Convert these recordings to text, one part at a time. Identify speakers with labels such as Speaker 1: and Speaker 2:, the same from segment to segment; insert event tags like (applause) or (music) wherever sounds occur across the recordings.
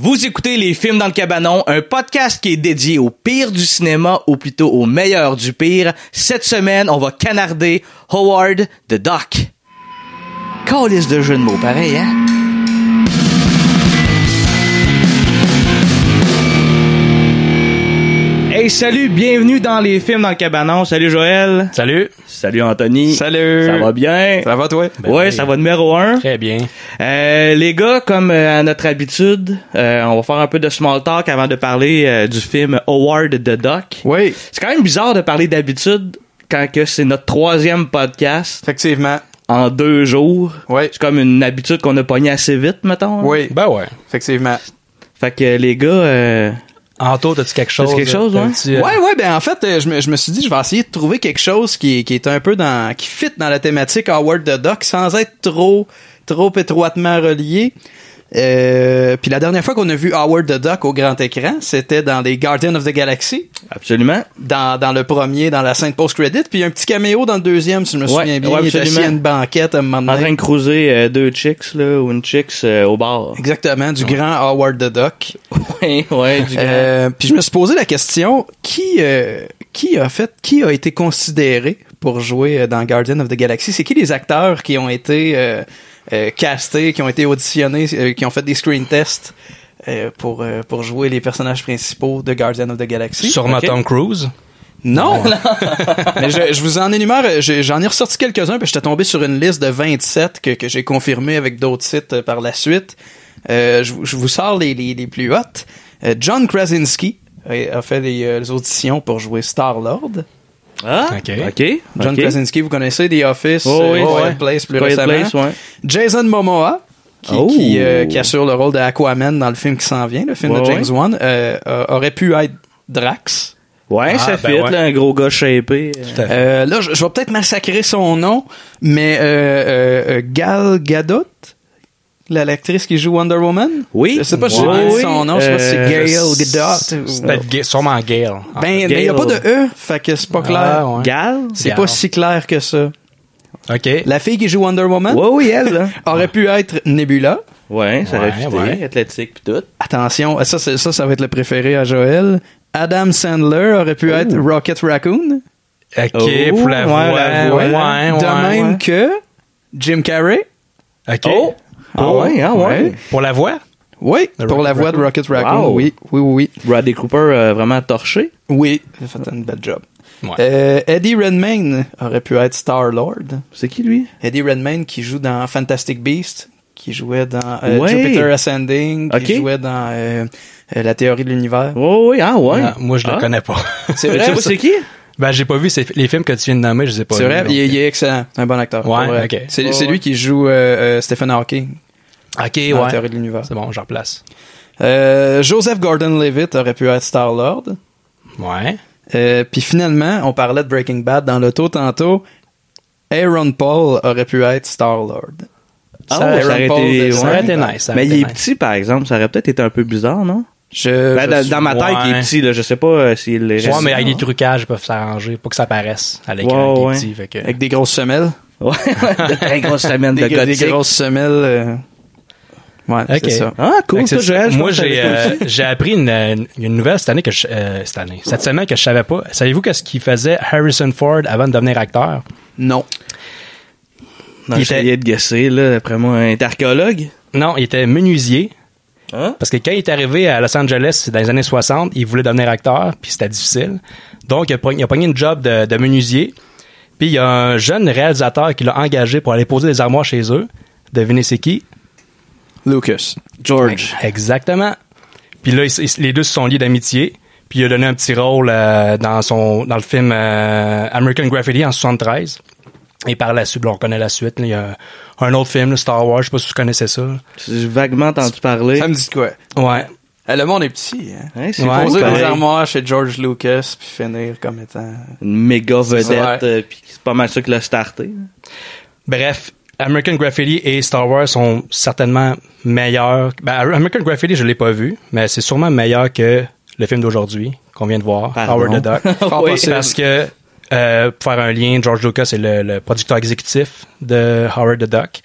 Speaker 1: Vous écoutez Les Films dans le Cabanon, un podcast qui est dédié au pire du cinéma, ou plutôt au meilleur du pire. Cette semaine, on va canarder Howard the Duck. Calice de jeu de mots, pareil, hein? Hey, salut, bienvenue dans Les Films dans le Cabanon. Salut Joël.
Speaker 2: Salut.
Speaker 1: Salut Anthony.
Speaker 2: Salut.
Speaker 1: Ça va bien?
Speaker 2: Ça va, toi?
Speaker 1: ouais, ça va numéro un.
Speaker 2: Très bien.
Speaker 1: Euh, les gars, comme euh, à notre habitude, euh, on va faire un peu de small talk avant de parler euh, du film Howard the Duck.
Speaker 2: Oui,
Speaker 1: C'est quand même bizarre de parler d'habitude quand que c'est notre troisième podcast
Speaker 3: Effectivement.
Speaker 1: en deux jours.
Speaker 3: Oui.
Speaker 1: C'est comme une habitude qu'on a pognée assez vite, mettons. hein.
Speaker 3: Oui.
Speaker 2: Ben ouais.
Speaker 3: Effectivement.
Speaker 1: Fait que euh, les gars, euh,
Speaker 2: Anto, t'as-tu quelque chose?
Speaker 1: T'as-tu quelque chose,
Speaker 2: T'as
Speaker 1: ouais?
Speaker 2: un petit, euh,
Speaker 3: Ouais, ouais, ben en fait, euh, je me, je me suis dit, je vais essayer de trouver quelque chose qui, qui est un peu dans, qui fit dans la thématique Howard the Duck sans être trop, trop étroitement relié. Euh, puis la dernière fois qu'on a vu Howard the Duck au grand écran, c'était dans les Guardians of the Galaxy,
Speaker 1: absolument.
Speaker 3: dans, dans le premier, dans la scène post-credit, puis un petit caméo dans le deuxième, si je me
Speaker 1: Ouais,
Speaker 3: souviens bien,
Speaker 1: ouais,
Speaker 3: il était assis
Speaker 1: absolument.
Speaker 3: à une banquette à un moment
Speaker 1: En train
Speaker 3: donné.
Speaker 1: de cruiser euh, deux chicks là, ou une chicks euh, au
Speaker 2: (laughs)
Speaker 1: bar.
Speaker 3: Exactement, du grand Howard the Duck.
Speaker 1: ouais, ouais, du grand.
Speaker 3: Euh, puis je me suis posé la question qui euh, qui a fait qui a été considéré pour jouer euh, dans Guardian of the Galaxy C'est qui les acteurs qui ont été euh, euh, castés, qui ont été auditionnés, euh, qui ont fait des screen tests euh, pour euh, pour jouer les personnages principaux de Guardian of the Galaxy
Speaker 2: Sûrement
Speaker 1: Ok.
Speaker 2: Tom Cruise.
Speaker 3: Non. (laughs) Mais je, je vous en énumère, euh, j'ai- j'en ai ressorti quelques-uns puis j'étais tombé sur une liste de 27 que que j'ai confirmé avec d'autres sites euh, par la suite. Euh, je, vous- je vous sors les, les, les plus hautes. Euh, John Krasinski euh, a fait les, euh, les auditions pour jouer Star-Lord.
Speaker 1: ah,
Speaker 2: ok.
Speaker 1: ok.
Speaker 3: John
Speaker 1: ok.
Speaker 3: Krasinski, vous connaissez The Office,
Speaker 1: Oh,
Speaker 3: euh,
Speaker 1: oui,
Speaker 3: Quiet
Speaker 1: ouais.
Speaker 3: Place plus
Speaker 1: Quiet
Speaker 3: récemment.
Speaker 1: Place, ouais.
Speaker 3: Jason Momoa, qui,
Speaker 1: Oh.
Speaker 3: qui, euh, qui assure le rôle d'Aquaman dans le film qui s'en vient, le film
Speaker 1: Ouais,
Speaker 3: de James
Speaker 1: ouais.
Speaker 3: Wan, euh, euh, aurait pu être Drax.
Speaker 1: Ouais,
Speaker 2: Ah,
Speaker 1: ça
Speaker 2: ben
Speaker 1: fit,
Speaker 2: ouais.
Speaker 1: là, un gros gars shapé. euh.
Speaker 2: Tout à fait.
Speaker 3: Euh, là, je, je vais peut-être massacrer son nom, mais euh, euh, euh, Gal Gadot, la- l'actrice qui joue Wonder Woman.
Speaker 1: Oui.
Speaker 3: Je sais pas si
Speaker 1: Ouais.
Speaker 3: j'ai
Speaker 1: Oui.
Speaker 3: dit son nom, je sais pas si c'est
Speaker 1: Euh,
Speaker 3: Gail Gadot.
Speaker 2: C'est
Speaker 3: ou-
Speaker 2: peut-être Ben, Ga- sûrement Gale.
Speaker 3: Ben, il n'y a pas de E, fait que c'est pas clair.
Speaker 2: Ah, ouais.
Speaker 1: Gal?
Speaker 3: C'est
Speaker 2: Gal.
Speaker 3: pas si clair que ça.
Speaker 2: OK.
Speaker 3: La fille qui joue Wonder Woman
Speaker 1: Ouais, oui, elle, là.
Speaker 3: aurait pu être Nebula.
Speaker 1: Ouais, ça aurait
Speaker 2: Ouais,
Speaker 1: fité,
Speaker 2: ouais.
Speaker 1: athlétique pis tout.
Speaker 3: Attention, ça, c'est- ça, ça va être le préféré à Joël. Adam Sandler aurait pu être Rocket Raccoon.
Speaker 2: OK,
Speaker 1: Oh,
Speaker 2: pour la
Speaker 1: ouais,
Speaker 2: voix.
Speaker 1: la voix.
Speaker 2: Ouais, ouais,
Speaker 3: de même
Speaker 2: ouais.
Speaker 3: que Jim Carrey.
Speaker 2: OK.
Speaker 1: Oh! Ah ouais, ah ouais.
Speaker 2: Pour la voix?
Speaker 3: Oui,
Speaker 2: Le
Speaker 3: pour la
Speaker 2: Rocket
Speaker 3: voix de Rocket Raccoon.
Speaker 1: Wow.
Speaker 3: Oui, oui, oui, oui.
Speaker 1: Bradley Cooper euh, vraiment torché.
Speaker 3: Oui, il a fait un bel job.
Speaker 2: Ouais.
Speaker 3: Euh, Eddie Redmayne aurait pu être Star-Lord.
Speaker 1: C'est qui, lui?
Speaker 3: Eddie Redmayne qui joue dans Fantastic Beast, qui jouait dans euh,
Speaker 1: Ouais.
Speaker 3: Jupiter Ascending, qui
Speaker 1: Ok.
Speaker 3: jouait dans euh, euh, La théorie de l'univers.
Speaker 1: Oh, oui, ah ouais.
Speaker 2: Ah, moi, je le
Speaker 1: Ah.
Speaker 2: connais pas.
Speaker 3: C'est
Speaker 1: Tu
Speaker 2: (laughs)
Speaker 3: vrai,
Speaker 1: sais pas c'est qui?
Speaker 2: ben, j'ai pas vu ces- les films que tu viens de nommer, je les ai pas
Speaker 3: C'est
Speaker 2: vus,
Speaker 3: vrai,
Speaker 2: donc.
Speaker 3: il, est- il est excellent. Un bon acteur.
Speaker 2: Ouais,
Speaker 3: pour vrai.
Speaker 2: ok.
Speaker 3: C'est
Speaker 1: Ouais,
Speaker 3: c'est
Speaker 1: ouais.
Speaker 3: lui qui joue euh, euh, Stephen Hawking
Speaker 2: euh, OK,
Speaker 3: dans La théorie
Speaker 2: ouais.
Speaker 3: de l'univers.
Speaker 2: C'est bon, j'en place.
Speaker 3: Euh, Joseph Gordon-Levitt aurait pu être Star-Lord.
Speaker 2: Ouais.
Speaker 3: Euh, puis finalement, on parlait de Breaking Bad dans l'auto tantôt. Aaron Paul aurait pu être Star-Lord.
Speaker 1: Ah,
Speaker 3: Ça,
Speaker 1: ouais,
Speaker 3: Aaron
Speaker 1: ça aurait
Speaker 3: Paul
Speaker 1: été,
Speaker 3: de-
Speaker 1: ouais.
Speaker 2: Ça aurait été nice. ça aurait
Speaker 1: Mais
Speaker 2: été
Speaker 1: il est
Speaker 2: nice.
Speaker 1: petit, par exemple. Ça aurait peut-être été un peu bizarre, non?
Speaker 3: Je,
Speaker 1: Ben,
Speaker 3: je
Speaker 1: dans,
Speaker 3: suis-
Speaker 1: dans ma tête, il est
Speaker 2: ouais.
Speaker 1: petit, là. Je sais pas euh, s'il est
Speaker 2: Ouais, mais avec
Speaker 1: il
Speaker 2: les trucages, ils peuvent s'arranger pour que ça apparaisse à l'écran.
Speaker 1: Ouais,
Speaker 2: qu'il est
Speaker 1: ouais.
Speaker 2: petit, fait que-
Speaker 3: Avec des grosses semelles.
Speaker 1: Ouais, très grosse semaine de
Speaker 3: Des, des
Speaker 1: gothique.
Speaker 3: grosses semelles. euh, Ouais,
Speaker 2: Ok.
Speaker 3: c'est ça.
Speaker 1: Ah, cool,
Speaker 2: Fait que
Speaker 1: ça,
Speaker 2: c'est ça.
Speaker 1: Joël. je
Speaker 2: Moi,
Speaker 1: pense que
Speaker 2: j'ai
Speaker 1: t'avais ça
Speaker 2: euh,
Speaker 1: aussi.
Speaker 2: j'ai appris une, une- une nouvelle cette année que je, euh, cette année cette semaine que je savais pas. Savez-vous qu'est-ce qu'il faisait Harrison Ford avant de devenir acteur
Speaker 3: Non.
Speaker 1: Non,
Speaker 2: il
Speaker 1: j'essayais de guesser, là. Après moi, un archéologue.
Speaker 2: Non, il était menuisier
Speaker 1: Hein?
Speaker 2: parce que quand il est arrivé à Los Angeles dans les années 60, il voulait devenir acteur puis c'était difficile. Donc il a, pogn- il a pogné une job de, de menuisier. Puis il y a un jeune réalisateur qui l'a engagé pour aller poser des armoires chez eux. Devinez c'est qui
Speaker 3: Lucas.
Speaker 1: George.
Speaker 2: Exactement. Puis là, ils- ils- les deux se sont liés d'amitié. Puis il a donné un petit rôle euh, dans son dans le film euh, American Graffiti en 73. Et par la suite, là, on connaît la suite. là, il y a un autre film, là, Star Wars, je sais pas si vous connaissez ça. là.
Speaker 1: J'ai vaguement entendu parler.
Speaker 3: Ça me dit de quoi?
Speaker 2: Ouais.
Speaker 3: Eh, le monde est petit. Hein?
Speaker 1: Hein, c'est
Speaker 2: Ouais,
Speaker 1: fou,
Speaker 3: Poser
Speaker 1: quand
Speaker 3: des
Speaker 1: même.
Speaker 3: armoires chez George Lucas puis finir comme étant.
Speaker 1: une méga
Speaker 3: ça,
Speaker 1: vedette,
Speaker 3: ouais.
Speaker 1: euh, puis c'est pas mal ça qu'il a starté.
Speaker 2: Bref, American Graffiti et Star Wars sont certainement meilleurs. Ben, American Graffiti, je l'ai pas vu, mais c'est sûrement meilleur que le film d'aujourd'hui qu'on vient de voir,
Speaker 1: Pardon.
Speaker 2: Howard the Duck.
Speaker 1: (laughs)
Speaker 3: Fort
Speaker 1: Oui,
Speaker 3: possible.
Speaker 2: Parce que, euh, pour faire un lien, George Lucas est le, le producteur exécutif de Howard the Duck.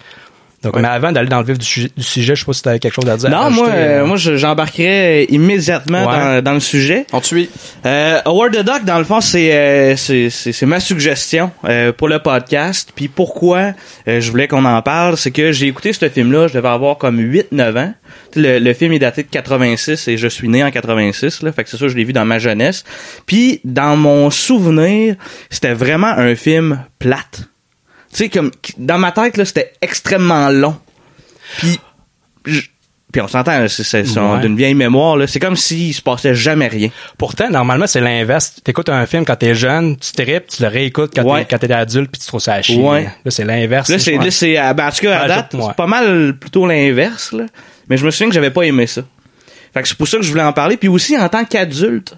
Speaker 2: Donc, mais avant d'aller dans le vif du, sujet- du sujet, je sais pas si t'avais quelque chose à dire. à
Speaker 1: Non, moi,
Speaker 2: ajouter,
Speaker 1: euh,
Speaker 2: euh.
Speaker 1: moi je- j'embarquerais immédiatement
Speaker 2: Ouais.
Speaker 1: dans, dans le sujet.
Speaker 3: On tue.
Speaker 1: Euh, Award the Doc, dans le fond, c'est euh, c'est- c'est c'est ma suggestion euh, pour le podcast. Puis pourquoi euh, je voulais qu'on en parle, c'est que j'ai écouté ce film-là, je devais avoir comme 8-9 ans. Tu sais, Le, le film est daté de 86 et je suis né en 86, là, fait que c'est ça, je l'ai vu dans ma jeunesse. Puis dans mon souvenir, c'était vraiment un film plate. Tu sais, comme dans ma tête, là, c'était extrêmement long. Puis je- puis on s'entend, là, c'est c'est- c'est
Speaker 2: Ouais.
Speaker 1: d'une vieille mémoire, là. c'est comme s'il se passait jamais rien.
Speaker 2: Pourtant, normalement, c'est l'inverse. T'écoutes un film quand t'es jeune, tu tripes, tu le réécoutes quand
Speaker 1: Ouais.
Speaker 2: t'es- quand t'es adulte, puis tu trouves ça à chier.
Speaker 1: Ouais.
Speaker 2: Là, c'est l'inverse.
Speaker 1: Là, c'est,
Speaker 2: Ouais.
Speaker 1: là, c'est, ah, ben, en tout cas, à
Speaker 2: Ben,
Speaker 1: date,
Speaker 2: je- ouais.
Speaker 1: c'est pas mal plutôt l'inverse, là. Mais je me souviens que j'avais pas aimé ça. Fait que c'est pour ça que je voulais en parler. Puis aussi, en tant qu'adulte,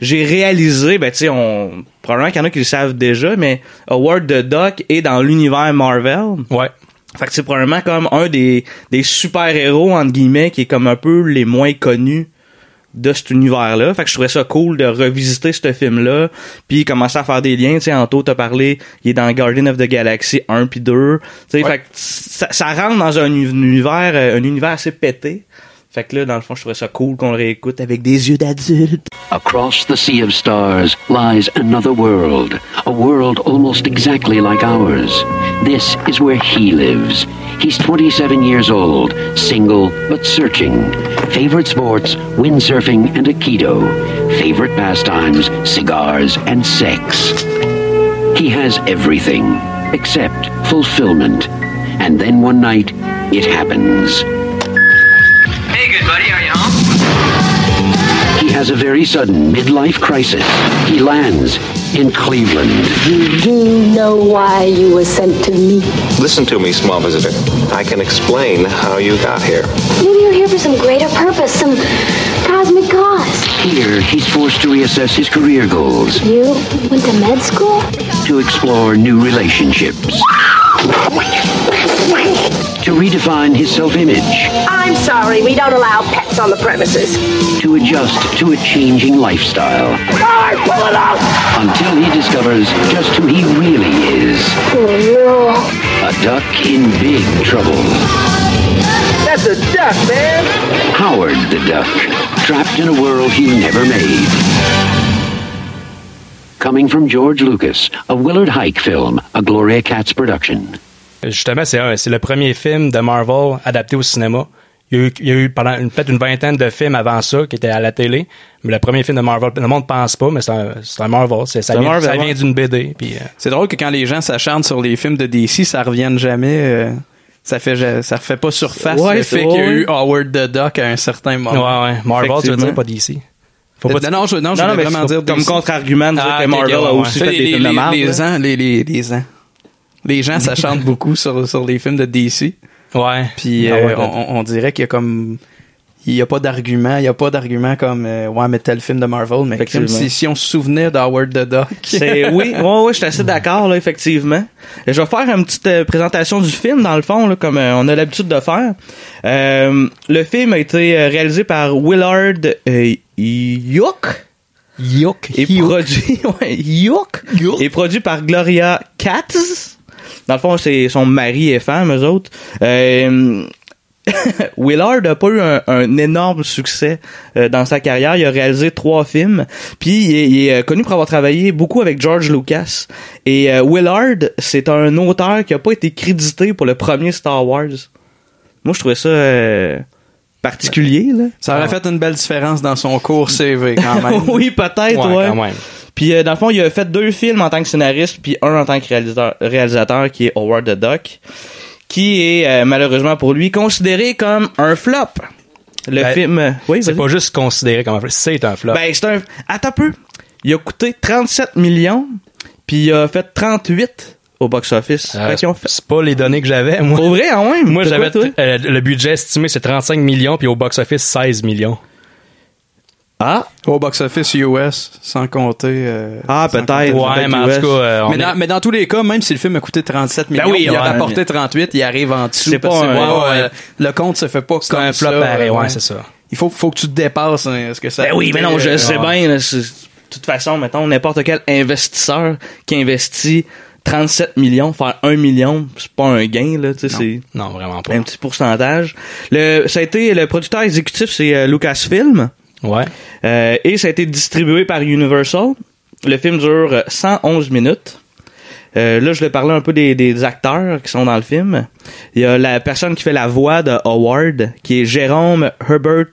Speaker 1: j'ai réalisé, ben, tu sais, on, probablement qu'il y en a qui le savent déjà, mais Howard the Duck est dans l'univers Marvel.
Speaker 2: Ouais.
Speaker 1: Fait que c'est probablement comme un des, des super-héros, entre guillemets, qui est comme un peu les moins connus de cet univers-là. Fait que je trouvais ça cool de revisiter ce film-là, puis commencer à faire des liens. Tu sais, Anto t'a parlé, il est dans Guardian of the Galaxy 1 puis 2. Tu sais,
Speaker 3: Ouais.
Speaker 1: fait que ça, ça rentre dans un uni- univers, euh, un univers assez pété. Fait que là, dans le fond, je trouvais ça cool qu'on le réécoute avec des yeux d'adulte.
Speaker 4: Across the sea of stars lies another world, a world almost exactly like ours. This is where he lives. He's 27 years old, single but searching. Favorite sports, windsurfing and Aikido. Favorite pastimes, cigars and sex. He has everything except fulfillment. And then one night, it happens.
Speaker 5: Hey, good buddy, are you home?
Speaker 4: He has a very sudden midlife crisis. He lands in Cleveland.
Speaker 6: You do know why you were sent to me.
Speaker 7: Listen to me, small visitor. I can explain how you got here.
Speaker 6: Maybe you're here for some greater purpose, some cosmic cause.
Speaker 4: Here, he's forced to reassess his career goals,
Speaker 6: You went to med school?
Speaker 4: to explore new relationships, to redefine his self-image,
Speaker 8: I'm sorry, we don't allow pets on the premises.
Speaker 4: to adjust to a changing lifestyle. Until he discovers just who he really is.
Speaker 8: Oh,
Speaker 4: A duck in big trouble.
Speaker 5: That's a duck, man.
Speaker 4: Howard the Duck, trapped in a world he never made. Coming from George Lucas, a Willard Hike film, a Gloria Katz production.
Speaker 2: Justement, c'est un- c'est le premier film de Marvel adapté au cinéma. Il y a eu, il y a eu pendant une- peut-être une vingtaine de films avant ça qui étaient à la télé, mais le premier film de Marvel, le monde pense pas, mais c'est un, c'est un Marvel. C'est- Ça
Speaker 1: C'est un
Speaker 2: vient,
Speaker 1: Marvel,
Speaker 2: ça
Speaker 1: ouais.
Speaker 2: vient d'une BD. Puis, euh,
Speaker 3: C'est drôle que quand les gens s'acharnent sur les films de DC, ça revienne jamais. euh, ça fait ja- ça fait pas surface
Speaker 1: Ouais,
Speaker 3: le
Speaker 1: c'est
Speaker 3: fait qu'il y a
Speaker 1: vrai.
Speaker 3: eu Howard the Duck à un certain
Speaker 2: ouais,
Speaker 3: moment.
Speaker 2: ouais. Marvel, tu veux
Speaker 3: Effectivement.
Speaker 2: dire pas d'ici. Faut pas
Speaker 3: Non, non, je, non, je
Speaker 1: Non, non,
Speaker 3: voulais
Speaker 1: mais
Speaker 3: vraiment
Speaker 1: c'est
Speaker 3: dire
Speaker 1: comme
Speaker 3: DC.
Speaker 1: contre-argument de dire
Speaker 2: Ah,
Speaker 1: que
Speaker 2: ok,
Speaker 1: Marvel
Speaker 2: ok,
Speaker 1: a
Speaker 2: ouais,
Speaker 1: aussi
Speaker 3: Ça,
Speaker 1: fait
Speaker 3: les,
Speaker 1: des films de hein.
Speaker 3: les-
Speaker 1: marde,
Speaker 3: les
Speaker 1: là.
Speaker 3: gens, les, les, les gens. Les gens s'acharnent beaucoup sur, sur les films de DC.
Speaker 2: Ouais.
Speaker 3: Puis
Speaker 2: Ah,
Speaker 3: euh,
Speaker 2: ouais,
Speaker 3: on, on- on dirait qu'il y a comme. Il n'y a pas d'argument. Il n'y a pas d'argument comme euh, Ouais, mais tel film de Marvel, mais
Speaker 1: Effectivement.
Speaker 3: comme si, si on se souvenait d'Howard the Duck.
Speaker 1: (laughs)
Speaker 3: (laughs)
Speaker 1: C'est oui, ouais, ouais, je suis assez d'accord là, effectivement. Je vais faire une petite euh, présentation du film dans le fond, là, comme euh, on a l'habitude de faire. Euh, le film a été euh, réalisé par Willard euh, Yook
Speaker 2: Yoke.
Speaker 1: et produit (laughs) ouais, Yook
Speaker 2: Yook.
Speaker 1: et produit par Gloria Katz. Dans le fond, c'est son mari et femme, eux autres. Euh, Willard a pas eu un, un énorme succès euh, dans sa carrière. Il a réalisé trois films. Puis il est, il est, euh, connu pour avoir travaillé beaucoup avec George Lucas. Et euh, Willard, c'est un auteur qui a pas été crédité pour le premier Star Wars. Moi, je trouvais ça euh, particulier. Là.
Speaker 3: Ça aurait fait une belle différence dans son cours CV
Speaker 1: (laughs)
Speaker 3: quand même.
Speaker 1: Ah. oui, peut-être.
Speaker 2: Ouais,
Speaker 1: ouais.
Speaker 2: quand même.
Speaker 1: Puis euh, dans le fond, il a fait deux films en tant que scénariste, puis un en tant que réalisateur, réalisateur qui est Howard the Duck, qui est euh, malheureusement pour lui considéré comme un flop. Le
Speaker 2: Ben,
Speaker 1: film, euh, oui,
Speaker 2: C'est
Speaker 1: vas-y.
Speaker 2: pas juste considéré comme un flop. C'est un flop.
Speaker 1: Ben, c'est un. Attends un peu. Il a coûté 37 millions, puis il a fait 38 au box-office.
Speaker 2: Euh,
Speaker 1: Fait qu'ils ont fait-
Speaker 2: c'est pas les données que j'avais, moi.
Speaker 1: Pour vrai, ah ouais?
Speaker 2: Moi,
Speaker 1: T'as
Speaker 2: (laughs) j'avais
Speaker 1: quoi, toi?
Speaker 2: euh, le budget estimé, c'est 35 millions, puis au box-office, 16 millions.
Speaker 1: Ah,
Speaker 3: Au box-office US, sans compter. euh,
Speaker 1: ah
Speaker 3: sans compter-
Speaker 1: peut-être.
Speaker 2: Ouais,
Speaker 1: peut-être
Speaker 2: mais en
Speaker 1: US.
Speaker 2: tout cas, euh, on
Speaker 3: Mais dans,
Speaker 2: est-
Speaker 3: mais dans tous les cas, même si le film a coûté 37 millions,
Speaker 2: oui,
Speaker 3: il
Speaker 2: ouais,
Speaker 3: a rapporté
Speaker 1: mais-
Speaker 3: 38, il arrive en dessous.
Speaker 1: Ben C'est
Speaker 3: parce
Speaker 1: pas
Speaker 3: que
Speaker 1: un-
Speaker 3: ouais, ouais,
Speaker 2: ouais.
Speaker 3: Le compte se fait pas comme
Speaker 2: un flop
Speaker 3: ça,
Speaker 2: pareil,
Speaker 3: euh,
Speaker 2: ouais, c'est ça.
Speaker 3: Il faut, faut que tu te dépasses hein, ce que ça.
Speaker 1: Ben oui, mais non, je
Speaker 3: euh,
Speaker 1: sais
Speaker 2: ouais.
Speaker 1: bien. là, c'est- De toute façon, mettons, n'importe quel investisseur qui investit 37 millions, faire 1 million, c'est pas un gain, là, tu sais, c'est
Speaker 2: Non, vraiment pas.
Speaker 1: un petit pourcentage. Le, ça a été, le producteur exécutif, c'est euh, Lucasfilm,
Speaker 2: Ouais.
Speaker 1: euh, et ça a été distribué par Universal. Le film dure euh, 111 minutes. Euh, là, je vais parler un peu des, des acteurs qui sont dans le film. Il y a la personne qui fait la voix de Howard, qui est Jérôme Herbert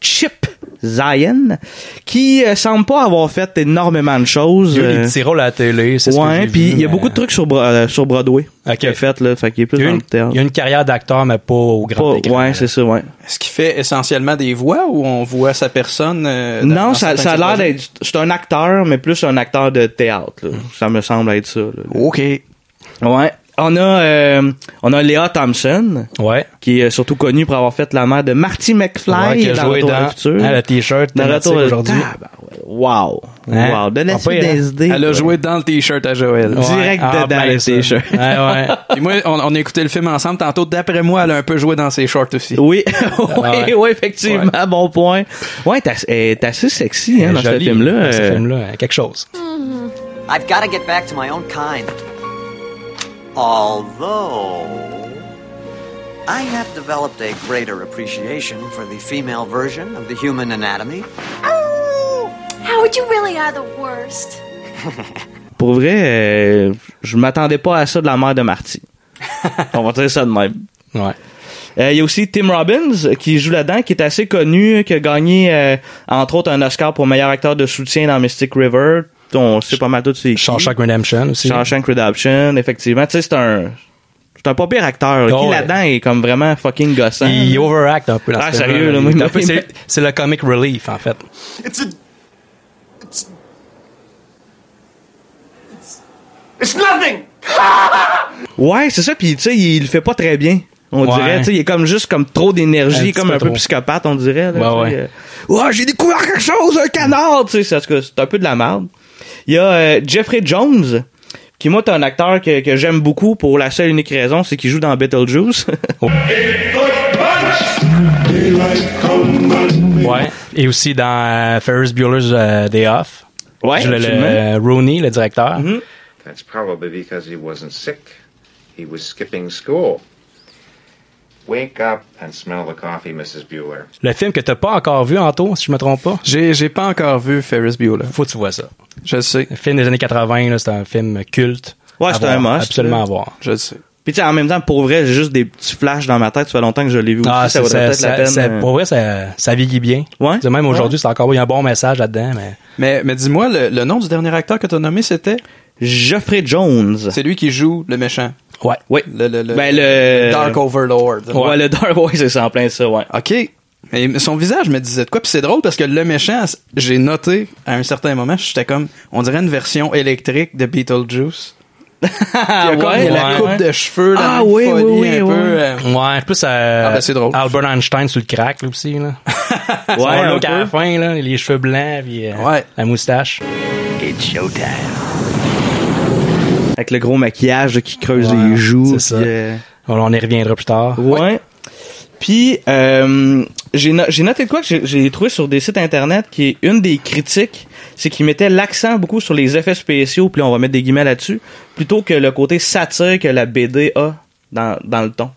Speaker 1: Chip Zion, qui euh, semble pas avoir fait énormément de choses.
Speaker 2: Il y a eu des
Speaker 1: Euh,
Speaker 2: petits rôles à la télé, c'est ce que
Speaker 1: Ouais,
Speaker 2: j'ai
Speaker 1: puis
Speaker 2: vu,
Speaker 1: il y a
Speaker 2: mais-
Speaker 1: beaucoup de trucs sur, Bro- euh, sur Broadway.
Speaker 2: Ok.
Speaker 1: Qui est fait, là. Fait qu'il est plus
Speaker 2: Il y, a
Speaker 1: dans
Speaker 2: une,
Speaker 1: le théâtre.
Speaker 2: il y a une carrière d'acteur, mais pas au grand
Speaker 1: Pas-
Speaker 2: écran.
Speaker 1: ouais, c'est ça, ouais.
Speaker 3: Est-ce qu'il fait essentiellement des voix ou on voit sa personne? euh, dans-
Speaker 1: Non,
Speaker 3: dans
Speaker 1: ça,
Speaker 3: certains
Speaker 1: ça a l'air
Speaker 3: projets?
Speaker 1: d'être. C'est un acteur, mais plus un acteur de théâtre, là. Ça me semble être ça, là.
Speaker 3: OK.
Speaker 2: Oh.
Speaker 1: Ouais. On a, euh, on a Léa Thompson,
Speaker 2: Ouais.
Speaker 1: qui est surtout connue pour avoir fait la mère de Marty
Speaker 2: Ouais,
Speaker 1: McFly
Speaker 2: qui a
Speaker 1: dans
Speaker 2: joué
Speaker 1: Retour à
Speaker 2: dans-
Speaker 1: le futur.
Speaker 2: dans le t-shirt
Speaker 1: Dans
Speaker 2: thématique
Speaker 1: Retour à-
Speaker 2: aujourd'hui.
Speaker 1: Tabarouette. Wow.
Speaker 2: Hein?
Speaker 1: Wow. De la
Speaker 2: Pas
Speaker 1: suite
Speaker 2: pire, hein?
Speaker 1: des idées.
Speaker 3: Elle a
Speaker 1: Ouais.
Speaker 3: joué dans le t-shirt à Joël.
Speaker 1: Ouais. Direct
Speaker 2: Ah,
Speaker 1: dedans,
Speaker 2: ben
Speaker 1: le
Speaker 2: ça.
Speaker 1: t-shirt.
Speaker 2: Ouais,
Speaker 1: (laughs)
Speaker 2: ouais.
Speaker 3: Puis moi, on, on a écouté le film ensemble tantôt. D'après moi, elle a un peu joué dans ses shorts aussi.
Speaker 1: Oui, (laughs)
Speaker 2: Ah
Speaker 1: oui,
Speaker 2: ouais.
Speaker 1: oui, effectivement, bon point. Ouais, t'as- elle est assez sexy hein, dans ce
Speaker 2: Joli,
Speaker 1: film-là.
Speaker 2: dans ce
Speaker 1: euh,
Speaker 2: film-là, hein, quelque chose.
Speaker 9: I've got to get back to my own kind. Although, I have developed a greater appreciation for the female version of the human anatomy.
Speaker 6: Oh, Howard, you really are the worst.
Speaker 1: Pour vrai, euh, je m'attendais pas à ça de la mère de Marty. (laughs) On va dire ça de même.
Speaker 2: Ouais.
Speaker 1: Euh, Il y a aussi Tim Robbins euh, qui joue là-dedans, qui est assez connu, qui a gagné euh, entre autres un Oscar pour meilleur acteur de soutien dans Mystic River. On sait pas mal tout c'est qui.
Speaker 2: Shawshank Redemption aussi.
Speaker 1: Shawshank Redemption, effectivement. Tu sais, c'est un, c'est un pas pire acteur. là,
Speaker 2: Oh,
Speaker 1: qui
Speaker 2: ouais.
Speaker 1: là-dedans est comme vraiment fucking gossant.
Speaker 2: Il overact un peu. dans
Speaker 1: Ah,
Speaker 2: ce film-là.
Speaker 1: sérieux, là, moi,
Speaker 2: Il est
Speaker 1: il
Speaker 2: un peu-
Speaker 1: m'a-
Speaker 2: c'est, c'est le comic relief, en fait.
Speaker 5: It's a. It's. It's, it's nothing!
Speaker 1: Ouais, c'est ça. Puis tu sais, il le fait pas très bien. On
Speaker 2: Ouais.
Speaker 1: dirait, tu sais, il est comme juste comme trop
Speaker 2: Un
Speaker 1: d'énergie,
Speaker 2: petit
Speaker 1: comme
Speaker 2: peu
Speaker 1: un peu
Speaker 2: trop.
Speaker 1: psychopathe, on dirait. Là,
Speaker 2: Ouais,
Speaker 1: tu sais,
Speaker 2: ouais.
Speaker 1: euh, Ouais, j'ai découvert quelque chose, un canard, tu sais, c'est- en tout cas, c'est un peu de la merde. Il y a euh, Jeffrey Jones, qui moi, t'es un acteur que, que j'aime beaucoup pour la seule unique raison, c'est qu'il joue dans
Speaker 2: (laughs)
Speaker 1: Beetlejuice.
Speaker 2: Ouais. Et aussi dans euh, Ferris Bueller's euh, Day Off.
Speaker 1: Ouais,
Speaker 2: Je le,
Speaker 1: absolument. Mm-hmm.
Speaker 2: le- Rooney, le directeur.
Speaker 7: That's probably because he wasn't sick. He was skipping school. Wake up and smell the coffee, Mrs. Bueller.
Speaker 2: Le film que t'as pas encore vu, Anto, si je me trompe pas.
Speaker 3: J'ai, j'ai pas encore vu Ferris Bueller.
Speaker 2: Faut que tu vois ça.
Speaker 3: Je le sais.
Speaker 2: Le film des années 80, là, c'est un film culte.
Speaker 1: Ouais,
Speaker 2: À
Speaker 1: c'est
Speaker 2: voir.
Speaker 1: un must,
Speaker 2: Absolument
Speaker 1: là.
Speaker 2: à voir.
Speaker 3: Je le sais.
Speaker 1: Puis tu sais, en même temps, pour vrai, j'ai juste des petits flashs dans ma tête. Ça fait longtemps que je l'ai vu
Speaker 2: Ah,
Speaker 1: aussi. Ça
Speaker 2: c'est-
Speaker 1: vaudrait peut-être la
Speaker 2: ça-
Speaker 1: peine.
Speaker 2: ça-
Speaker 1: euh,
Speaker 2: pour vrai, ça, ça vieillit bien.
Speaker 1: Ouais.
Speaker 2: Tu sais, Même aujourd'hui, c'est encore, il y a un bon message là-dedans, mais.
Speaker 3: Mais, mais dis-moi, le, le nom du dernier acteur que t'as nommé, c'était?
Speaker 1: Jeffrey Jones.
Speaker 3: C'est lui qui joue le méchant.
Speaker 2: Ouais.
Speaker 1: Oui.
Speaker 3: Le, le, le,
Speaker 1: Ben, le-
Speaker 3: le Dark Overlord.
Speaker 1: Ouais, le Dark Voice, c'est ça, en plein ça, ouais.
Speaker 3: OK. Et son visage me disait de quoi. Puis c'est drôle parce que le méchant, c- j'ai noté à un certain moment, j'étais comme, on dirait une version électrique de Beetlejuice.
Speaker 1: Ah,
Speaker 3: Il y a comme la
Speaker 2: ouais.
Speaker 3: coupe de cheveux, la
Speaker 1: Ah
Speaker 3: même
Speaker 1: oui,
Speaker 3: folie,
Speaker 1: oui, oui,
Speaker 3: un
Speaker 1: oui.
Speaker 3: peu. euh,
Speaker 2: Ouais, plus euh,
Speaker 3: Ah, ben, c'est drôle.
Speaker 2: Albert Einstein sur le crack, là aussi. Là.
Speaker 1: Ouais,
Speaker 2: (laughs) Son
Speaker 1: un
Speaker 2: look à la
Speaker 3: hein.
Speaker 1: peu.
Speaker 2: fin, là, les cheveux blancs, puis euh,
Speaker 3: Ouais.
Speaker 2: la moustache.
Speaker 9: It's showtime.
Speaker 1: Avec le gros maquillage là, qui creuse
Speaker 2: Ouais,
Speaker 1: les joues.
Speaker 2: c'est
Speaker 1: puis,
Speaker 2: ça.
Speaker 1: euh,
Speaker 2: Bon, on y reviendra plus tard.
Speaker 1: Ouais. Puis, euh, j'ai no- j'ai noté de quoi que j'ai- j'ai trouvé sur des sites internet qui est une des critiques, c'est qu'ils mettaient l'accent beaucoup sur les effets spéciaux, puis on va mettre des guillemets là-dessus, plutôt que le côté satire que la BD a dans, dans le ton.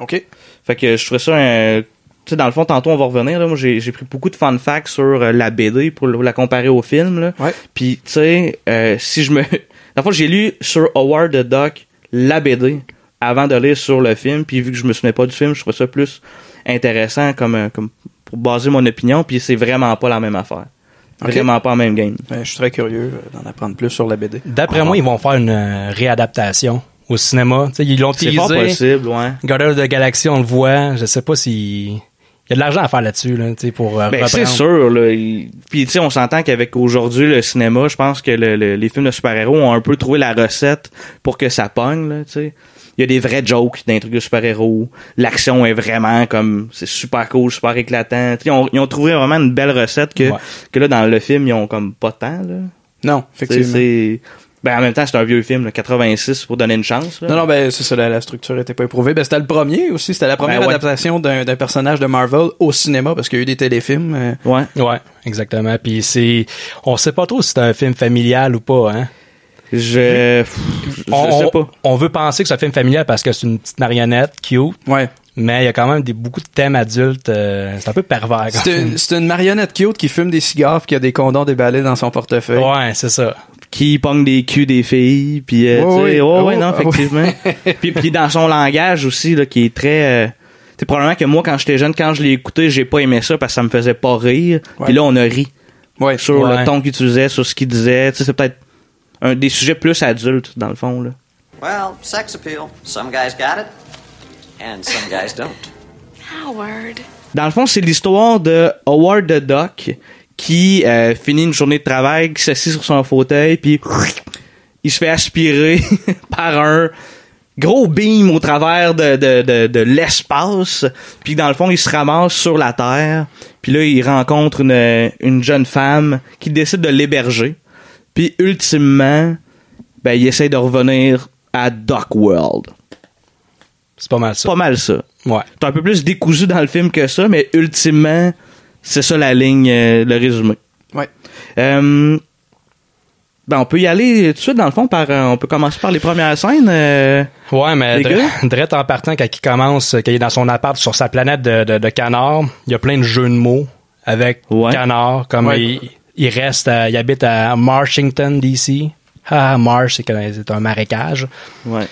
Speaker 3: OK.
Speaker 1: Fait que je trouvais ça un. Tu sais, dans le fond, tantôt, on va revenir. Là. Moi, j'ai j'ai pris beaucoup de fun facts sur euh, la BD pour le- la comparer au film. Là.
Speaker 3: Ouais.
Speaker 1: Puis, tu sais, euh, si je me. (laughs) Dans le fond, j'ai lu sur Howard the Duck la BD avant de lire sur le film. Puis, vu que je me souvenais pas du film, je trouvais ça plus intéressant comme, euh, comme pour baser mon opinion. Puis, c'est vraiment pas la même affaire.
Speaker 3: Ok.
Speaker 1: Vraiment pas la même game.
Speaker 3: Ben, je suis très curieux euh, d'en apprendre plus sur la BD.
Speaker 2: D'après moi, ils vont faire une euh, réadaptation au cinéma. Tu sais, ils l'ont
Speaker 1: C'est pas
Speaker 2: utilisé.
Speaker 1: possible, ouais.
Speaker 2: Guardians of the Galaxy, on le voit. Je sais pas si... Il y a de l'argent à faire là-dessus, là, tu sais, pour euh,
Speaker 1: Ben, c'est
Speaker 2: reprendre.
Speaker 1: sûr, là. Il- Puis, tu sais, on s'entend qu'avec aujourd'hui le cinéma, je pense que le- le- les films de super-héros ont un peu trouvé la recette pour que ça pogne, là, tu sais. Il y a des vrais jokes d'un truc de super-héros. L'action est vraiment comme, c'est super cool, super éclatant. Tu sais, on- ils ont trouvé vraiment une belle recette que,
Speaker 2: Ouais.
Speaker 1: que là, dans le film, ils ont comme pas tant, là.
Speaker 3: Non,
Speaker 1: Tu sais,
Speaker 3: effectivement.
Speaker 1: c'est, ben, en même temps, c'est un vieux film, là, 86 pour donner une chance, là.
Speaker 3: Non, non, ben, c'est ça, la, la structure était pas éprouvée. Ben, c'était le premier aussi. C'était la première
Speaker 1: Ben, ouais.
Speaker 3: adaptation d'un d'un personnage de Marvel au cinéma parce qu'il y a eu des téléfilms. euh,
Speaker 1: Ouais.
Speaker 2: Ouais, exactement. Puis c'est... On sait pas trop si c'est un film familial ou pas, hein.
Speaker 1: Je. pff, Je,
Speaker 2: on,
Speaker 1: je sais pas.
Speaker 2: on veut penser que c'est un film familial parce que c'est une petite marionnette cute,
Speaker 3: Ouais.
Speaker 2: mais il y a quand même des, beaucoup de thèmes adultes. euh, c'est un peu pervers. quand
Speaker 3: C'est
Speaker 2: même.
Speaker 3: une, c'est une marionnette cute qui fume des cigares pis qui a des condons déballés dans son portefeuille.
Speaker 2: Ouais, c'est ça.
Speaker 1: Qui pogne des culs des filles, puis euh,
Speaker 3: Ouais,
Speaker 1: tu sais,
Speaker 3: ouais.
Speaker 1: ouais, ouais,
Speaker 3: Oh,
Speaker 1: non,
Speaker 3: ouais.
Speaker 1: effectivement.
Speaker 3: (laughs)
Speaker 1: puis, puis dans son langage aussi, là, qui est très. euh, tu sais, probablement que moi, quand j'étais jeune, quand je l'ai écouté, j'ai pas aimé ça parce que ça me faisait pas rire.
Speaker 3: Ouais.
Speaker 1: Puis là, on a ri
Speaker 3: Ouais.
Speaker 1: sur
Speaker 2: Ouais.
Speaker 1: le ton qu'il utilisait, sur ce qu'il disait. Tu sais, c'est peut-être un des sujets plus adultes, dans le fond, là.
Speaker 9: Well, sex appeal. Some guys got it, and some guys don't.
Speaker 6: Howard.
Speaker 1: Dans le fond, c'est l'histoire de Howard the Duck qui euh, finit une journée de travail, qui s'assit sur son fauteuil, puis il se fait aspirer (laughs) par un gros beam au travers de, de, de, de l'espace. Puis dans le fond, il se ramasse sur la Terre. Puis là, il rencontre une, une jeune femme qui décide de l'héberger. Puis ultimement, ben, il essaie de revenir à Duck World.
Speaker 2: C'est pas mal
Speaker 1: C'est
Speaker 2: ça.
Speaker 1: pas mal ça.
Speaker 2: Ouais.
Speaker 1: C'est un peu plus décousu dans le film que ça, mais ultimement, c'est ça la ligne, euh, le résumé.
Speaker 3: Ouais.
Speaker 1: Euh, ben, on peut y aller tout de suite, dans le fond, par, euh, on peut commencer par les premières scènes. euh,
Speaker 2: Ouais, mais
Speaker 1: Les
Speaker 2: (laughs) Dre- Drette en partant, quand il commence, quand il est dans son appart sur sa planète de, de, de canard, il y a plein de jeux de mots avec
Speaker 1: Ouais.
Speaker 2: canard, comme
Speaker 3: Ouais.
Speaker 2: il, il reste, à- il habite à Marshington, D.C. Ah, Marsh, c'est que- c'est un marécage.
Speaker 1: ouais.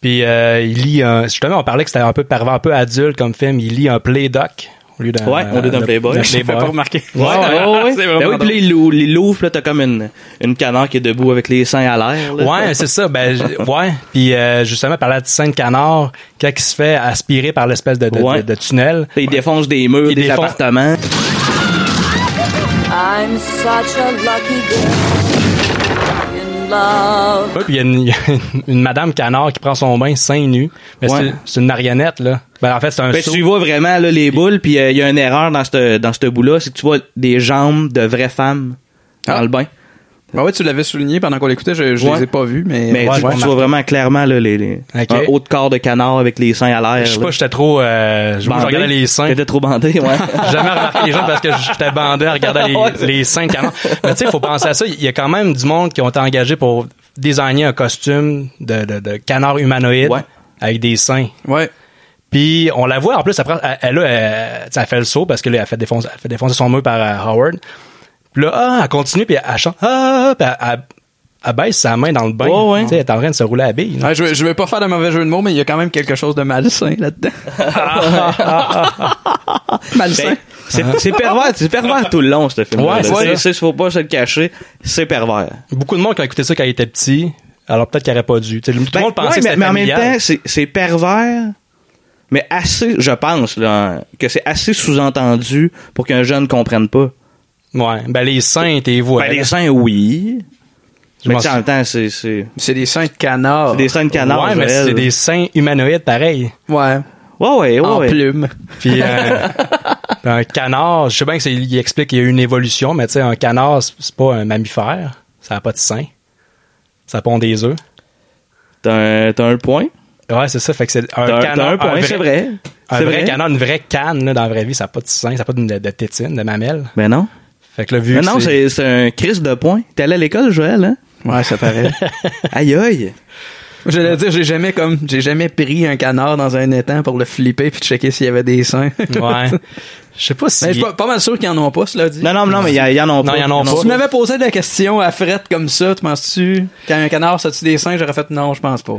Speaker 2: Puis euh, il lit un, justement, on parlait que c'était un peu pervers, un peu adulte comme film. Il lit un playdoc au lieu d'un.
Speaker 1: Ouais, au lieu d'un
Speaker 2: de-
Speaker 1: Playboy.
Speaker 2: de
Speaker 1: Je l'ai
Speaker 3: J'ai fait pas remarquer.
Speaker 2: Euh, Ouais,
Speaker 1: (laughs)
Speaker 2: ouais, (laughs)
Speaker 1: ouais.
Speaker 3: C'est
Speaker 1: Ben
Speaker 3: vraiment
Speaker 1: oui, puis
Speaker 3: drôle.
Speaker 1: là, il lou- il l'ouvre, puis là, t'as comme une, une canard qui est debout avec les seins à l'air. là.
Speaker 2: Ouais, c'est ça. Ben, j- ouais. Puis euh, justement, par la scène canard, quand il se fait aspirer par l'espèce de, de-
Speaker 1: Ouais.
Speaker 2: de- de tunnel.
Speaker 1: Puis Il défonce des murs,
Speaker 2: Il
Speaker 1: des
Speaker 2: défonce-
Speaker 1: appartements.
Speaker 10: I'm such a lucky girl in love.
Speaker 2: Ouais, puis il y a, une, (laughs) il y a une- une madame canard qui prend son bain seins nu. Mais
Speaker 1: Ouais.
Speaker 2: c'est- c'est une marionnette, là. Ben, en fait, c'est un
Speaker 1: Ben,
Speaker 2: seau.
Speaker 1: tu vois vraiment là, les boules, puis euh, il y a une erreur dans ce dans ce bout-là, c'est que tu vois des jambes de vraies femmes dans
Speaker 3: Ah.
Speaker 1: le bain.
Speaker 3: Ben ouais, tu l'avais souligné pendant qu'on l'écoutait, je, je
Speaker 1: Ouais.
Speaker 3: les ai pas vus, mais.
Speaker 1: Mais
Speaker 2: Ouais,
Speaker 1: tu,
Speaker 2: je
Speaker 1: tu
Speaker 2: remarque.
Speaker 1: vois vraiment clairement là, les, les-
Speaker 2: Ok.
Speaker 1: un haut de corps de canard avec les seins à l'air.
Speaker 2: Je sais
Speaker 1: là.
Speaker 2: pas, j'étais trop. Euh, je moi, je
Speaker 1: Bandé.
Speaker 2: regardais les seins.
Speaker 1: T'étais trop bandé, ouais.
Speaker 2: (laughs)
Speaker 1: Ben,
Speaker 2: J'ai jamais remarqué les gens parce que j'étais bandé
Speaker 1: (laughs)
Speaker 2: à regarder
Speaker 1: Ouais,
Speaker 2: les,
Speaker 1: c'est-
Speaker 2: les seins de canard. Mais tu sais, il faut penser à ça. Il y a quand même du monde qui ont été engagés pour designer un costume de, de, de canard humanoïde
Speaker 1: Ouais.
Speaker 2: avec des seins.
Speaker 3: Ouais.
Speaker 2: Puis on la voit en plus après elle, elle, là, elle, tu sais, elle fait le saut parce que là, elle fait défoncer, elle fait défoncer son mur par euh, Howard. Puis là, ah, elle continue puis elle chante ah, puis elle, elle- elle baisse sa main dans le bain.
Speaker 1: Ouais, ouais.
Speaker 2: Tu sais, Elle est en train de se rouler à bille. là.
Speaker 3: Ouais, je, je vais pas faire de mauvais jeu de mots, mais il y a quand même quelque chose de malsain là-dedans. malsain.
Speaker 1: Ben, c'est c'est pervers, c'est pervers tout le long ce film.
Speaker 2: Ouais, c'est ça.
Speaker 1: faut pas se le cacher, c'est pervers.
Speaker 2: Beaucoup de monde qui a écouté ça quand il était petit. Alors peut-être qu'il n'aurait pas dû. Tu sais, tout le
Speaker 1: Ben,
Speaker 2: monde pensait
Speaker 1: ouais,
Speaker 2: que
Speaker 1: mais,
Speaker 2: c'était
Speaker 1: mais en même
Speaker 2: familial.
Speaker 1: temps, c'est- c'est pervers, mais assez, je pense, là, que c'est assez sous-entendu pour qu'un jeune comprenne pas.
Speaker 2: Ouais, ben les seins, t'es vous.
Speaker 1: Ben, les seins, oui.
Speaker 2: Je
Speaker 1: mais
Speaker 2: m'en
Speaker 1: tu sais, en même temps, c'est c'est-
Speaker 3: C'est des seins de canard.
Speaker 1: c'est des seins de canard.
Speaker 2: Ah. Ouais, mais
Speaker 1: Joël.
Speaker 2: c'est des seins humanoïdes pareil.
Speaker 3: Ouais.
Speaker 1: Ouais, ouais, ouais.
Speaker 3: en
Speaker 1: Oh ouais.
Speaker 3: plume.
Speaker 1: (laughs)
Speaker 2: Puis euh, un canard, je sais bien que c'est- il explique qu'il y a eu une évolution, mais tu sais un canard c'est- c'est pas un mammifère, ça a pas de seins. Ça pond des œufs.
Speaker 1: T'as un, t'as un point.
Speaker 2: Ouais, c'est ça, fait que c'est un
Speaker 1: T'as un, t'as
Speaker 2: canard,
Speaker 1: un point,
Speaker 2: vrai-
Speaker 1: c'est vrai.
Speaker 2: Un
Speaker 1: C'est
Speaker 2: vrai, canard, une vraie canne là, dans la vraie vie, ça a pas de seins, ça a pas de, de tétine, de mamelle.
Speaker 1: Ben non.
Speaker 2: Fait que là vu
Speaker 1: Mais
Speaker 2: que
Speaker 1: non, c'est c'est un crise de points. T'es allé à l'école, Joël, hein?
Speaker 3: Ouais, ça (laughs) paraît.
Speaker 1: Aïe aïe.
Speaker 3: Je l'ai dire, j'ai jamais comme, j'ai jamais pris un canard dans un étang pour le flipper puis checker s'il y avait des seins.
Speaker 1: (laughs)
Speaker 3: (laughs)
Speaker 2: Ouais. Je sais pas si
Speaker 3: Mais je suis pas, pas mal sûr qu'ils en ont pas, cela dit.
Speaker 1: Non, non, non, mais y, a- y en ont
Speaker 2: Non,
Speaker 1: pas.
Speaker 2: y en ont
Speaker 3: Si tu m'avais posé la question à Fred comme ça, tu penses-tu, quand un canard, ça tu des seins, j'aurais fait non, je pense pas.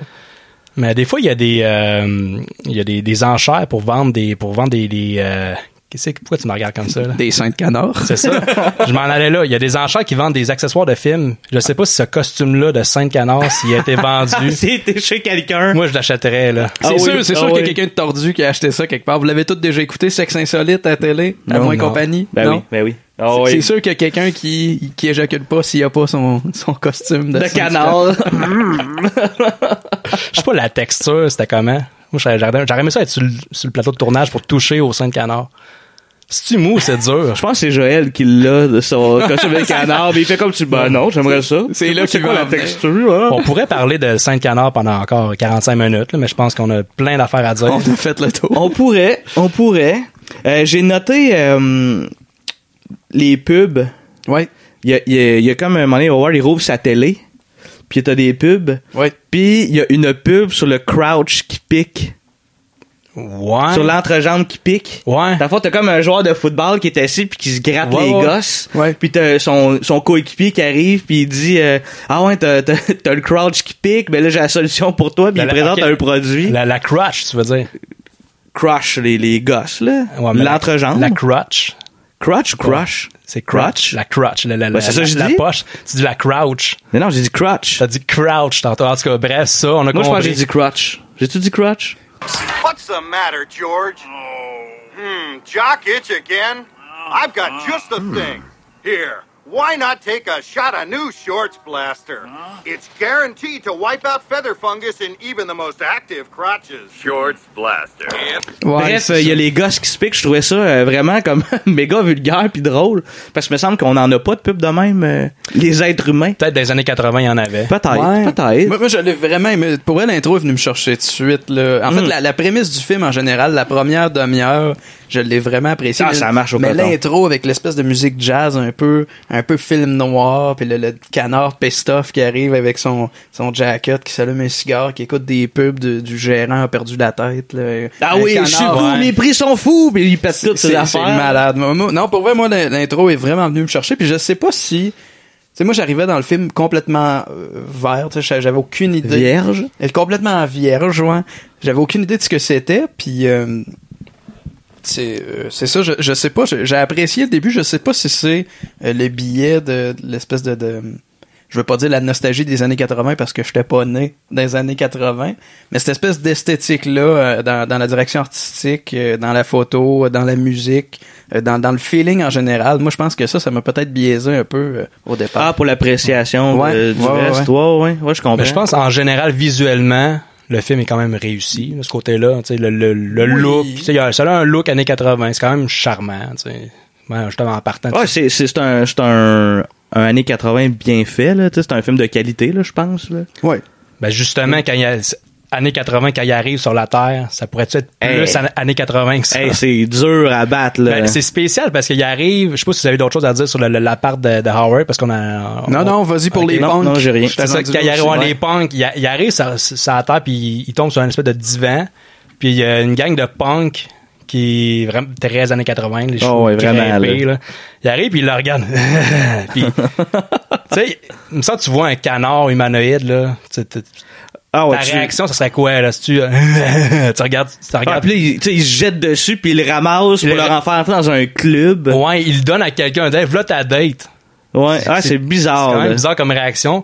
Speaker 2: Mais des fois, il y a des, euh, il y a des, des enchères pour vendre des, pour vendre des, des, euh, qu'est-ce que, pourquoi tu me regardes comme ça, là?
Speaker 3: Des seins de canard.
Speaker 2: C'est ça. Je m'en allais là. Il y a des enchères qui vendent des accessoires de films. Je sais pas si ce costume-là de Sainte Canard, s'il
Speaker 1: (laughs)
Speaker 2: a été vendu.
Speaker 1: Si t'es chez quelqu'un.
Speaker 2: Moi, je l'achèterais, là.
Speaker 3: C'est
Speaker 1: Ah
Speaker 3: sûr,
Speaker 1: oui,
Speaker 3: c'est
Speaker 1: ah
Speaker 3: sûr
Speaker 1: oui.
Speaker 3: qu'il y a quelqu'un de tordu qui a acheté ça quelque part. Vous l'avez tous déjà écouté, Sexe Insolite à la télé, à
Speaker 2: Non,
Speaker 3: moi et
Speaker 2: non.
Speaker 3: compagnie.
Speaker 1: Ben
Speaker 3: non?
Speaker 1: oui, ben oui. Ah
Speaker 3: C'est-
Speaker 1: oui.
Speaker 3: C'est sûr qu'il y a quelqu'un qui, qui éjacule pas s'il a pas son, son costume de,
Speaker 1: De
Speaker 3: seins
Speaker 1: canard.
Speaker 2: Je sais pas, la texture, c'était comment? Moi, j'aurais j'aurais- j'aurais aimé ça être sur le, sur le plateau de tournage pour toucher au Sainte Canard. Si tu mou, c'est dur.
Speaker 1: Je pense que c'est Joël qui l'a de son costume de canard, mais il fait comme tu ben non, j'aimerais ça.
Speaker 3: C'est là
Speaker 1: C'est
Speaker 3: qu'il
Speaker 1: quoi
Speaker 3: va
Speaker 1: la
Speaker 3: en venir.
Speaker 1: texture, hein?
Speaker 2: On pourrait parler de Sainte Canard pendant encore 45 minutes, là, mais je pense qu'on a plein d'affaires à dire.
Speaker 3: On a fait le tour.
Speaker 1: On pourrait, on pourrait. Euh, J'ai noté euh, les pubs.
Speaker 3: Ouais.
Speaker 1: Il y a, il y a- il y a comme un moment donné, Howard, il rouvre sa télé. puis t'as des pubs.
Speaker 3: Ouais.
Speaker 1: Puis il y a une pub sur le crouch qui pique.
Speaker 2: Ouais.
Speaker 1: Sur l'entrejambe qui pique.
Speaker 2: Ouais.
Speaker 1: Dans le fond, t'as comme un joueur de football qui est assis puis qui se gratte
Speaker 2: Ouais,
Speaker 1: les
Speaker 2: ouais.
Speaker 1: gosses.
Speaker 3: Ouais.
Speaker 1: Puis t'as son, son coéquipier qui arrive puis il dit euh, Ah ouais, t'as, t'as, t'as le crouch qui pique, ben là j'ai la solution pour toi. Puis
Speaker 2: La-
Speaker 1: il
Speaker 2: la-
Speaker 1: présente
Speaker 2: ok.
Speaker 1: un produit.
Speaker 2: La, la crotch, tu veux dire.
Speaker 1: Crush les, les gosses, là.
Speaker 2: Ouais, mais la-
Speaker 1: l'entrejambe.
Speaker 2: La crotch.
Speaker 1: Crutch ou crush?
Speaker 2: C'est crotch. La crotch. La, la,
Speaker 1: Ben,
Speaker 2: la-
Speaker 1: c'est ça que
Speaker 2: la-
Speaker 1: je
Speaker 2: la
Speaker 1: dis.
Speaker 2: poche. Tu dis la crouch.
Speaker 1: Mais non, j'ai dit crutch.
Speaker 2: T'as dit crouch tantôt. En tout cas, bref, ça, on
Speaker 1: Moi, je
Speaker 2: a
Speaker 1: pense que
Speaker 2: compris.
Speaker 1: j'ai dit crutch. J'ai-tu dit crutch?
Speaker 5: What's the matter, George? Oh. Hmm, jock itch again? I've got just the thing. Here, why not take a shot of new shorts blaster? It's guaranteed to wipe out feather fungus in even the most active crotches. Shorts blaster.
Speaker 1: Bref, il y a les gosses qui se piquent. Je trouvais ça euh, vraiment comme (laughs) méga vulgaire puis drôle. Parce que me semble qu'on en a pas de pub de même. euh, les êtres humains.
Speaker 2: Peut-être des années 80, il y en avait.
Speaker 1: Peut-être,
Speaker 3: Ouais.
Speaker 1: peut-être.
Speaker 3: Moi, moi je l'ai vraiment aimé. Pour vrai, l'intro est venue me chercher tout de suite. Là. En
Speaker 1: Hmm.
Speaker 3: fait, la, la prémisse du film en général, la première demi-heure, je l'ai vraiment appréciée.
Speaker 1: Ah,
Speaker 3: Mais-
Speaker 1: ça marche au
Speaker 3: Mais
Speaker 1: coton.
Speaker 3: l'intro avec l'espèce de musique jazz un peu, un peu film noir, puis le, le canard pestoff qui arrive avec son, son jacket, qui s'allume un cigare, qui écoute des pubs de- du gérant a perdu la tête. là.
Speaker 1: Ah
Speaker 3: Un
Speaker 1: oui, je
Speaker 3: canard,
Speaker 1: suis fou,
Speaker 3: ouais.
Speaker 1: mes prix sont fous, puis ils pètent toutes
Speaker 3: C'est
Speaker 1: ces affaires.
Speaker 3: c'est malade. Moi, moi- non, pour vrai, moi, l'in- l'intro est vraiment venue me chercher. Puis je sais pas si. Tu sais, moi, j'arrivais dans le film complètement euh, vert. tu sais, J'avais aucune idée.
Speaker 1: Vierge.
Speaker 3: Elle est complètement vierge, ouais. J'avais aucune idée de ce que c'était, puis euh, c'est euh, c'est ça, je, je sais pas, je- j'ai apprécié le début, je sais pas si c'est euh, le billet de, de l'espèce de, de- je veux pas dire la nostalgie des années 80 parce que j'étais pas né dans les années 80, mais cette espèce d'esthétique-là euh, dans, dans la direction artistique, euh, dans la photo, euh, dans la musique, euh, dans, dans le feeling en général, moi je pense que ça, ça m'a peut-être biaisé un peu euh, au
Speaker 1: Ah,
Speaker 3: départ.
Speaker 1: pour l'appréciation
Speaker 3: Ouais,
Speaker 1: euh, du
Speaker 3: ouais, ouais,
Speaker 1: reste. Ouais, ouais, ouais, je comprends.
Speaker 2: Mais je pense, en général, visuellement, le film est quand même réussi, de ce côté-là. Tu sais, Le, le, le
Speaker 3: Oui.
Speaker 2: look. Tu sais, il y a- Ça a un look années 80. C'est quand même charmant. tu sais. Ouais, justement, en partant.
Speaker 1: Ouais, c'est, c'est, c'est un, c'est un, un année 80 bien fait, là. Tu sais, c'est un film de qualité, là, je pense, là.
Speaker 3: Ah, Ouais.
Speaker 2: Ben justement, quand il y a années 80, quand il arrive sur la Terre, ça pourrait être plus
Speaker 1: Hey.
Speaker 2: an- années 80 que ça.
Speaker 1: Hey, c'est dur à battre, là.
Speaker 2: Ben, c'est spécial parce qu'il arrive. Je sais pas si vous avez d'autres choses à dire sur le- le- l'appart de, de Howard parce qu'on a.
Speaker 3: Non,
Speaker 2: on-
Speaker 3: non, vas-y pour
Speaker 2: Ok,
Speaker 3: les
Speaker 1: non,
Speaker 3: punks.
Speaker 1: non, j'ai rien.
Speaker 3: Je suis
Speaker 2: C'est ça,
Speaker 3: attendu
Speaker 2: quand il arrive
Speaker 3: aussi,
Speaker 2: en
Speaker 3: ouais.
Speaker 2: les punks, il, il arrive sur, sur la terre, puis il, il tombe sur une espèce de divan. Puis il y a une gang de punks qui est vraiment très années 80, les cheveux
Speaker 1: Oh ouais, vraiment,
Speaker 2: crimpés, là. Il arrive, puis il le regarde. (laughs) puis, tu sais, il me semble que tu vois un canard humanoïde, là. Tu- tu-
Speaker 1: ah,
Speaker 2: ta
Speaker 1: tu-
Speaker 2: réaction, ça serait quoi, là? Si tu, (laughs) tu regardes, tu
Speaker 1: Ah,
Speaker 2: regardes.
Speaker 1: puis là, il, tu sais, il se jette dessus, puis il le ramasse pour
Speaker 2: Il-
Speaker 1: le renfer dans un club.
Speaker 2: ouais, il le donne à quelqu'un, Dave, là, ta date.
Speaker 1: Ouais, ah, c'est
Speaker 2: C'est
Speaker 1: bizarre.
Speaker 2: quand même
Speaker 1: là.
Speaker 2: bizarre comme réaction.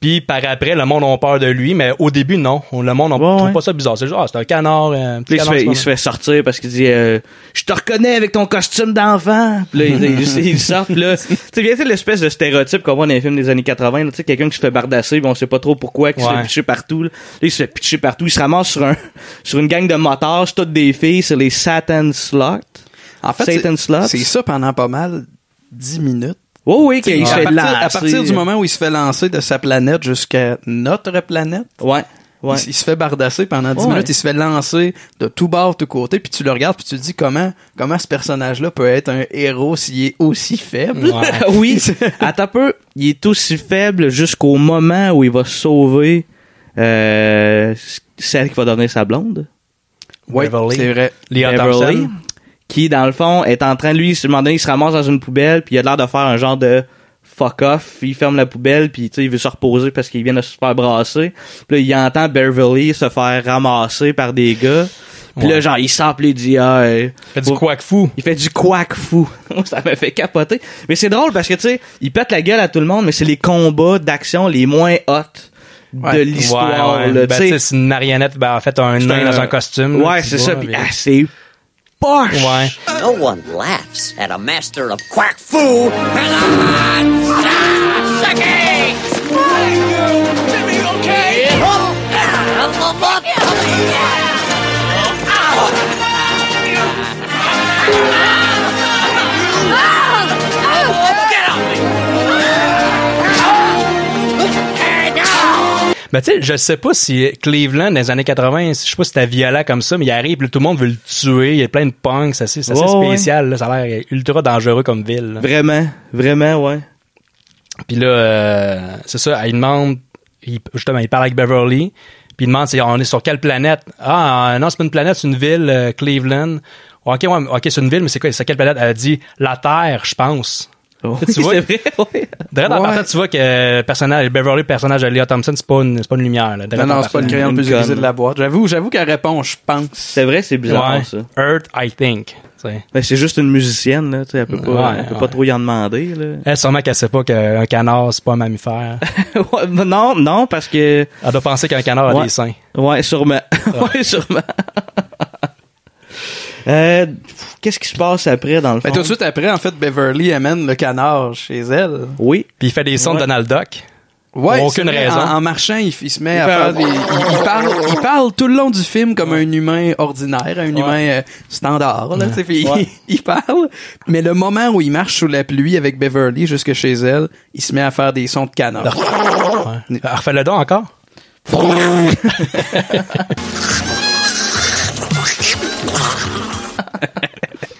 Speaker 2: Puis par après, le monde a peur de lui, mais au début, non. Le monde, on
Speaker 1: Ouais,
Speaker 2: trouve
Speaker 1: ouais.
Speaker 2: pas ça bizarre. C'est genre, ah, c'est un canard. un petit
Speaker 1: Puis là, il, se
Speaker 2: canard,
Speaker 1: fait,
Speaker 2: c'est pas
Speaker 1: il se fait sortir parce qu'il dit euh, Je te reconnais avec ton costume d'enfant. Puis là, il, il- il sort. Puis là, tu sais, bien, c'est l'espèce de stéréotype qu'on voit dans les films des années 80. là, Tu sais, quelqu'un qui se fait bardasser, puis on sait pas trop pourquoi, qui se
Speaker 2: Ouais.
Speaker 1: fait pitcher partout. Là, Là, il se fait pitcher partout. Il se ramasse sur, un, (laughs) sur une gang de motards, c'est toutes des filles, c'est les Satan Slot.
Speaker 3: En fait,
Speaker 1: Satan
Speaker 3: c'est-
Speaker 1: Slot.
Speaker 3: c'est ça pendant pas mal 10 minutes.
Speaker 1: Oh oui, qu'il se
Speaker 3: à,
Speaker 1: fait
Speaker 3: partir,
Speaker 1: lancer.
Speaker 3: à partir du moment où il se fait lancer de sa planète jusqu'à notre planète,
Speaker 1: Ouais. Ouais.
Speaker 3: il, s- il se fait bardasser pendant 10
Speaker 1: Ouais.
Speaker 3: minutes, il se fait lancer de tout bord, tout côté, puis tu le regardes, puis tu te dis comment, comment ce personnage-là peut être un héros s'il est aussi faible.
Speaker 2: Ouais.
Speaker 3: (laughs)
Speaker 1: oui, (laughs) attends un peu. Il est aussi faible jusqu'au moment où il va sauver euh, celle qui va devenir sa blonde.
Speaker 3: Ouais,
Speaker 2: Beverly.
Speaker 3: c'est vrai.
Speaker 2: Leon
Speaker 1: Beverly,
Speaker 2: Thompson.
Speaker 1: qui dans le fond est en train de lui, à un moment donné, il se ramasse dans une poubelle, puis il a l'air de faire un genre de fuck off, il ferme la poubelle, puis tu sais, il veut se reposer parce qu'il vient de se faire brasser. Puis là, il entend Beverly se faire ramasser par des gars. Puis là,
Speaker 2: Ouais.
Speaker 1: genre, il sample les dit Ah, euh,
Speaker 2: Il fait du
Speaker 1: faut-
Speaker 2: quack fou.
Speaker 1: il fait du quack fou. (laughs) Moi, ça m'a fait capoter. Mais c'est drôle parce que, tu sais, il pète la gueule à tout le monde, mais c'est les combats d'action les moins hot de
Speaker 3: Ouais.
Speaker 1: l'histoire.
Speaker 2: Ouais, ouais.
Speaker 1: là,
Speaker 2: Ben,
Speaker 1: tu sais.
Speaker 2: tu sais, c'est une marionnette, ben, en fait, un
Speaker 1: C'est
Speaker 2: nain
Speaker 1: un-
Speaker 2: dans un costume. là,
Speaker 1: Ouais,
Speaker 2: tu
Speaker 1: c'est
Speaker 2: vois,
Speaker 1: ça. Puis,
Speaker 2: puis-
Speaker 1: ah, c'est poche.
Speaker 2: Ouais.
Speaker 9: No one laughs at a master of quack foo.
Speaker 2: Ben, tu sais, je sais pas si Cleveland, dans les années 80, je sais pas si c'était violent comme ça, mais il arrive, là, tout le monde veut le tuer, il y a plein de punks, ça, c'est c'est assez
Speaker 1: Ouais, ouais.
Speaker 2: spécial, là, ça a l'air ultra dangereux comme ville. là.
Speaker 1: Vraiment, vraiment, ouais.
Speaker 2: Puis là, euh, c'est ça, il demande il- justement, il parle avec Beverly, puis il demande c'est- on est sur quelle planète Ah, euh, non, c'est pas une planète, c'est une ville, euh, Cleveland. Ok, ouais, ok, c'est une ville, mais c'est quoi C'est quelle planète Elle dit la Terre, je pense.
Speaker 1: (laughs) c'est
Speaker 2: Oh. vois-
Speaker 1: vrai, ouais.
Speaker 2: Direct en
Speaker 3: Ouais.
Speaker 2: partant, tu vois que euh, personnage, Beverly, personnage de Leah Thompson, c'est pas une, c'est pas une lumière. Là, Direct
Speaker 3: Non,
Speaker 2: en
Speaker 3: non, c'est pas
Speaker 2: partant.
Speaker 3: le crayon le plus
Speaker 1: Une
Speaker 3: grisé
Speaker 1: conne.
Speaker 3: de la boîte. J'avoue, j'avoue qu'elle répond, je pense.
Speaker 1: C'est vrai, c'est bizarre,
Speaker 2: Ouais.
Speaker 1: ça.
Speaker 2: Earth, I think. tu sais.
Speaker 1: Mais Ben, c'est juste une musicienne, là, tu sais, elle peut pas,
Speaker 2: Mm. Ouais,
Speaker 1: elle peut
Speaker 2: ouais.
Speaker 1: pas trop y en demander,
Speaker 2: (laughs)
Speaker 1: là.
Speaker 2: Elle, sûrement qu'elle sait pas qu'un canard, c'est pas un mammifère.
Speaker 1: Ouais, mais non, non, parce que,
Speaker 2: Elle doit penser qu'un canard a
Speaker 1: Ouais.
Speaker 2: des seins.
Speaker 1: ouais, sûrement. (laughs) ouais, sûrement. Euh, pff, qu'est-ce qui se passe après, dans le fond?
Speaker 3: Ben, tout de suite après, en fait, Beverly amène le canard chez elle.
Speaker 1: Oui.
Speaker 2: Puis il fait des sons
Speaker 1: Ouais.
Speaker 2: de Donald Duck.
Speaker 3: Ouais,
Speaker 2: Pour
Speaker 3: c'est
Speaker 2: aucune
Speaker 3: vrai,
Speaker 2: raison.
Speaker 3: En, en marchant, il, il se met à
Speaker 1: fait
Speaker 3: faire
Speaker 1: un-
Speaker 3: des. Il, il parle, il parle tout le long du film comme un humain ordinaire, un humain euh, standard. Là, tu sais, puis
Speaker 1: Ouais.
Speaker 3: (laughs) il, il parle, mais le moment où il marche sous la pluie avec Beverly jusque chez elle, il se met à faire des sons de canard.
Speaker 2: Ouais. Elle refait le don Euh, encore.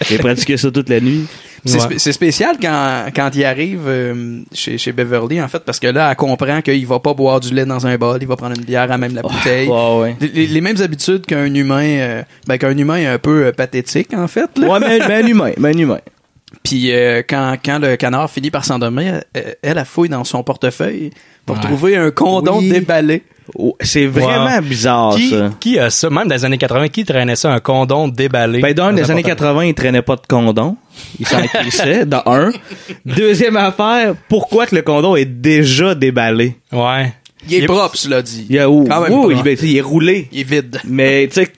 Speaker 1: J'ai pratiqué ça toute la nuit.
Speaker 3: C'est
Speaker 2: Ouais.
Speaker 3: spé- c'est spécial quand, quand il arrive euh, chez, chez Beverly, en fait, parce que là, elle comprend qu'il va pas boire du lait dans un bol, il va prendre une bière à même la bouteille.
Speaker 1: ouais, ouais.
Speaker 3: Les, les- les mêmes habitudes qu'un humain, euh, ben, qu'un humain un peu euh, pathétique, en fait. là.
Speaker 1: Ouais, mais, mais un humain, mais un humain.
Speaker 3: Puis euh, quand, quand le canard finit par s'endormir, euh, elle a fouille dans son portefeuille pour
Speaker 2: Ouais.
Speaker 3: trouver un condom
Speaker 1: Oui.
Speaker 3: déballé.
Speaker 1: Oh, c'est vraiment
Speaker 2: Ouais.
Speaker 1: bizarre,
Speaker 2: qui,
Speaker 1: Ah, ça.
Speaker 2: qui a ça? Même dans les années 80, qui traînait ça? Un condom déballé.
Speaker 1: Ben, dans les années
Speaker 2: N'importe-
Speaker 1: 80, il traînait pas de condom. Il s'en
Speaker 3: (laughs)
Speaker 1: crissait, dans un. (laughs) Deuxième affaire, pourquoi que le condom est déjà déballé?
Speaker 2: Ouais.
Speaker 3: Il est
Speaker 2: Il est-
Speaker 3: propre, cela dit.
Speaker 1: Il, y a, oh,
Speaker 3: Quand même
Speaker 1: oh,
Speaker 3: propre.
Speaker 1: il, ben, tu sais, il est roulé.
Speaker 3: Il est vide.
Speaker 1: Mais, tu sais,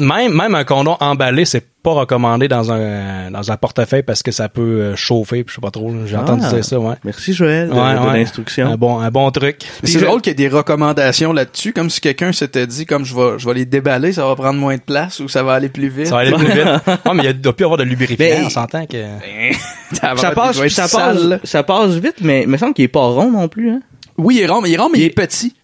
Speaker 2: Même, même un condom emballé, c'est pas recommandé dans un, dans un portefeuille parce que ça peut euh, chauffer, puis je sais pas trop. là. J'ai entendu
Speaker 1: Ah.
Speaker 2: dire ça, ouais.
Speaker 1: merci Joël de,
Speaker 2: Ouais,
Speaker 1: de
Speaker 2: ouais.
Speaker 1: l'instruction.
Speaker 2: Un bon, un bon
Speaker 1: (laughs)
Speaker 2: truc.
Speaker 3: Mais C'est drôle qu'il y ait des recommandations là-dessus, comme si quelqu'un s'était dit, comme je vais, je vais les déballer, ça va prendre moins de place ou ça va aller plus vite.
Speaker 2: Ça va aller plus
Speaker 1: (laughs)
Speaker 2: vite. Ouais, mais il y a- il doit plus y avoir de lubrifiant,
Speaker 1: Ben,
Speaker 2: on s'entend que.
Speaker 3: Ça, va
Speaker 1: Ça
Speaker 3: être-
Speaker 1: passe,
Speaker 3: il doit être
Speaker 1: ça,
Speaker 3: sale, là.
Speaker 1: passe, ça passe vite, mais il me semble qu'il est pas rond non plus. Hein.
Speaker 3: Oui, il est rond, mais il est rond, mais il est petit.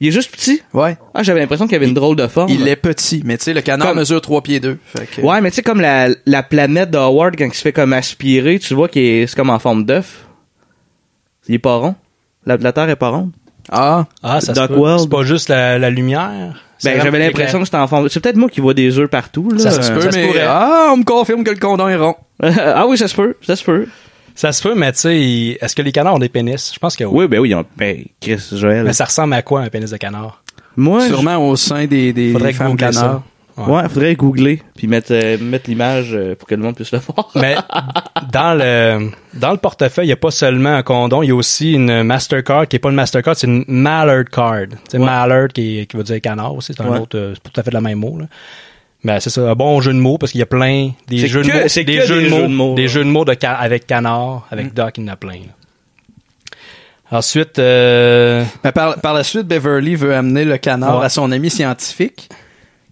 Speaker 1: Il est juste petit.
Speaker 3: Ouais.
Speaker 1: Ah, j'avais l'impression qu'il avait une drôle de forme.
Speaker 3: Il est petit, mais tu sais, le canard
Speaker 1: Comme-
Speaker 3: mesure 3 pieds 2. Fait que-
Speaker 1: Ouais, mais tu sais, comme la, la planète de Howard, quand il se fait comme aspirer, tu vois qu'il est, c'est comme en forme d'œuf. Il est pas rond. La, la Terre est pas ronde.
Speaker 3: Ah.
Speaker 2: Ah, ça se
Speaker 1: Dark
Speaker 2: peut.
Speaker 1: World.
Speaker 2: C'est pas juste la, la lumière. C'est
Speaker 1: Ben,
Speaker 2: vraiment
Speaker 1: j'avais l'impression que c'était en forme. C'est peut-être moi qui vois des œufs partout, là.
Speaker 3: Ça se
Speaker 1: Euh,
Speaker 3: peut,
Speaker 2: se
Speaker 3: mais-
Speaker 2: pourrait.
Speaker 3: Ah, on me confirme que le condom est rond.
Speaker 1: (laughs) ah oui, ça se peut. Ça se peut.
Speaker 2: Ça se peut, mais tu sais, il- est-ce que les canards ont des pénis? Je pense que oui.
Speaker 1: Oui, ben oui, ils ont- ben, Chris, Joël.
Speaker 2: Mais ça ressemble à quoi un pénis de canard?
Speaker 1: Moi, je-
Speaker 3: Sûrement au sein des, des,
Speaker 2: Faudrait
Speaker 3: des femmes
Speaker 2: googler ça.
Speaker 3: canards.
Speaker 1: ouais, faudrait googler, puis mettre, euh, mettre l'image euh, pour que le monde puisse le (laughs) voir.
Speaker 2: Mais dans le dans le portefeuille, il n'y a pas seulement un condom, il y a aussi une Mastercard qui est pas une Mastercard, c'est une Mallard Card. C'est Mallard qui, qui veut dire canard aussi, c'est un
Speaker 1: Ouais.
Speaker 2: autre euh, c'est pas tout à fait le même mot là. Mais c'est ça, un bon jeu de mots parce qu'il y a plein des
Speaker 1: C'est
Speaker 2: jeux de
Speaker 1: que-
Speaker 2: mots,
Speaker 1: c'est
Speaker 2: des
Speaker 1: que
Speaker 2: jeux
Speaker 1: des
Speaker 2: de
Speaker 1: jeux
Speaker 2: mots,
Speaker 1: de mots,
Speaker 2: des
Speaker 1: là. Mm.
Speaker 2: jeux de mots de ca- avec canard, avec doc, il y en a plein. là. Ensuite euh,
Speaker 3: Mais par, par la suite, Beverly veut amener le canard
Speaker 2: Ouais.
Speaker 3: à son ami scientifique.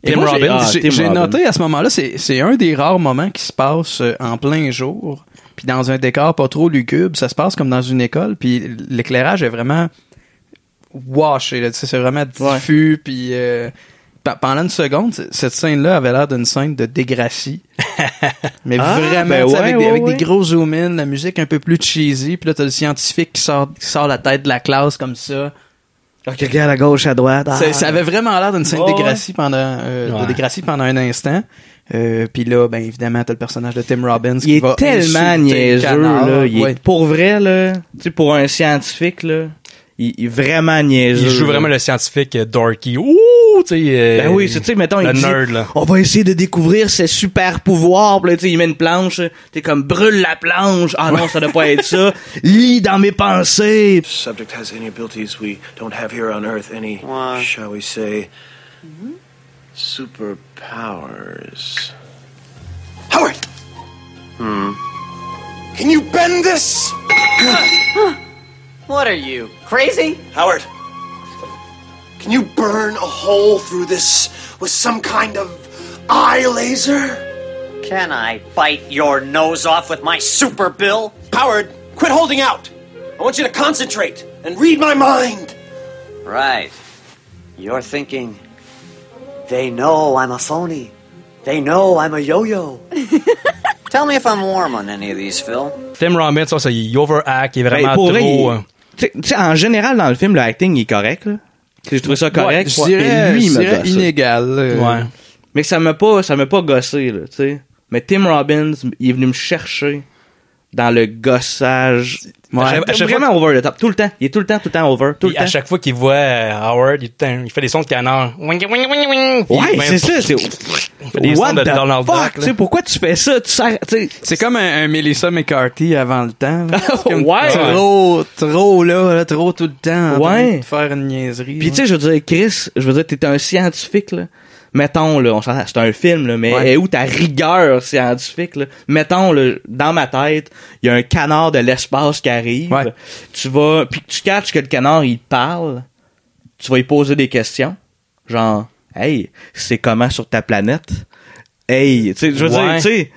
Speaker 3: Et
Speaker 2: Tim
Speaker 3: moi, j'ai-
Speaker 2: Robbins.
Speaker 3: j'ai-
Speaker 1: Ah, Tim
Speaker 3: J'ai
Speaker 1: Robbins.
Speaker 3: noté à ce moment-là, c'est c'est un des rares moments qui se passe euh, en plein jour, puis dans un décor pas trop lugubre. Ça se passe comme dans une école, puis l'éclairage est vraiment washé. là, tu sais, C'est vraiment diffus, puis... euh, pe- pendant une seconde, c- cette scène-là avait l'air d'une scène de
Speaker 1: (laughs)
Speaker 3: Degrassi. Mais
Speaker 1: Ah,
Speaker 3: vraiment,
Speaker 1: ben
Speaker 3: tu sais,
Speaker 1: ouais,
Speaker 3: avec, des,
Speaker 1: ouais,
Speaker 3: avec
Speaker 1: ouais.
Speaker 3: des gros zoom-in, la musique un peu plus cheesy, puis là, t'as le scientifique qui sort, qui sort la tête de la classe comme ça.
Speaker 1: Ok, regarde à gauche, à droite. ah.
Speaker 3: Ça, ça avait vraiment l'air d'une scène
Speaker 1: Ouais,
Speaker 3: de Degrassi pendant, euh, de
Speaker 2: Ouais.
Speaker 3: Degrassi pendant un instant. Euh, Puis là, ben évidemment, t'as le personnage de Tim Robbins
Speaker 1: Il
Speaker 3: qui va
Speaker 1: est tellement
Speaker 3: insulter le
Speaker 1: niaiseux,
Speaker 3: canard.
Speaker 1: là. Il est-
Speaker 3: Ouais.
Speaker 1: Pour vrai, là, tu sais, pour un scientifique, là, il, il est vraiment niaiseux.
Speaker 2: il joue
Speaker 1: là.
Speaker 2: vraiment le scientifique euh, dorky. Ouh, tu sais euh,
Speaker 1: Ben oui, c'est- tu sais, mettons,
Speaker 2: le
Speaker 1: il dit,
Speaker 2: nerd là.
Speaker 1: on va essayer de découvrir ses super pouvoirs. Puis là, tu sais, il met une planche. T'es comme, brûle la planche. Ah non, ça doit pas être
Speaker 2: (laughs)
Speaker 1: ça. Lis dans mes pensées.
Speaker 11: subject has any abilities we don't have here on Earth, any,
Speaker 9: Why?
Speaker 11: shall we say, superpowers.
Speaker 5: Howard! Hmm. Can you bend this?
Speaker 9: What are you, crazy?
Speaker 5: Howard! Can you burn a hole through this with some kind of eye laser?
Speaker 9: Can I bite your nose off with my super bill?
Speaker 5: Howard, quit holding out! I want you to concentrate and read my mind!
Speaker 9: Right. You're thinking, they know I'm a phony. They know I'm a yo yo. Tell me if I'm warm on any of these, Phil.
Speaker 2: Tim Robbins, ça, ça, il overhack, il
Speaker 1: Ben,
Speaker 2: est vraiment
Speaker 1: pour
Speaker 2: trop
Speaker 1: vrai, il-
Speaker 2: euh,
Speaker 1: tu tu sais, en général, dans le film, le acting il est correct. là. J'ai trouvé ça correct.
Speaker 3: je dirais-
Speaker 1: mais lui, il
Speaker 3: je
Speaker 1: me
Speaker 3: dirais
Speaker 1: gosse.
Speaker 3: inégal, euh.
Speaker 1: Ouais. Mais ça m'a pas, ça m'a pas gossé, là, tu sais. Mais Tim Robbins, il est venu me chercher dans le gossage.
Speaker 2: Ouais.
Speaker 1: J'étais
Speaker 2: À chaque
Speaker 1: vraiment over the top. Tout le temps. Il est tout le temps, tout le temps over. Tout le
Speaker 2: Puis à
Speaker 1: temps.
Speaker 2: chaque fois qu'il voit euh, Howard, il, putain, il fait des sons de canard. Wing, wing, wing, wing. Puis
Speaker 1: Ouais,
Speaker 2: il-
Speaker 1: c'est ça. C'est...
Speaker 2: Il fait des
Speaker 1: What
Speaker 2: sons de
Speaker 1: the
Speaker 2: Donald
Speaker 1: fuck?
Speaker 2: Duck.
Speaker 1: Tu sais, pourquoi tu fais ça? Tu sers- tu sais,
Speaker 3: C'est comme un, un Melissa McCarthy avant le temps. (laughs) là. C'est comme
Speaker 1: Ouais.
Speaker 3: Trop, trop là, là, trop tout le temps. en train
Speaker 1: Ouais.
Speaker 3: de faire une niaiserie.
Speaker 1: Puis tu sais, je veux dire, Chris, je veux dire, t'es un scientifique, là. Mettons, là, on s'entend, c'est un film, là, mais
Speaker 3: Ouais.
Speaker 1: est où ta rigueur scientifique, là? Mettons, là, dans ma tête, il y a un canard de l'espace qui arrive.
Speaker 3: Ouais.
Speaker 1: Tu vas, puis que tu catches que le canard, il te parle. Tu vas lui poser des questions. Genre, hey, c'est comment sur ta planète? Hey, tu sais, je veux
Speaker 2: Ouais.
Speaker 1: dire, tu sais,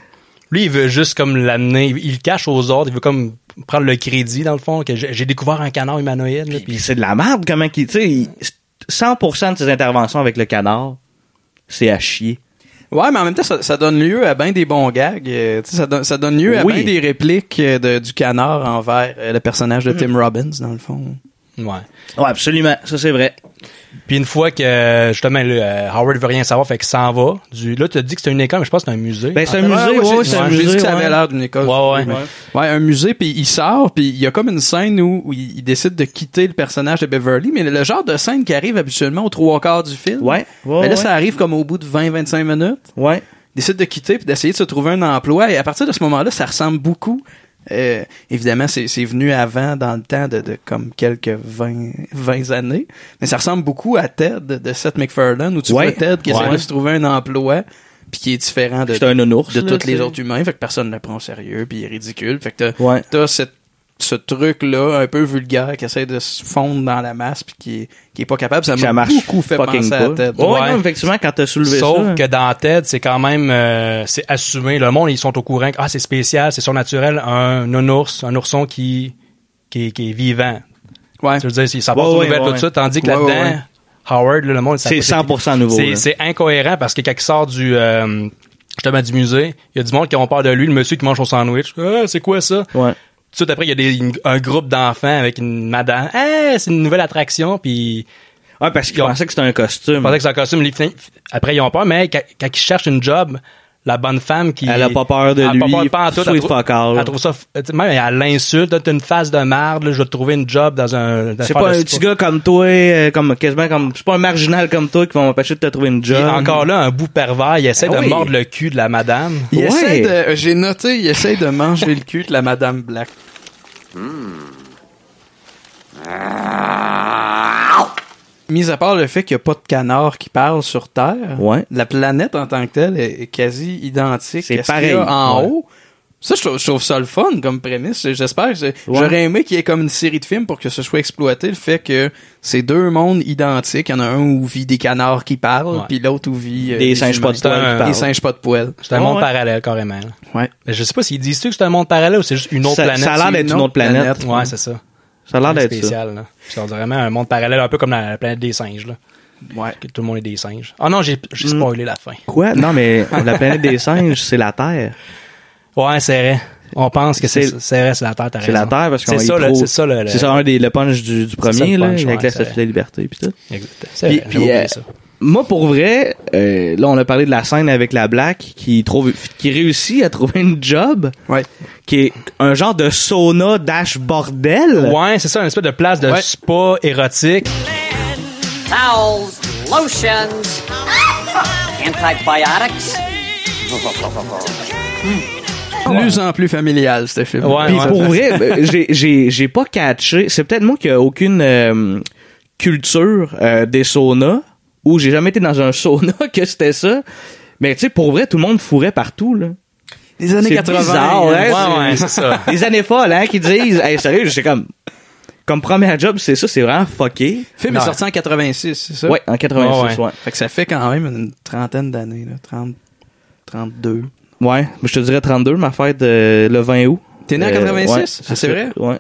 Speaker 2: Lui, il veut juste comme l'amener. Il le cache aux autres. Il veut comme prendre le crédit, dans le fond, que j'ai j'ai découvert un canard humanoïde. là,
Speaker 1: puis
Speaker 2: puis-
Speaker 1: c'est de la merde, comment qu'il, tu sais, il- 100% de ses interventions avec le canard, c'est à chier.
Speaker 3: Ouais, mais en même temps, ça, ça donne lieu à bien des bons gags. euh, tu sais, ça, donne- ça donne lieu à
Speaker 1: Oui.
Speaker 3: bien des répliques euh, de- du canard envers euh, le personnage de Tim
Speaker 1: Mm.
Speaker 3: Robbins, dans le fond.
Speaker 2: Ouais.
Speaker 1: Ouais, absolument, ça c'est vrai.
Speaker 2: Puis une fois que, justement, le, euh, Howard veut rien savoir, fait qu'il s'en va. Du, là, tu as dit que c'était une école, mais je pense que c'est un musée. Ah,
Speaker 1: Ben, c'est un
Speaker 3: Ouais,
Speaker 1: musée,
Speaker 3: ouais,
Speaker 1: ouais,
Speaker 3: j'ai-
Speaker 1: c'est un
Speaker 3: j'ai dit
Speaker 1: musée.
Speaker 3: que ça
Speaker 1: ouais.
Speaker 3: avait l'air d'une école.
Speaker 2: Ouais, ouais.
Speaker 3: Ouais. Ouais, un musée, puis il sort, puis il y a comme une scène où, où il, il décide de quitter le personnage de Beverly, mais le, le genre de scène qui arrive habituellement aux trois quarts du film.
Speaker 1: Ouais, ouais,
Speaker 3: mais
Speaker 1: ouais.
Speaker 3: là, ça arrive comme au bout de 20-25 minutes.
Speaker 1: Ouais.
Speaker 3: Il décide de quitter puis d'essayer de se trouver un emploi. Et à partir de ce moment-là, ça ressemble beaucoup. Euh, évidemment, c'est c'est venu avant, dans le temps de, de comme quelques 20, 20 années. Mais ça ressemble beaucoup à Ted de Seth MacFarlane, où tu
Speaker 1: Ouais.
Speaker 3: vois Ted qui essaie
Speaker 1: Ouais.
Speaker 3: de se trouver un emploi puis qui est différent de,
Speaker 1: C'est un nounours,
Speaker 3: de
Speaker 1: là,
Speaker 3: tous les
Speaker 1: c'est-
Speaker 3: autres humains. Fait que personne ne le prend au sérieux puis il est ridicule. Fait que t'as
Speaker 1: Ouais.
Speaker 3: t'as cette- ce truc-là un peu vulgaire qui essaie de se fondre dans la masse puis qui est, qui est pas capable. Ça
Speaker 1: Ça
Speaker 3: m'a
Speaker 1: marche
Speaker 3: beaucoup fait
Speaker 1: fucking
Speaker 3: penser
Speaker 1: pas.
Speaker 3: à Ted.
Speaker 1: Ouais,
Speaker 2: Ouais.
Speaker 1: non, effectivement, quand t'as soulevé
Speaker 2: Sauf
Speaker 1: ça.
Speaker 2: que dans Ted, c'est quand même euh, c'est assumé. Le monde, ils sont au courant que ah, c'est spécial, c'est surnaturel, un, un ours, un ourson qui, qui, est- qui est vivant.
Speaker 3: Ouais.
Speaker 2: Tu veux dire, ça passe
Speaker 1: Ouais,
Speaker 2: aux
Speaker 1: ouais,
Speaker 2: nouvelles
Speaker 1: ouais,
Speaker 2: tout de suite, tandis que
Speaker 3: Ouais,
Speaker 2: là-dedans,
Speaker 3: ouais, ouais.
Speaker 2: Howard, là, le monde, ça-
Speaker 1: C'est 100% nouveau,
Speaker 2: C'est,
Speaker 1: là.
Speaker 2: c'est incohérent parce que quand il sort du euh, justement du musée, il y a du monde qui ont peur de lui, le monsieur qui mange son sandwich. Ah, c'est quoi ça?
Speaker 1: Ouais.
Speaker 2: Tout de suite après, il y a des, une- un groupe d'enfants avec une madame. Ah, c'est une nouvelle attraction, puis
Speaker 1: Ouais, parce qu'ils
Speaker 2: Ils ont-
Speaker 1: pensaient que c'était un costume.
Speaker 2: je pensais que c'est un costume. les fin- Après, ils ont peur, mais quand, quand ils cherchent une job, la bonne femme qui.
Speaker 1: Elle a pas peur de
Speaker 2: elle a
Speaker 1: lui,
Speaker 2: Pas peur, pas en tout, elle,
Speaker 1: sweet
Speaker 2: trouve,
Speaker 1: fuck all.
Speaker 2: elle trouve ça. f- tu sais, Même elle l'insulte. T'as une face de merde, là, je vais te trouver une job dans un. dans
Speaker 1: C'est
Speaker 2: affaire
Speaker 1: pas
Speaker 2: de-
Speaker 1: un petit gars comme toi, euh, comme quasiment comme. C'est pas un marginal comme toi qui va m'empêcher de te trouver une
Speaker 2: Puis
Speaker 1: job.
Speaker 2: encore là, un bout pervers, il essaie
Speaker 1: Ah
Speaker 2: de
Speaker 1: oui.
Speaker 2: mordre le cul de la madame.
Speaker 3: Il
Speaker 1: Ouais.
Speaker 3: essaie de, euh, j'ai noté, il essaie de manger le cul de la Madame Black.
Speaker 1: Hmm.
Speaker 3: Mis à part le fait qu'il n'y a pas de canard qui parle sur Terre,
Speaker 1: Ouais.
Speaker 3: la planète en tant que telle est, est quasi identique
Speaker 1: C'est
Speaker 3: à ce qu'il
Speaker 1: pareil,
Speaker 3: y a en
Speaker 1: ouais.
Speaker 3: haut. Ça, je trouve, je trouve ça le fun comme prémisse. J'espère. que c'est- J'aurais aimé qu'il y ait comme une série de films pour que ce soit exploité, le fait que ces deux mondes identiques, il y en a un où vit des canards qui parlent,
Speaker 2: Ouais.
Speaker 3: puis l'autre où vit euh,
Speaker 1: Des
Speaker 3: des
Speaker 1: singes pas de
Speaker 3: humains.
Speaker 2: poil qui
Speaker 3: Des
Speaker 2: parlent.
Speaker 3: singes pas de poil.
Speaker 2: C'est un
Speaker 1: Ouais,
Speaker 2: monde
Speaker 1: ouais.
Speaker 2: parallèle, carrément. là.
Speaker 3: Ouais.
Speaker 2: Mais je sais pas s'ils disent-tu que c'est un monde parallèle ou c'est juste une autre
Speaker 1: ça,
Speaker 2: planète.
Speaker 1: ça a l'air d'être une autre planète.
Speaker 2: Ouais, c'est ça.
Speaker 1: Ça a l'air
Speaker 2: C'est
Speaker 1: d'être ça.
Speaker 2: spécial, là. Puis on dirait vraiment un monde parallèle, un peu comme la la planète des singes, là.
Speaker 3: Ouais.
Speaker 2: Que tout le monde est des singes. Ah non, j'ai j'ai
Speaker 1: Mm.
Speaker 2: spoilé la fin.
Speaker 1: Quoi? Non,
Speaker 2: (laughs)
Speaker 1: mais la planète des singes, c'est la Terre.
Speaker 2: Ouais, c'est vrai. On pense que c'est
Speaker 1: C'est-
Speaker 2: c'est vrai, c'est la Terre, t'as
Speaker 1: C'est la
Speaker 2: raison.
Speaker 1: Terre parce qu'on
Speaker 2: C'est
Speaker 1: y
Speaker 2: ça, le-
Speaker 1: trouve-
Speaker 2: c'est ça, le- le-
Speaker 1: C'est ça, un des le punch du, du
Speaker 2: ça,
Speaker 1: premier,
Speaker 2: le
Speaker 1: là,
Speaker 2: punch,
Speaker 1: avec
Speaker 2: ouais,
Speaker 1: la
Speaker 2: c'est
Speaker 1: statue de la liberté, puis tout.
Speaker 2: Exact. C'est
Speaker 1: Puis,
Speaker 2: vrai,
Speaker 1: puis,
Speaker 2: j'avais oublié
Speaker 1: euh,
Speaker 2: ça.
Speaker 1: moi, pour vrai, euh, là, on a parlé de la scène avec la Black qui trouve, qui réussit à trouver une job,
Speaker 3: Ouais.
Speaker 1: qui est un genre de sauna dash bordel.
Speaker 2: Ouais, c'est ça, une espèce de place de
Speaker 3: Ouais.
Speaker 2: spa érotique.
Speaker 10: Towels, lotions, antibiotics.
Speaker 3: plus en plus familial, ce film.
Speaker 2: Ouais,
Speaker 1: Puis
Speaker 2: ouais.
Speaker 1: pour vrai, ben, j'ai- j'ai j'ai pas catché. C'est peut-être moi qui a aucune euh, culture euh, des saunas ou j'ai jamais été dans un sauna (laughs) que c'était ça. Mais tu sais, pour vrai, tout le monde fourrait partout là.
Speaker 3: Les
Speaker 1: C'est bizarre,
Speaker 3: hein.
Speaker 1: hein,
Speaker 2: Ouais, ouais, c'est ça.
Speaker 1: Les années folles, hein, qui disent, hey, sérieux, c'est comme, comme premier job, c'est ça, c'est vraiment fucké.
Speaker 3: Le film est
Speaker 2: Ouais.
Speaker 3: sorti en 86, c'est ça? Ah
Speaker 1: Ouais, en 86,
Speaker 2: Ouais, ouais.
Speaker 1: ouais.
Speaker 3: Fait que ça fait quand même une trentaine d'années, là. 30, 32.
Speaker 1: Ouais, mais je te dirais 32, ma fête euh, le 20 août.
Speaker 3: T'es né en
Speaker 1: Euh,
Speaker 3: 86?
Speaker 1: ouais,
Speaker 3: Ah, c'est
Speaker 1: ça.
Speaker 3: vrai?
Speaker 1: Ouais.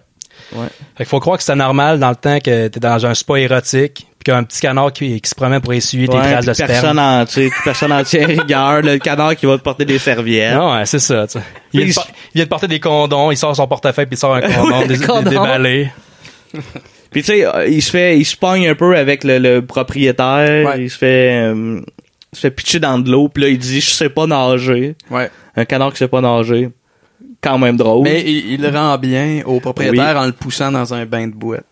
Speaker 2: Fait qu'il faut croire que c'est normal dans le temps que t'es dans un spa érotique, puis qu'il y a un petit canard qui, qui se promène pour essuyer tes
Speaker 1: Ouais,
Speaker 2: traces
Speaker 1: puis
Speaker 2: de
Speaker 1: personne
Speaker 2: sperme.
Speaker 1: en, tu sais, personne en tient rigueur, le canard qui va te porter des serviettes.
Speaker 2: Non, ouais, c'est ça, tu sais. Il, vient de
Speaker 1: Il-
Speaker 2: por- il vient de porter des condoms, il sort son portefeuille, puis il sort un condom,
Speaker 1: Oui,
Speaker 2: des,
Speaker 1: le condom.
Speaker 2: des- déballé.
Speaker 1: Puis tu sais, euh, il se fait, il se pogne un peu avec le, le propriétaire. Il se fait, euh, il se fait pitcher dans de l'eau. Puis là, il dit, je sais pas nager.
Speaker 3: Ouais.
Speaker 1: Un canard qui sait pas nager. Quand même drôle.
Speaker 3: Mais il, il le rend bien au propriétaire en le poussant dans un bain de boîte.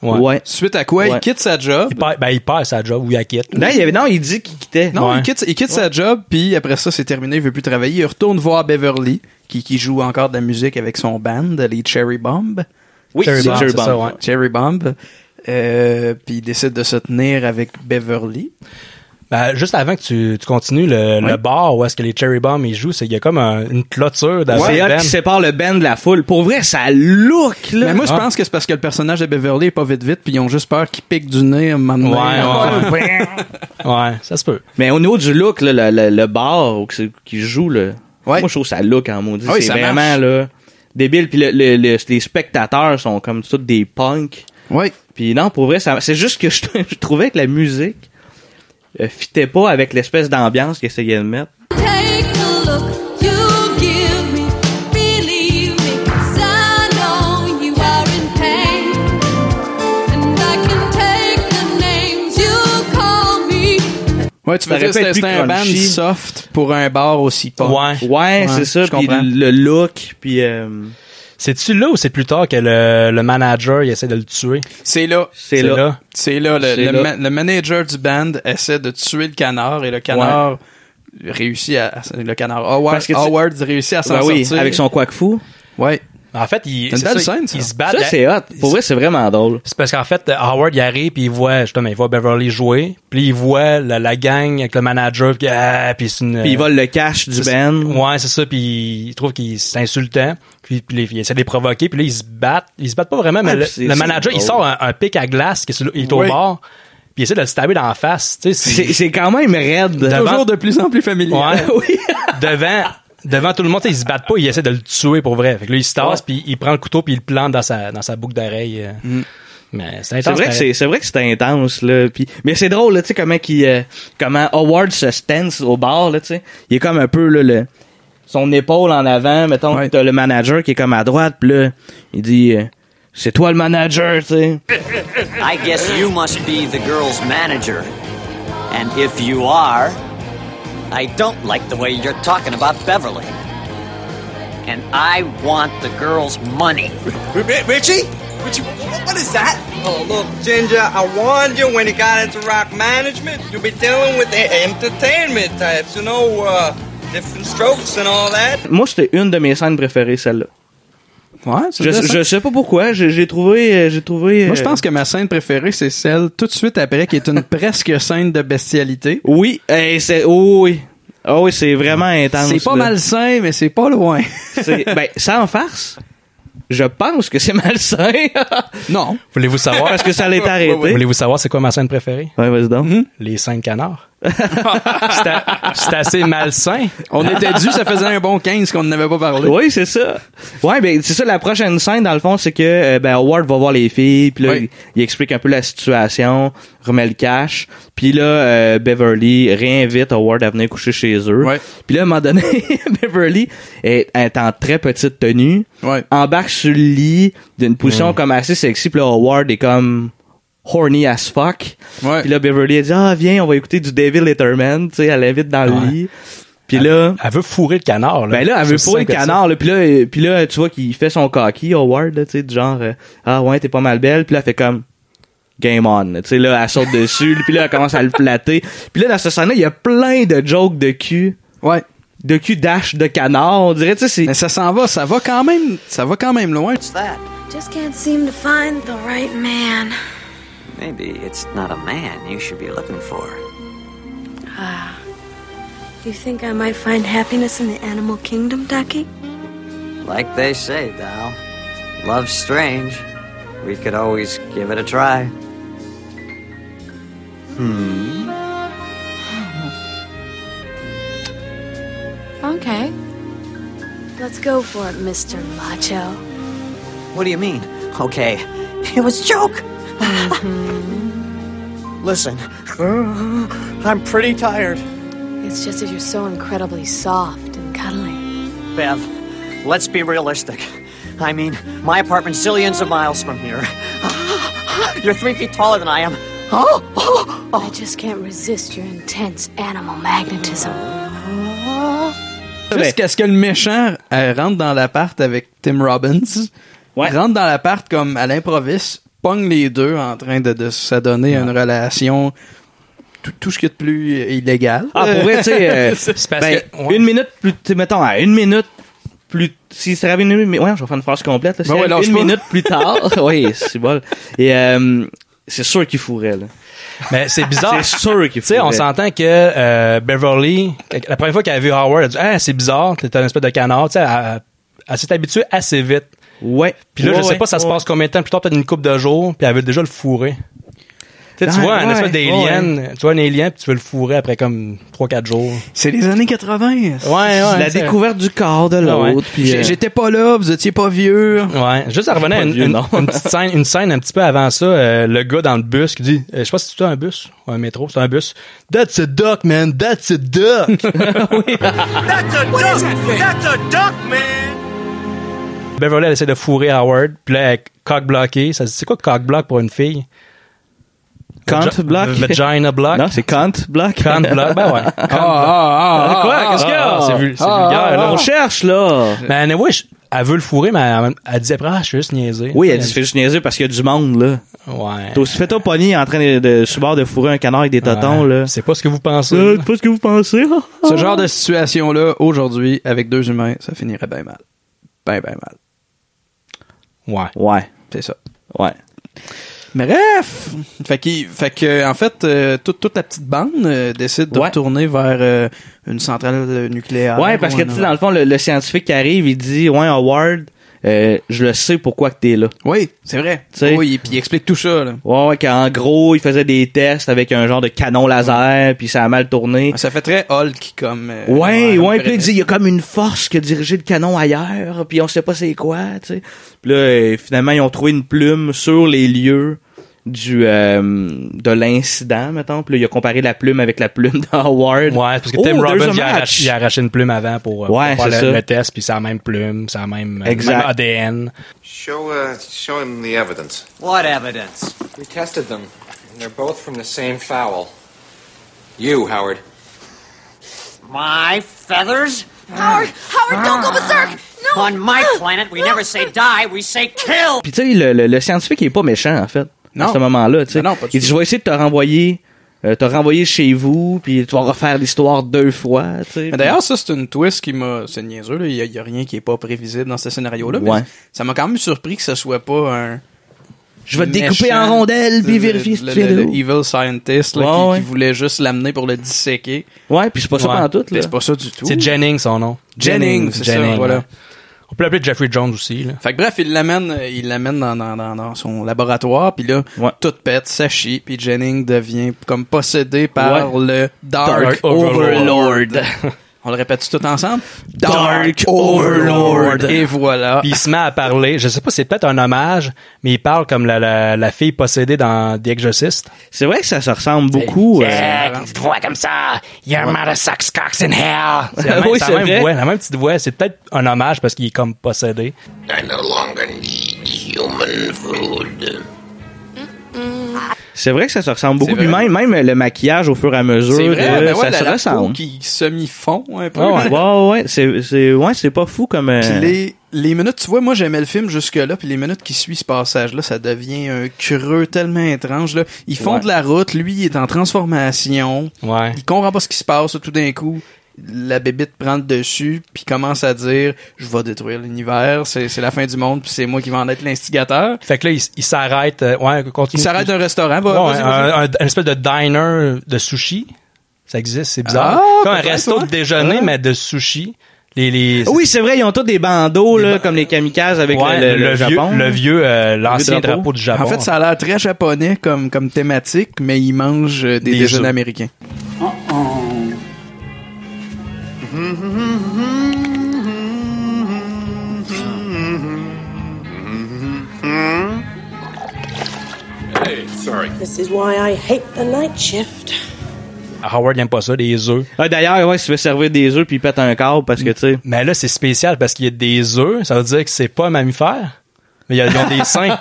Speaker 1: Ouais. Ouais.
Speaker 3: Suite à quoi,
Speaker 1: Ouais.
Speaker 3: il quitte sa job.
Speaker 2: Il perd, ben, il perd sa job ou il la quitte.
Speaker 1: Non, Ben, il, avait- non, il dit qu'il quittait.
Speaker 3: Non,
Speaker 2: Ouais.
Speaker 3: il quitte, il quitte sa job, puis après ça, c'est terminé, il veut plus travailler. Il retourne voir Beverly, qui, qui joue encore de la musique avec son band, les Cherry Bomb.
Speaker 1: Oui,
Speaker 2: Cherry
Speaker 1: c'est
Speaker 2: Bomb,
Speaker 1: Cherry
Speaker 2: c'est ça,
Speaker 1: Bomb.
Speaker 2: ouais.
Speaker 3: Cherry Bomb. Euh, puis il décide de se tenir avec Beverly.
Speaker 2: Ben, juste avant que tu, tu continues, le, le bar où est-ce que les Cherry Bombs ils jouent, c'est qu'il y a comme un- une clôture dans Ben.
Speaker 1: C'est
Speaker 2: la
Speaker 1: elle
Speaker 2: band.
Speaker 1: qui sépare le band de la foule. Pour vrai, ça look, là.
Speaker 3: Mais moi, je
Speaker 2: Ah.
Speaker 3: pense que c'est parce que le personnage de Beverly est pas vite vite, puis ils ont juste peur qu'il pique du nez à un moment donné.
Speaker 2: Ouais, ouais, ouais. ouais, ça se peut.
Speaker 1: Mais au niveau du look, là, le, le- le bar où c'est- qui joue, là,
Speaker 3: Ouais.
Speaker 1: moi je trouve ça look en maudit.
Speaker 3: Ah oui,
Speaker 1: c'est
Speaker 3: ça
Speaker 1: vraiment
Speaker 3: marche.
Speaker 1: là, débile. Puis le- le- le- les spectateurs sont comme tous des punks.
Speaker 3: Ouais.
Speaker 1: Puis non, pour vrai, ça- c'est juste que (laughs) je, je trouvais que la musique euh, fitait pas avec l'espèce d'ambiance qu'ils essayaient de mettre.
Speaker 10: Take a look, you give me, believe me, 'cause I know you are in pain. And I can take the names you call me.
Speaker 3: Ouais, tu
Speaker 1: Ça
Speaker 3: veux dire
Speaker 1: aurait pu être
Speaker 3: c'était c'était
Speaker 1: plus
Speaker 3: un band
Speaker 1: crunchy.
Speaker 3: soft pour un bar aussi pas.
Speaker 2: Ouais.
Speaker 1: Ouais, c'est ça.
Speaker 3: je
Speaker 1: Puis
Speaker 3: comprends.
Speaker 1: le look, puis euh,
Speaker 2: C'est-tu là ou c'est plus tard que le, le manager il essaie de le tuer?
Speaker 3: C'est là.
Speaker 1: c'est là.
Speaker 3: C'est là, le,
Speaker 1: C'est
Speaker 3: le
Speaker 1: là.
Speaker 3: ma- le manager du band essaie de tuer le canard et le canard réussit à, à- le canard Howard,
Speaker 1: Parce que tu-
Speaker 3: Howard réussit à s'en
Speaker 1: Ben oui,
Speaker 3: sortir.
Speaker 1: avec son quack fou.
Speaker 3: ouais.
Speaker 2: En fait, il,
Speaker 3: C'est une
Speaker 2: c'est
Speaker 3: belle
Speaker 2: ça,
Speaker 3: scène,
Speaker 2: il-
Speaker 3: ça.
Speaker 2: il se bat.
Speaker 1: Ça,
Speaker 2: là-
Speaker 1: c'est hot. Pour vrai, c'est vraiment drôle.
Speaker 2: C'est parce qu'en fait, Howard, il arrive, puis il voit, justement, il voit Beverly jouer, puis il voit la, la gang avec le manager, puis ah, puis c'est une...
Speaker 1: Puis ils volent le cash du Ben.
Speaker 2: c'est-
Speaker 1: band.
Speaker 2: Ouais, c'est ça, puis il trouve qu'il c'est insultant, puis, puis les- il essaie de les provoquer, puis là, ils se battent. Ils se battent pas vraiment, mais
Speaker 1: Ouais,
Speaker 2: le,
Speaker 1: puis c'est-
Speaker 2: le
Speaker 1: c'est
Speaker 2: manager, il
Speaker 1: drôle.
Speaker 2: sort un, un pic à glace, qui est, sur le- il est au
Speaker 3: Oui.
Speaker 2: bord, puis il essaie de le stabber dans la face, tu sais.
Speaker 1: C'est c'est quand même raide.
Speaker 3: Toujours de plus en plus familier.
Speaker 2: Ouais.
Speaker 1: (laughs) oui.
Speaker 2: devant devant tout le monde, tu sais, ils se battent pas, ils essaient de le tuer pour vrai. Fait que là, il se tasse, puis il prend le couteau, puis il le plante dans sa, dans sa boucle d'oreille. euh. Mais c'est
Speaker 1: Mm. C'est
Speaker 2: intense.
Speaker 1: vrai que
Speaker 2: pareil.
Speaker 1: c'est, c'est vrai que c'est intense là. Puis, mais c'est drôle là, tu sais comment qui, comment Howard se stance au bar là, tu sais. Il est comme un peu là le son épaule en avant, mettons.
Speaker 3: Ouais.
Speaker 1: T'as le manager qui est comme à droite, puis là il dit euh, c'est toi le manager, tu sais.
Speaker 9: I guess you must be the girl's manager. And if you are, I don't like the way you're talking about Beverly. And I want the girl's money.
Speaker 12: Richie? Richie, what is that? Oh, look, Ginger, I warned you when you got into rock management, you'll be dealing with the entertainment types, you know, uh, different strokes and all that.
Speaker 1: Moi c'était une de mes scènes préférées celle-là.
Speaker 3: Ouais, c'est
Speaker 1: Je,
Speaker 3: ça.
Speaker 1: je sais pas pourquoi, j'ai, j'ai trouvé, euh, j'ai trouvé.
Speaker 3: Moi, je
Speaker 1: euh,
Speaker 3: pense que ma scène préférée, c'est celle tout de suite après,
Speaker 1: (laughs)
Speaker 3: qui est une presque scène de bestialité.
Speaker 1: Oui, eh, c'est oh, oui, oh, oui, c'est vraiment intense.
Speaker 3: C'est pas
Speaker 1: là.
Speaker 3: malsain, mais c'est
Speaker 1: (laughs)
Speaker 3: pas loin.
Speaker 1: C'est- ben sans farce, je pense que c'est malsain
Speaker 3: (laughs) non.
Speaker 1: (laughs)
Speaker 2: Voulez-vous savoir?
Speaker 1: parce que ça l'est arrêté.
Speaker 2: Voulez-vous savoir c'est quoi ma scène préférée?
Speaker 1: Ouais, vas-y donc.
Speaker 2: Les cinq
Speaker 1: (laughs)
Speaker 2: canards. c'est a- c'est assez malsain.
Speaker 3: On était dû, ça faisait un bon 15 qu'on n'avait pas parlé.
Speaker 1: Oui, c'est ça. Ouais, ben c'est ça la prochaine scène dans le fond, c'est que euh, ben Howard va voir les filles, puis là
Speaker 3: Oui.
Speaker 1: il, il explique un peu la situation, remet le cash, puis là euh, Beverly réinvite Howard à venir coucher chez eux.
Speaker 3: Ouais.
Speaker 1: Puis là à un moment donné, (laughs) Beverly est, est en très petite tenue,
Speaker 3: Ouais.
Speaker 1: embarque sur le lit d'une position comme assez sexy, puis là Howard est comme horny as fuck.
Speaker 3: Ouais.
Speaker 1: Puis là Beverly a dit "Ah, viens, on va écouter du David Letterman", tu sais, elle l'invite dans le
Speaker 2: Ouais.
Speaker 1: lit.
Speaker 3: Ah.
Speaker 1: Puis là
Speaker 2: Elle veut fourrer le canard. Là.
Speaker 1: ben là, elle veut
Speaker 2: C'est
Speaker 1: pas le
Speaker 2: simple que ça.
Speaker 1: canard, là. Puis là, euh, puis là, tu vois qu'il fait son coquille, Howard, là, tu sais, du genre, euh, ah ouais, t'es pas mal belle. Puis là, elle fait comme, game on. là. Tu sais, là, elle saute dessus, (laughs) puis là, elle commence à le flatter. Puis là, dans ce scène-là, il y a plein de jokes de cul,
Speaker 3: Ouais.
Speaker 1: de cul dash de canard, on dirait, tu sais, c'est...
Speaker 3: Mais ça s'en va, ça va quand même, ça va quand même loin.
Speaker 9: What's that?
Speaker 10: Just can't seem to find the right man.
Speaker 9: Maybe it's not a man you should be looking for.
Speaker 10: Do you think I might find happiness in the animal kingdom, Ducky?
Speaker 9: Like they say, Dal, love's strange. We could always give it a try.
Speaker 10: Okay. Let's go for it, Mr. Macho.
Speaker 9: What do you mean? Okay, it was a joke. Mm-hmm. (laughs) Listen, I'm pretty tired.
Speaker 10: It's just that you're so incredibly soft and cuddly.
Speaker 9: Bev, let's be realistic. I mean, my apartment's zillions of miles from here. You're three feet taller than I am. Oh,
Speaker 6: I just can't resist your intense animal magnetism.
Speaker 1: Ben.
Speaker 3: Jusqu'à ce que le méchant euh, rentre dans l'appart avec Tim Robbins. Rentre dans l'appart comme à l'improviste, pogne les deux en train de, de s'adonner à une relation, tout, tout ce qui est de plus euh, illégal.
Speaker 1: Ah, pour vrai, tu sais,
Speaker 3: (laughs)
Speaker 1: euh, (laughs) ben, une minute plus, tu sais, mettons, à une minute plus, si ça arrive une minute, ouais, je vais faire une phrase complète, là. Si
Speaker 3: Ben ouais,
Speaker 1: arrive
Speaker 3: lâche
Speaker 1: une
Speaker 3: pas.
Speaker 1: minute plus tard,
Speaker 3: (laughs)
Speaker 1: oui, c'est bon. Et, euh, c'est sûr qu'il fourrait, là.
Speaker 2: Mais Ben, c'est bizarre.
Speaker 1: C'est sûr qu'il
Speaker 2: Tu sais, on
Speaker 1: faudrait.
Speaker 2: s'entend que euh, Beverly, la première fois qu'elle a vu Howard, elle a dit Ah, c'est bizarre, t'es un espèce de canard. Tu sais, elle, elle- elle s'est habituée assez vite.
Speaker 1: Ouais.
Speaker 2: Puis là,
Speaker 1: Ouais,
Speaker 2: je sais
Speaker 1: ouais,
Speaker 2: pas, ça se
Speaker 1: ouais.
Speaker 2: passe combien de temps plus tard, peut-être une couple de jours, puis elle veut déjà le fourrer. Tu sais, tu
Speaker 1: Ouais,
Speaker 2: vois, un
Speaker 1: ouais,
Speaker 2: espèce d'alien,
Speaker 1: ouais.
Speaker 2: tu vois un alien, puis tu veux le fourrer après comme 3-4 jours.
Speaker 3: C'est les années 80. Ouais,
Speaker 1: la découverte du corps de l'autre.
Speaker 2: ouais.
Speaker 1: puis, euh,
Speaker 3: J'étais pas là, vous étiez pas vieux.
Speaker 2: Ouais, juste à revenir à
Speaker 1: Pas
Speaker 2: une,
Speaker 1: vieux,
Speaker 2: une-
Speaker 1: non.
Speaker 2: une petite scène, une scène un petit peu avant ça, euh, le gars dans le bus qui dit, euh, je sais pas si c'est un bus ou un métro, c'est un bus. That's a duck, man, that's
Speaker 1: (laughs)
Speaker 2: a duck.
Speaker 10: That's a duck! That's a duck, man!
Speaker 2: Beverly elle essaie de fourrer Howard, puis là elle cock bloqué. Ça c'est quoi cock block pour une fille?
Speaker 1: Cunt
Speaker 2: Vagi-
Speaker 1: block?
Speaker 2: (laughs) Vagina block.
Speaker 1: Non, c'est euh, Kant Black.
Speaker 2: Cunt block, ben
Speaker 1: (laughs)
Speaker 2: ouais. Cunt
Speaker 3: ah,
Speaker 2: block. Quoi? Qu'est-ce qu'il y a? C'est vul- c'est
Speaker 1: ah,
Speaker 2: vulgaire, là.
Speaker 1: on cherche, là.
Speaker 2: Mais anyway, je- elle veut le fourrer, mais elle, elle dit après, ah, je suis juste niaiser.
Speaker 1: Oui, elle dit, fais juste niaiser parce qu'il y a du monde, là.
Speaker 2: Ouais.
Speaker 1: T'as aussi fait ton pogné en train de, de sous-bord de fourrer un canard avec des totons,
Speaker 2: Ouais.
Speaker 1: là.
Speaker 2: C'est pas ce que vous pensez.
Speaker 1: Euh, C'est pas ce que vous pensez, là.
Speaker 3: Ce genre de situation-là, aujourd'hui, avec deux humains, ça finirait bien mal. Ben, ben mal.
Speaker 2: Ouais.
Speaker 1: (laughs) Ouais.
Speaker 3: C'est ça.
Speaker 1: Ouais.
Speaker 3: Bref! Fait, qu'il- fait que, en fait, euh, toute, toute la petite bande euh, décide de
Speaker 1: Ouais.
Speaker 3: retourner vers euh, une centrale euh, nucléaire.
Speaker 1: Ouais, parce que, tu sais, dans le fond, le, le scientifique qui arrive, il dit, ouais, Howard, euh, je le sais pourquoi que t'es là.
Speaker 3: Oui, c'est vrai.
Speaker 1: Tu sais.
Speaker 3: Oui, puis il explique tout ça. Là.
Speaker 1: Ouais, ouais, qu'en gros, il faisait des tests avec un genre de canon laser, puis ça a mal tourné.
Speaker 3: Ça fait très Hulk comme. euh,
Speaker 1: Ouais, ouais,
Speaker 3: comme
Speaker 1: puis là, il dit, il y a comme une force qui a dirigé le canon ailleurs, puis on sait pas c'est quoi, tu sais. Puis là, euh, finalement, ils ont trouvé une plume sur les lieux du euh, de l'incident, mettons. Puis là, il a comparé la plume avec la plume (laughs) d'Howard.
Speaker 2: Ouais, parce que
Speaker 1: Oh,
Speaker 2: Tim
Speaker 1: there's
Speaker 2: Robbins,
Speaker 1: a
Speaker 2: il a,
Speaker 1: match.
Speaker 2: arraché, il a arraché une plume avant pour, euh,
Speaker 1: Ouais,
Speaker 2: pour faire
Speaker 1: c'est
Speaker 2: le,
Speaker 1: ça.
Speaker 2: le test, puis c'est la même plume, c'est la même, euh,
Speaker 1: Exact.
Speaker 2: même ADN.
Speaker 7: Show, uh, show him the evidence.
Speaker 9: What evidence?
Speaker 13: We tested them, and they're both from the same fowl. You, Howard.
Speaker 9: My feathers?
Speaker 10: Howard! Howard, don't go berserk! No!
Speaker 9: On my planet, we never say die, we say kill!
Speaker 1: Puis tu sais, le, le- le scientifique, il est pas méchant, en fait, à
Speaker 3: Non.
Speaker 1: ce moment-là, tu sais.
Speaker 3: Non, non, pas du
Speaker 1: Il dit, je vais essayer de te renvoyer... euh, te renvoyer chez vous, puis tu vas refaire l'histoire deux fois, tu sais.
Speaker 3: Mais d'ailleurs, ça, c'est une twist qui m'a. C'est niaiseux, là. Il y, a- il y a rien qui est pas prévisible dans ce scénario-là. mais
Speaker 1: Ouais.
Speaker 3: Ça m'a quand même surpris que ce soit pas un.
Speaker 1: je vais te
Speaker 3: méchant-
Speaker 1: découper en rondelles, puis
Speaker 3: le-
Speaker 1: vérifier si
Speaker 3: le-
Speaker 1: tu viens
Speaker 3: le-
Speaker 1: de
Speaker 3: le
Speaker 1: où.
Speaker 3: evil scientist, là, qui,
Speaker 1: Ouais, ouais.
Speaker 3: qui voulait juste l'amener pour le disséquer.
Speaker 1: Ouais, puis c'est pas ça
Speaker 2: Ouais.
Speaker 1: pendant tout,
Speaker 3: Mais
Speaker 1: là.
Speaker 3: c'est pas ça du tout.
Speaker 2: C'est Jennings, son nom.
Speaker 3: Jennings, c'est ça, voilà.
Speaker 2: ouais. On peut l'appeler Jeffrey Jones aussi, là.
Speaker 3: Fait que bref, il l'amène, euh, il l'amène dans, dans, dans, dans son laboratoire, puis là,
Speaker 1: Ouais.
Speaker 3: tout pète, ça chie, puis Jennings devient comme possédé par le Dark,
Speaker 2: Dark
Speaker 3: Overlord.
Speaker 2: Overlord.
Speaker 3: On le répète tout ensemble?
Speaker 1: Dark Overlord.
Speaker 3: Et voilà.
Speaker 2: Puis il se met à parler. Je sais pas, c'est peut-être un hommage, mais il parle comme la, la, la fille possédée dans The Exorcist.
Speaker 1: C'est vrai que ça se ressemble beaucoup. euh,
Speaker 2: tu te vois comme ça. Your mother sucks cocks in hell. (laughs) C'est la même,
Speaker 1: Oui,
Speaker 2: c'est
Speaker 1: c'est
Speaker 2: la même
Speaker 1: vrai.
Speaker 2: voix, la même petite voix. C'est peut-être un hommage parce qu'il est comme possédé.
Speaker 11: I no longer need human food.
Speaker 1: C'est vrai que ça se ressemble beaucoup.
Speaker 3: C'est
Speaker 1: Puis
Speaker 3: vrai.
Speaker 1: même, même le maquillage au fur et à mesure,
Speaker 3: C'est vrai,
Speaker 1: euh,
Speaker 3: ben ouais,
Speaker 1: ça
Speaker 3: la,
Speaker 1: se
Speaker 3: la peau
Speaker 1: ressemble.
Speaker 3: qui semi-fond un peu. hein.
Speaker 1: Ouais, ouais, ouais, ouais, c'est, c'est, ouais, c'est pas fou comme. euh,
Speaker 3: Puis les, les minutes, tu vois, moi j'aimais le film jusque-là, puis les minutes qui suivent ce passage-là, ça devient un creux tellement étrange. Là. Ils font
Speaker 1: Ouais.
Speaker 3: de la route, lui il est en transformation,
Speaker 2: Ouais.
Speaker 3: Hein? il comprend pas ce qui se passe, tout d'un coup, la bébite prend le dessus, puis commence à dire « Je vais détruire l'univers, c'est c'est la fin du monde, puis c'est moi qui vais en être l'instigateur
Speaker 2: Fait que là, il, s- il s'arrête. euh, ouais, ».
Speaker 3: Il
Speaker 2: continue.
Speaker 3: s'arrête d'un restaurant, va,
Speaker 2: Ouais, euh,
Speaker 3: vas-y, vas-y.
Speaker 2: un, un- un espèce de diner de sushi. Ça existe, c'est bizarre.
Speaker 3: Ah,
Speaker 2: comme un
Speaker 3: peut-être,
Speaker 2: resto
Speaker 3: ouais.
Speaker 2: de déjeuner, mais de sushi. Les, les,
Speaker 1: Oui, c'est vrai, ils ont tous des bandeaux, là, comme les kamikazes avec
Speaker 2: Ouais,
Speaker 1: le, le- le
Speaker 2: vieux,
Speaker 1: Japon.
Speaker 2: le vieux, euh, l'ancien
Speaker 1: drapeau.
Speaker 2: drapeau. du Japon.
Speaker 3: En fait, ça a l'air très japonais comme, comme thématique, mais il mange euh, des,
Speaker 2: Des
Speaker 3: déjeuners
Speaker 2: œufs.
Speaker 3: américains.
Speaker 14: This is why I hate the night shift.
Speaker 2: Ah, Howard n'aime pas ça, les œufs.
Speaker 1: Ah, d'ailleurs, ouais, si tu veux servir des œufs puis il pète un câble parce que, tu sais.
Speaker 2: Mais là, c'est spécial parce qu'il y a des œufs. Ça veut dire que c'est pas un mammifère. Mais il y a- ils ont des seins.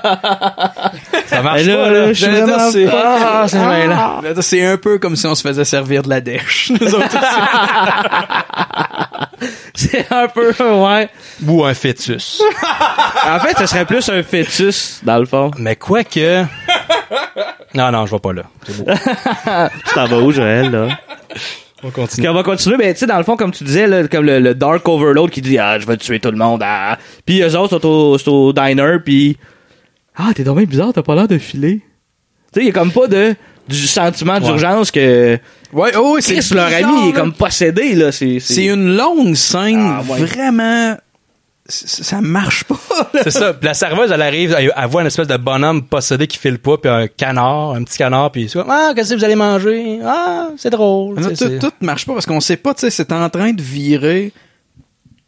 Speaker 2: Ça marche
Speaker 3: là,
Speaker 2: pas,
Speaker 3: là,
Speaker 2: là.
Speaker 3: je suis
Speaker 2: J'allais dire,
Speaker 3: vraiment-
Speaker 2: c'est- Ah, c'est mêlant.
Speaker 3: Ah, C'est un peu comme si on se faisait servir de la dèche. Nous autres,
Speaker 1: C'est un peu, ouais.
Speaker 2: Ou un fœtus.
Speaker 1: en fait, ce serait plus un fœtus, dans le fond.
Speaker 2: Mais quoi que... Non, non, je vais pas là.
Speaker 1: tu t'en vas où, Joël, là?
Speaker 2: On continue.
Speaker 1: Puis on va continuer, mais tu sais, dans le fond, comme tu disais, là, comme le, le Dark Overload qui dit Ah, je vais tuer tout le monde. Ah. Puis eux autres sont au, sont au diner, puis Ah, t'es dommage bizarre, t'as pas l'air de filer. Tu sais, il y a comme pas de du sentiment d'urgence que.
Speaker 3: Ouais, oh, oui, c'est
Speaker 1: Chris, leur
Speaker 3: bizarre,
Speaker 1: ami, il est
Speaker 3: là.
Speaker 1: comme possédé, là. C'est
Speaker 3: C'est une longue scène,
Speaker 1: Ah, ouais.
Speaker 3: vraiment. c- Ça marche pas. là.
Speaker 2: C'est ça. Puis la serveuse, elle arrive, elle, elle voit une espèce de bonhomme possédé qui file pas, puis un canard, un petit canard, puis c'est comme, ah, qu'est-ce que vous allez manger? Ah, c'est drôle.
Speaker 3: Non,
Speaker 2: Tu sais,
Speaker 3: tout,
Speaker 2: c'est-
Speaker 3: tout marche pas parce qu'on sait pas, tu sais, c'est en train de virer.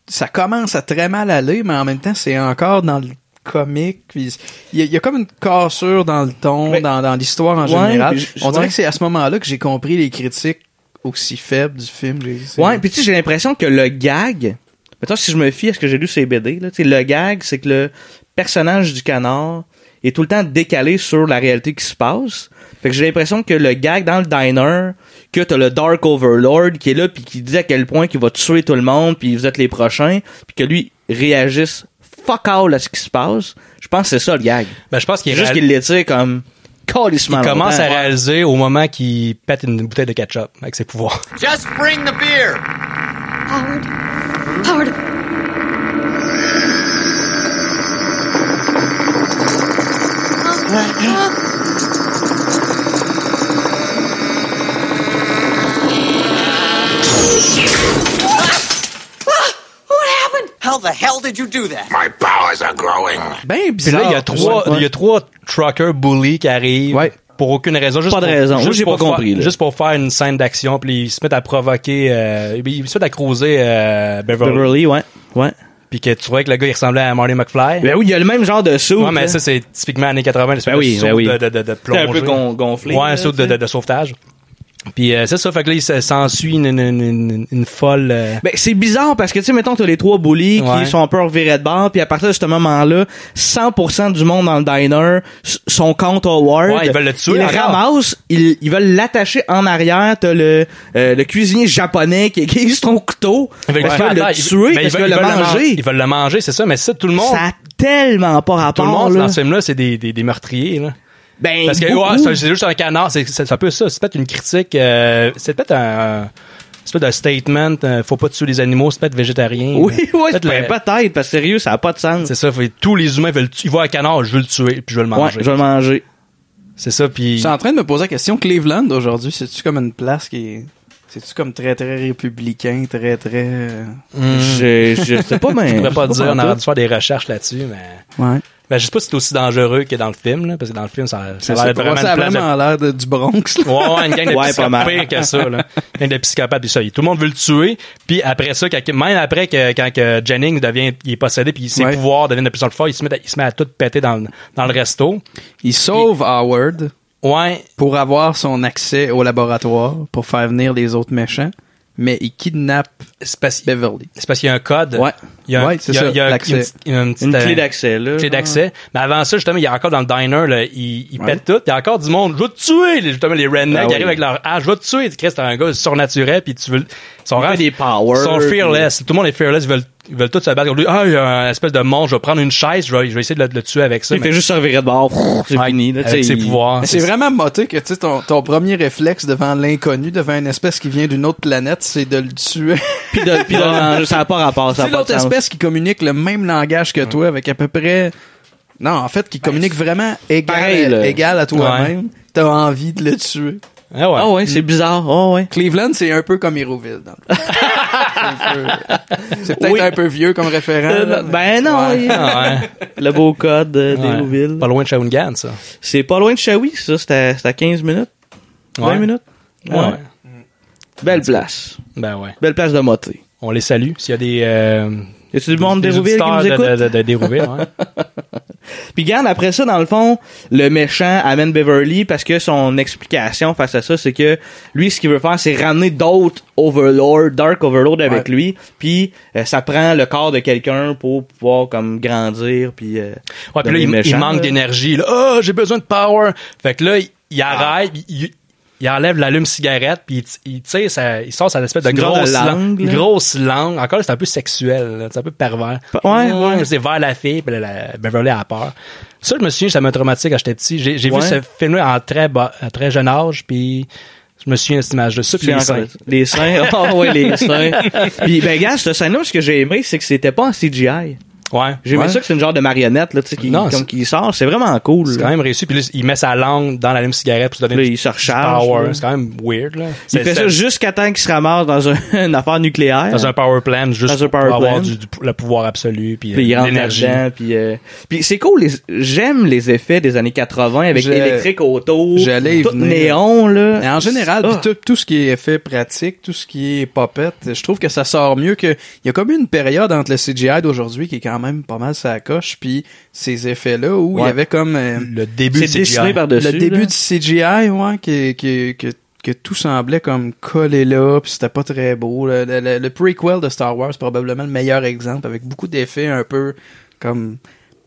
Speaker 3: Ça commence à très mal aller, mais en même temps, c'est encore dans le comique. puis Il y, a- il y a comme une cassure dans le ton, dans, dans l'histoire en
Speaker 1: Ouais,
Speaker 3: général.
Speaker 1: puis je-
Speaker 3: On dirait
Speaker 1: ouais.
Speaker 3: que c'est à ce moment-là que j'ai compris les critiques aussi faibles du film. J'ai- c'est-
Speaker 1: Ouais, puis tu sais, j'ai l'impression que le gag, mettons si je me fie à ce que j'ai lu ces BD, là, tu sais, le gag, c'est que le personnage du canard est tout le temps décalé sur la réalité qui se passe. Fait que j'ai l'impression que le gag dans le diner, que t'as le Dark Overlord qui est là puis qui dit à quel point qu'il va tuer tout le monde puis vous êtes les prochains puis que lui réagisse fuck all à ce qui se passe. Je pense que c'est ça le gag.
Speaker 2: Ben, je pense qu'il
Speaker 1: Juste
Speaker 2: réal-
Speaker 1: qu'il l'étire comme calissement
Speaker 2: il commence
Speaker 1: longtemps.
Speaker 2: à réaliser au moment qu'il pète une bouteille de ketchup avec ses
Speaker 1: (laughs)
Speaker 2: pouvoirs.
Speaker 10: Just bring the beer. Howard. Howard.
Speaker 9: What happened? How the hell did you do that?
Speaker 11: My powers are growing.
Speaker 3: Ben
Speaker 2: Puis là, il y a trois, il y a trois trucker bullies qui arrivent. Pour aucune raison. Juste
Speaker 1: Pas de
Speaker 2: pour-
Speaker 1: raison. Moi,
Speaker 2: Juste
Speaker 1: j'ai pas
Speaker 2: pour faire-
Speaker 1: compris, là.
Speaker 2: Juste pour faire une scène d'action, puis ils se mettent à provoquer, euh, ils se mettent à croiser euh, Beverly.
Speaker 1: Beverly, ouais. Ouais.
Speaker 2: Puis que tu trouvais que le gars, il ressemblait à Marty McFly.
Speaker 1: Ben oui, il y a le même genre de saut.
Speaker 2: Ouais, mais ça, c'est typiquement années 80,
Speaker 1: hein.
Speaker 2: l'espèce
Speaker 1: Ben oui,
Speaker 2: de
Speaker 1: ben
Speaker 2: saut
Speaker 1: oui.
Speaker 2: de, de, de, de
Speaker 1: C'était un peu
Speaker 2: plongée.
Speaker 1: gon- gonflé,
Speaker 2: Ouais,
Speaker 1: là,
Speaker 2: un saut de,
Speaker 1: tu sais.
Speaker 2: de, de sauvetage. Puis euh, c'est ça, fait que là, il se- s'ensuit une, une, une, une folle... euh,
Speaker 1: Ben, c'est bizarre parce que, tu sais, mettons, t'as les trois bullies
Speaker 2: Ouais.
Speaker 1: qui sont un peu revirés de bord, puis à partir de ce moment-là, 100% du monde dans le diner s- sont contre Howard.
Speaker 2: Ouais, ils veulent le tuer
Speaker 1: Ils
Speaker 2: encore.
Speaker 1: ramassent, ils, ils veulent l'attacher en arrière. T'as le, euh, le cuisinier japonais qui aiguise son couteau.
Speaker 2: ils veulent
Speaker 1: parce
Speaker 2: pas
Speaker 1: qu'il veut
Speaker 2: attendre,
Speaker 1: le
Speaker 2: ils-
Speaker 1: tuer,
Speaker 2: ben,
Speaker 1: parce
Speaker 2: ils
Speaker 1: qu'il
Speaker 2: veulent-
Speaker 1: veut le
Speaker 2: ils veulent
Speaker 1: manger.
Speaker 2: Ils veulent le manger, c'est ça, mais ça, tout le monde...
Speaker 1: Ça a tellement pas rapport,
Speaker 2: Tout le monde
Speaker 1: là.
Speaker 2: dans ce film-là, c'est des, des, des meurtriers. Là.
Speaker 1: Ben,
Speaker 2: Parce que
Speaker 1: beaucoup.
Speaker 2: ouais, c'est c'est juste un canard, c'est c'est- c'est un peu ça. C'est peut-être une critique, euh, c'est peut-être un, un- c'est peut-être un statement. euh, faut pas tuer les animaux, c'est peut-être végétarien.
Speaker 1: Oui, ouais,
Speaker 2: (laughs) Peut-être
Speaker 1: ben,
Speaker 2: le-
Speaker 1: peut-être, parce que sérieux, ça a pas de sens.
Speaker 2: C'est ça. fait- tous les humains veulent, tu- ils voient un canard, je veux le tuer, puis je veux le
Speaker 1: Ouais,
Speaker 2: manger.
Speaker 1: je vais le manger.
Speaker 2: C'est ça. Puis
Speaker 3: Je suis en train de me poser la question Cleveland aujourd'hui, c'est-tu comme une place qui est. C'est-tu comme très très républicain, très très. euh,
Speaker 1: Je, je sais pas, mais.
Speaker 2: Hmm. je pourrais pas
Speaker 1: je sais
Speaker 2: dire. On
Speaker 1: en
Speaker 2: a dû
Speaker 1: tout.
Speaker 2: faire des recherches là-dessus, mais.
Speaker 3: Ouais.
Speaker 2: Ben, je sais pas si c'est aussi dangereux que dans le film, là, parce que dans le film, ça, ça a
Speaker 3: c'est
Speaker 2: l'air
Speaker 3: pas-
Speaker 2: vraiment
Speaker 3: ça a
Speaker 2: une place de-
Speaker 3: vraiment l'air de- du Bronx. là.
Speaker 2: Ouais, ouais, une gang de
Speaker 1: Ouais, pas
Speaker 2: psychopathes
Speaker 1: mal.
Speaker 2: pire que ça, là. Une gang de psychopathes, puis ça, tout le monde veut le tuer, puis après ça, quand- même après que, quand que Jennings devient, il est possédé, puis ses
Speaker 3: Ouais.
Speaker 2: pouvoirs deviennent de plus en plus forts, il se met à, il se met à tout péter dans, le- dans le resto.
Speaker 3: Il sauve Howard
Speaker 2: Ouais,
Speaker 3: pour avoir son accès au laboratoire pour faire venir les autres méchants, mais il kidnappe
Speaker 2: c'est parce, c'est
Speaker 3: Beverly.
Speaker 2: parce qu'il y a un code.
Speaker 3: Ben, Ouais.
Speaker 2: Il y a, un-
Speaker 3: Ouais, c'est
Speaker 2: il y a-
Speaker 3: ça,
Speaker 2: il y a un-
Speaker 3: l'accès.
Speaker 2: une petite- il y a une petite,
Speaker 1: Une
Speaker 2: euh,
Speaker 1: clé d'accès, là.
Speaker 2: clé d'accès. Mais avant ça, justement, il y a encore dans le diner, là, il, il pète tout. Il y a encore du monde. Je veux te tuer! Les- Justement, les rednecks
Speaker 1: Ah
Speaker 2: qui
Speaker 1: oui.
Speaker 2: arrivent avec leur ah, je veux te tuer! Chris, t'es un gars surnaturel, puis tu veux. Ils sont
Speaker 1: fait des powers,
Speaker 2: Ils sont fearless. Tout le monde est fearless. Ils veulent, ils veulent tous se battre. Ils ah, il y a un espèce de monstre. Je vais prendre une chaise. Je vais, je vais essayer de le, de le tuer avec ça.
Speaker 1: Il fait juste se revirer de bord. C'est
Speaker 2: Ouais,
Speaker 1: fini, là. tu
Speaker 2: avec
Speaker 1: sais,
Speaker 2: ses
Speaker 1: il-
Speaker 2: pouvoirs.
Speaker 3: Mais C'est vraiment moté que tu sais, ton, ton premier réflexe devant l'inconnu, devant une espèce qui vient d'une autre planète, c'est de le
Speaker 1: (laughs)
Speaker 3: tuer.
Speaker 1: puis de, puis de manger. Ça n'a pas rapport, ça a
Speaker 3: C'est
Speaker 1: pas de
Speaker 3: l'autre
Speaker 1: sens.
Speaker 3: espèce qui communique le même langage que toi, avec à peu près. Non, en fait, qui communique vraiment
Speaker 1: Ben,
Speaker 3: égal,
Speaker 1: pareil, là.
Speaker 3: égal à toi-même. T'as envie de le tuer.
Speaker 2: Ah ouais.
Speaker 1: Ah ouais, c'est bizarre. Ah ouais.
Speaker 3: Cleveland, c'est un peu comme Héroville. dans
Speaker 1: (laughs)
Speaker 3: le fond. c'est un peu- c'est peut-être
Speaker 1: Oui.
Speaker 3: un peu vieux comme référent. là, mais-
Speaker 1: ben non,
Speaker 3: Ouais.
Speaker 1: il-
Speaker 2: Ah
Speaker 1: (laughs)
Speaker 2: ouais.
Speaker 1: le beau code euh,
Speaker 2: Ouais.
Speaker 1: d'Hérouville.
Speaker 2: Pas loin de Shawinigan, ça.
Speaker 1: C'est pas loin de Shawi, ça. C'est à, c'est à 15 minutes. 20
Speaker 2: Ouais. Ah
Speaker 1: minutes.
Speaker 2: Ouais.
Speaker 1: Ouais. Belle place.
Speaker 2: Ben ouais.
Speaker 1: Belle place de moté.
Speaker 2: On les salue. S'il y a des, euh,
Speaker 1: Y a-tu du monde
Speaker 2: des
Speaker 1: d'Hérouville qui
Speaker 2: auditeurs
Speaker 1: nous
Speaker 2: de-
Speaker 1: écoute?
Speaker 2: de- de- d'Hérouville, ouais.
Speaker 1: Puis Puis Gann, après ça, dans le fond, le méchant amène Beverly parce que son explication face à ça, c'est que lui, ce qu'il veut faire, c'est ramener d'autres Overlords, Dark Overlords avec
Speaker 2: Ouais.
Speaker 1: lui. Puis euh, ça prend le corps de quelqu'un pour pouvoir comme grandir. Puis, euh,
Speaker 2: Ouais, puis là,
Speaker 1: devenir
Speaker 2: il, il
Speaker 1: méchant,
Speaker 2: manque
Speaker 1: là.
Speaker 2: d'énergie. là. Ah, j'ai besoin de power. Fait que là, il, il
Speaker 1: Ah.
Speaker 2: arrête, il, il- il enlève l'allume-cigarette, puis il t- il, tire sa- il sort cette espèce de
Speaker 1: C'est une genre
Speaker 2: grosse
Speaker 1: de langue,
Speaker 2: langue.
Speaker 1: là.
Speaker 2: Grosse langue. Encore, là, c'est un peu sexuel. là. C'est un peu pervers.
Speaker 1: ouais,
Speaker 2: Mmh,
Speaker 1: ouais.
Speaker 2: C'est vers la fille, puis là, la ben, Beverly a peur. Ça, je me souviens, ça m'a traumatisé quand j'étais petit. J'ai j'ai
Speaker 1: Ouais.
Speaker 2: vu ce film-là en très, bas- à très jeune âge, puis je me souviens de cette image-là. Ça, puis
Speaker 1: C'est
Speaker 2: les
Speaker 1: encore-
Speaker 2: seins.
Speaker 1: Les
Speaker 2: (laughs)
Speaker 1: seins. Ah ouais, les seins. Puis ben gars, ce scène-là, ce que j'ai aimé, c'est que c'était pas en CGI.
Speaker 2: Ouais.
Speaker 1: J'ai aimé
Speaker 2: Ouais.
Speaker 1: ça que c'est une genre de marionnette là, tu sais, qui,
Speaker 2: Non,
Speaker 1: comme
Speaker 2: c'est-
Speaker 1: qui sort. C'est vraiment cool.
Speaker 2: C'est
Speaker 1: là.
Speaker 2: quand même réussi. Puis là, il met sa langue dans l'allume-cigarette pour se donner
Speaker 1: Là,
Speaker 2: du-
Speaker 1: il se
Speaker 2: du
Speaker 1: recharge,
Speaker 2: power.
Speaker 1: là.
Speaker 2: C'est quand même weird. Là.
Speaker 1: Il
Speaker 2: C'est-
Speaker 1: fait ça
Speaker 2: c'est-
Speaker 1: jusqu'à temps qu'il se ramasse dans un- (laughs) une affaire nucléaire.
Speaker 2: Dans un power plant, juste
Speaker 1: Hein? Dans un
Speaker 2: pour
Speaker 1: power
Speaker 2: avoir
Speaker 1: plant.
Speaker 2: du, du- le pouvoir absolu, puis,
Speaker 1: Puis il
Speaker 2: euh,
Speaker 1: rentre
Speaker 2: l'énergie.
Speaker 1: là-dedans, puis, euh, puis c'est cool, les- j'aime les effets des années 80 avec
Speaker 3: Je-
Speaker 1: électrique autour,
Speaker 3: J'allais y
Speaker 1: tout
Speaker 3: venir.
Speaker 1: néon, là.
Speaker 3: Mais en général,
Speaker 1: Ah.
Speaker 3: pis tout, tout ce qui est fait pratique, tout ce qui est popette, je trouve que ça sort mieux que. Il y a comme une période entre le CGI d'aujourd'hui qui est quand même pas mal sa coche, puis ces effets-là où il
Speaker 2: Ouais.
Speaker 3: y avait comme. euh,
Speaker 2: Le début
Speaker 1: C'est
Speaker 2: du CGI.
Speaker 1: dessiné par-dessus,
Speaker 3: Le début
Speaker 1: là.
Speaker 3: du CGI, ouais, qui, qui, que, que tout semblait comme collé là, puis c'était pas très beau. Le, le- le- le prequel de Star Wars, probablement le meilleur exemple, avec beaucoup d'effets un peu comme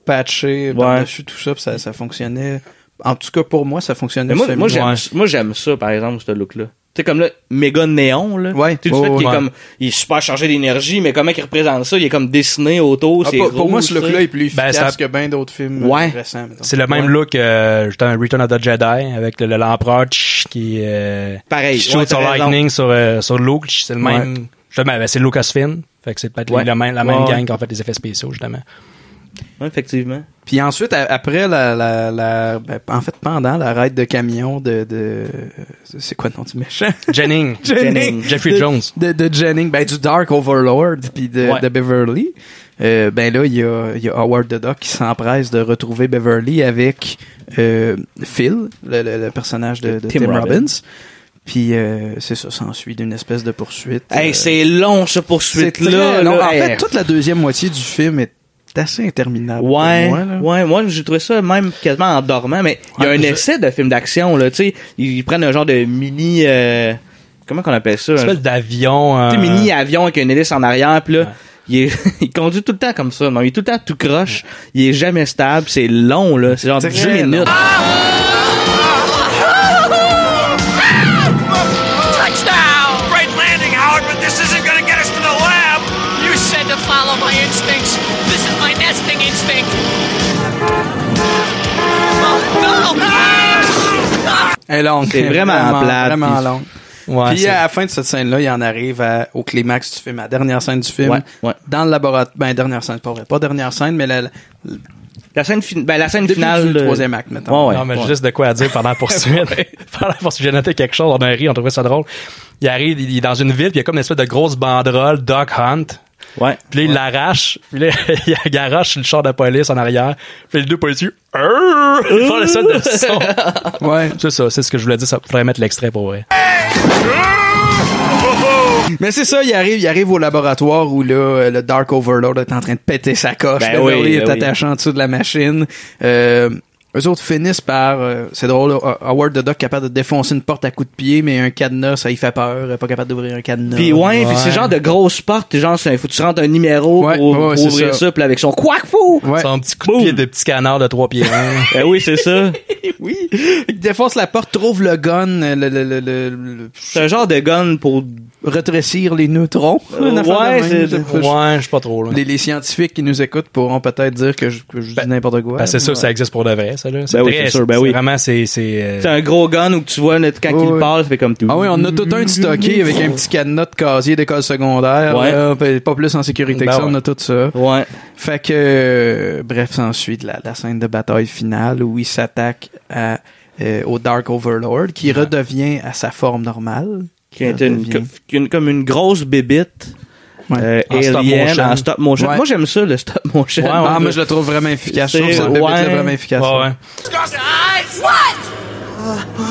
Speaker 3: patchés par-dessus tout ça, puis ça, ça fonctionnait. En tout cas, pour moi, ça fonctionnait.
Speaker 1: Mais moi, moi, j'aime,
Speaker 3: semi-bien.
Speaker 1: moi, j'aime ça, par exemple, ce look-là. Tu sais, comme là, méga néon, là.
Speaker 3: Ouais.
Speaker 1: Tu sais, du
Speaker 3: Ouais,
Speaker 1: fait qu'il est
Speaker 3: ouais.
Speaker 1: comme, il est super chargé d'énergie, mais comment il représente ça? Il est comme dessiné autour,
Speaker 3: Ah,
Speaker 1: c'est
Speaker 3: pour, pour
Speaker 1: rouge,
Speaker 3: moi, ce
Speaker 1: tu
Speaker 3: look-là
Speaker 1: sais.
Speaker 3: est plus
Speaker 2: Ben,
Speaker 3: efficace
Speaker 2: ça-
Speaker 3: que bien d'autres films
Speaker 1: Ouais.
Speaker 3: récents. mettons.
Speaker 2: C'est le même
Speaker 3: Ouais.
Speaker 2: look, euh, justement, Return of the Jedi, avec le- le- l'empereur tch, qui, euh,
Speaker 1: Pareil,
Speaker 2: qui shoot
Speaker 1: ouais, t'as
Speaker 2: son
Speaker 1: raison.
Speaker 2: lightning sur, euh, sur Luke. tch, C'est le même. Justement, ben, c'est Lucasfilm. Fait que c'est peut-être
Speaker 1: Ouais.
Speaker 2: la même, la même
Speaker 1: Ouais.
Speaker 2: gang qui a fait les effets spéciaux, justement.
Speaker 1: Ouais, effectivement.
Speaker 3: Puis ensuite, a- après, la, la, la- ben, en fait, pendant la raid de camion de... de c'est quoi le nom du méchant? (laughs)
Speaker 1: (laughs)
Speaker 2: Jennings.
Speaker 3: Jennings.
Speaker 2: Jeffrey
Speaker 3: de-
Speaker 2: Jones.
Speaker 3: De, de Jennings, ben, du Dark Overlord, puis de,
Speaker 2: Ouais.
Speaker 3: de Beverly. Euh, ben là, il y a, il y a Howard the Duck qui s'empresse de retrouver Beverly avec euh, Phil, le, le- le personnage de, de Tim,
Speaker 1: Tim
Speaker 3: Robbins.
Speaker 1: Robbins.
Speaker 3: Puis euh, c'est ça, s'ensuit d'une espèce de poursuite.
Speaker 1: Hey,
Speaker 3: euh,
Speaker 1: c'est long, ce
Speaker 3: c'est
Speaker 1: poursuite-là.
Speaker 3: très long.
Speaker 1: là.
Speaker 3: En
Speaker 1: Hey,
Speaker 3: fait, toute la deuxième moitié du film est assez interminable.
Speaker 1: Ouais,
Speaker 3: pour moi, là.
Speaker 1: ouais, moi j'ai trouvé ça même quasiment en dormant, mais il y a
Speaker 3: Ouais,
Speaker 1: un
Speaker 3: je-
Speaker 1: essai de film d'action là, tu sais, ils, ils prennent un genre de mini, euh, comment qu'on appelle ça,
Speaker 2: Une
Speaker 1: un-
Speaker 2: espèce d'avion. euh,
Speaker 1: Tu sais, mini avion avec une hélice en arrière, puis là, il, est- (laughs) il conduit tout le temps comme ça. Non, il est tout le temps tout croche. Il est jamais stable. C'est long, là. C'est genre
Speaker 3: Très
Speaker 1: 10
Speaker 3: long.
Speaker 1: minutes.
Speaker 10: Touchdown! Great landing, Howard, but this isn't gonna get us to the lab! You said to follow my instincts. This is my nesting instinct. Oh, no!
Speaker 3: Elle est longue.
Speaker 1: C'est vraiment plate,
Speaker 3: Vraiment
Speaker 1: puis-
Speaker 3: longue.
Speaker 2: Ouais,
Speaker 3: Puis
Speaker 2: c'est-
Speaker 3: à la fin de cette scène-là, il en arrive à- au climax du film, à la dernière scène du film,
Speaker 1: Ouais, ouais.
Speaker 3: dans le laboratoire. Ben, dernière scène, pas vrai. Pas dernière scène, mais la, la-
Speaker 1: La scène, fin- ben, la scène
Speaker 3: début
Speaker 1: finale.
Speaker 3: du
Speaker 1: euh,
Speaker 3: troisième acte,
Speaker 1: Ouais,
Speaker 3: mettons.
Speaker 1: ouais.
Speaker 2: non, mais j'ai juste de quoi à dire pendant
Speaker 1: (laughs)
Speaker 2: la poursuite. (laughs) pendant la poursuite, j'ai noté quelque chose, on a ri, on trouvait ça drôle. Il arrive, il est dans une ville, puis il y a comme une espèce de grosse banderole, Duck Hunt.
Speaker 1: Ouais.
Speaker 2: Puis là, il l'arrache, puis là, (laughs) il la garoche sur le char de police en arrière. Puis les deux policiers, Arr! ils font le seul
Speaker 1: (laughs)
Speaker 2: de son.
Speaker 3: Ouais.
Speaker 2: C'est ça, c'est ce que je voulais dire, ça faudrait mettre l'extrait pour vrai.
Speaker 3: Mais c'est ça, il arrive, il arrive au laboratoire où là, euh, le Dark Overlord est en train de péter sa coche.
Speaker 1: Ben
Speaker 3: Beverly
Speaker 1: oui,
Speaker 3: est
Speaker 1: ben
Speaker 3: attaché en dessous de la machine. Euh, eux autres finissent par, euh, c'est drôle, là, Howard the Duck capable de défoncer une porte à coups de pied, mais un cadenas, ça y fait peur, pas capable d'ouvrir un cadenas.
Speaker 1: Puis ouais, puis c'est genre de grosses portes, genre c'est- faut que tu rentres un numéro
Speaker 3: Ouais,
Speaker 1: pour,
Speaker 3: ouais, ouais,
Speaker 1: pour
Speaker 3: c'est
Speaker 1: ouvrir
Speaker 3: ça.
Speaker 1: ça, puis là, avec son quack fou.
Speaker 3: Ouais.
Speaker 2: Son petit coup de pied de petit canard de trois pieds. un.
Speaker 1: (laughs) Ben oui, c'est ça.
Speaker 3: Oui. Il défonce la porte, trouve le gun, le, le, le, le- le-
Speaker 1: C'est un genre de gun pour
Speaker 3: retrécir les neutrons. Une affaire de
Speaker 1: ouais,
Speaker 3: même,
Speaker 1: c'est-
Speaker 3: je sais pas, je-
Speaker 2: (laughs) ouais, je suis pas trop là.
Speaker 3: Les, les scientifiques qui nous écoutent pourront peut-être dire que je, que je dis n'importe quoi.
Speaker 2: Ben, c'est sûr,
Speaker 3: Ouais.
Speaker 2: ça existe pour de vrai, ça là.
Speaker 1: Ben oui, c'est sûr, ben oui.
Speaker 2: Vraiment, c'est c'est euh,
Speaker 1: c'est un gros gun où tu vois notre- quand
Speaker 3: Ouais,
Speaker 1: il
Speaker 3: ouais.
Speaker 1: parle, ça fait comme tout.
Speaker 3: Ah oui, on a tout un de
Speaker 1: Mm-hmm.
Speaker 3: stocké avec un petit cadenas de casier d'école secondaire.
Speaker 1: Ouais.
Speaker 3: là, p- pas plus en sécurité
Speaker 2: Ben
Speaker 3: que ça, on
Speaker 2: ouais.
Speaker 3: a tout ça.
Speaker 1: Ouais.
Speaker 3: Fait que, euh, bref, s'ensuit la, la scène de bataille finale où il s'attaque à, euh, au Dark Overlord qui redevient à sa forme normale.
Speaker 1: Qui est une,
Speaker 3: Redevient-
Speaker 1: une- comme une grosse bébite.
Speaker 3: Ouais.
Speaker 1: euh,
Speaker 2: En stop
Speaker 1: alien,
Speaker 2: motion.
Speaker 1: en stop motion.
Speaker 3: Ouais.
Speaker 1: Moi, j'aime ça, le stop motion.
Speaker 3: ah, moi, je le trouve vraiment efficace. Je trouve
Speaker 1: C'est-
Speaker 3: ça, le bébé,
Speaker 1: ouais.
Speaker 3: là, vraiment efficace.
Speaker 2: ouais, ouais.
Speaker 10: What?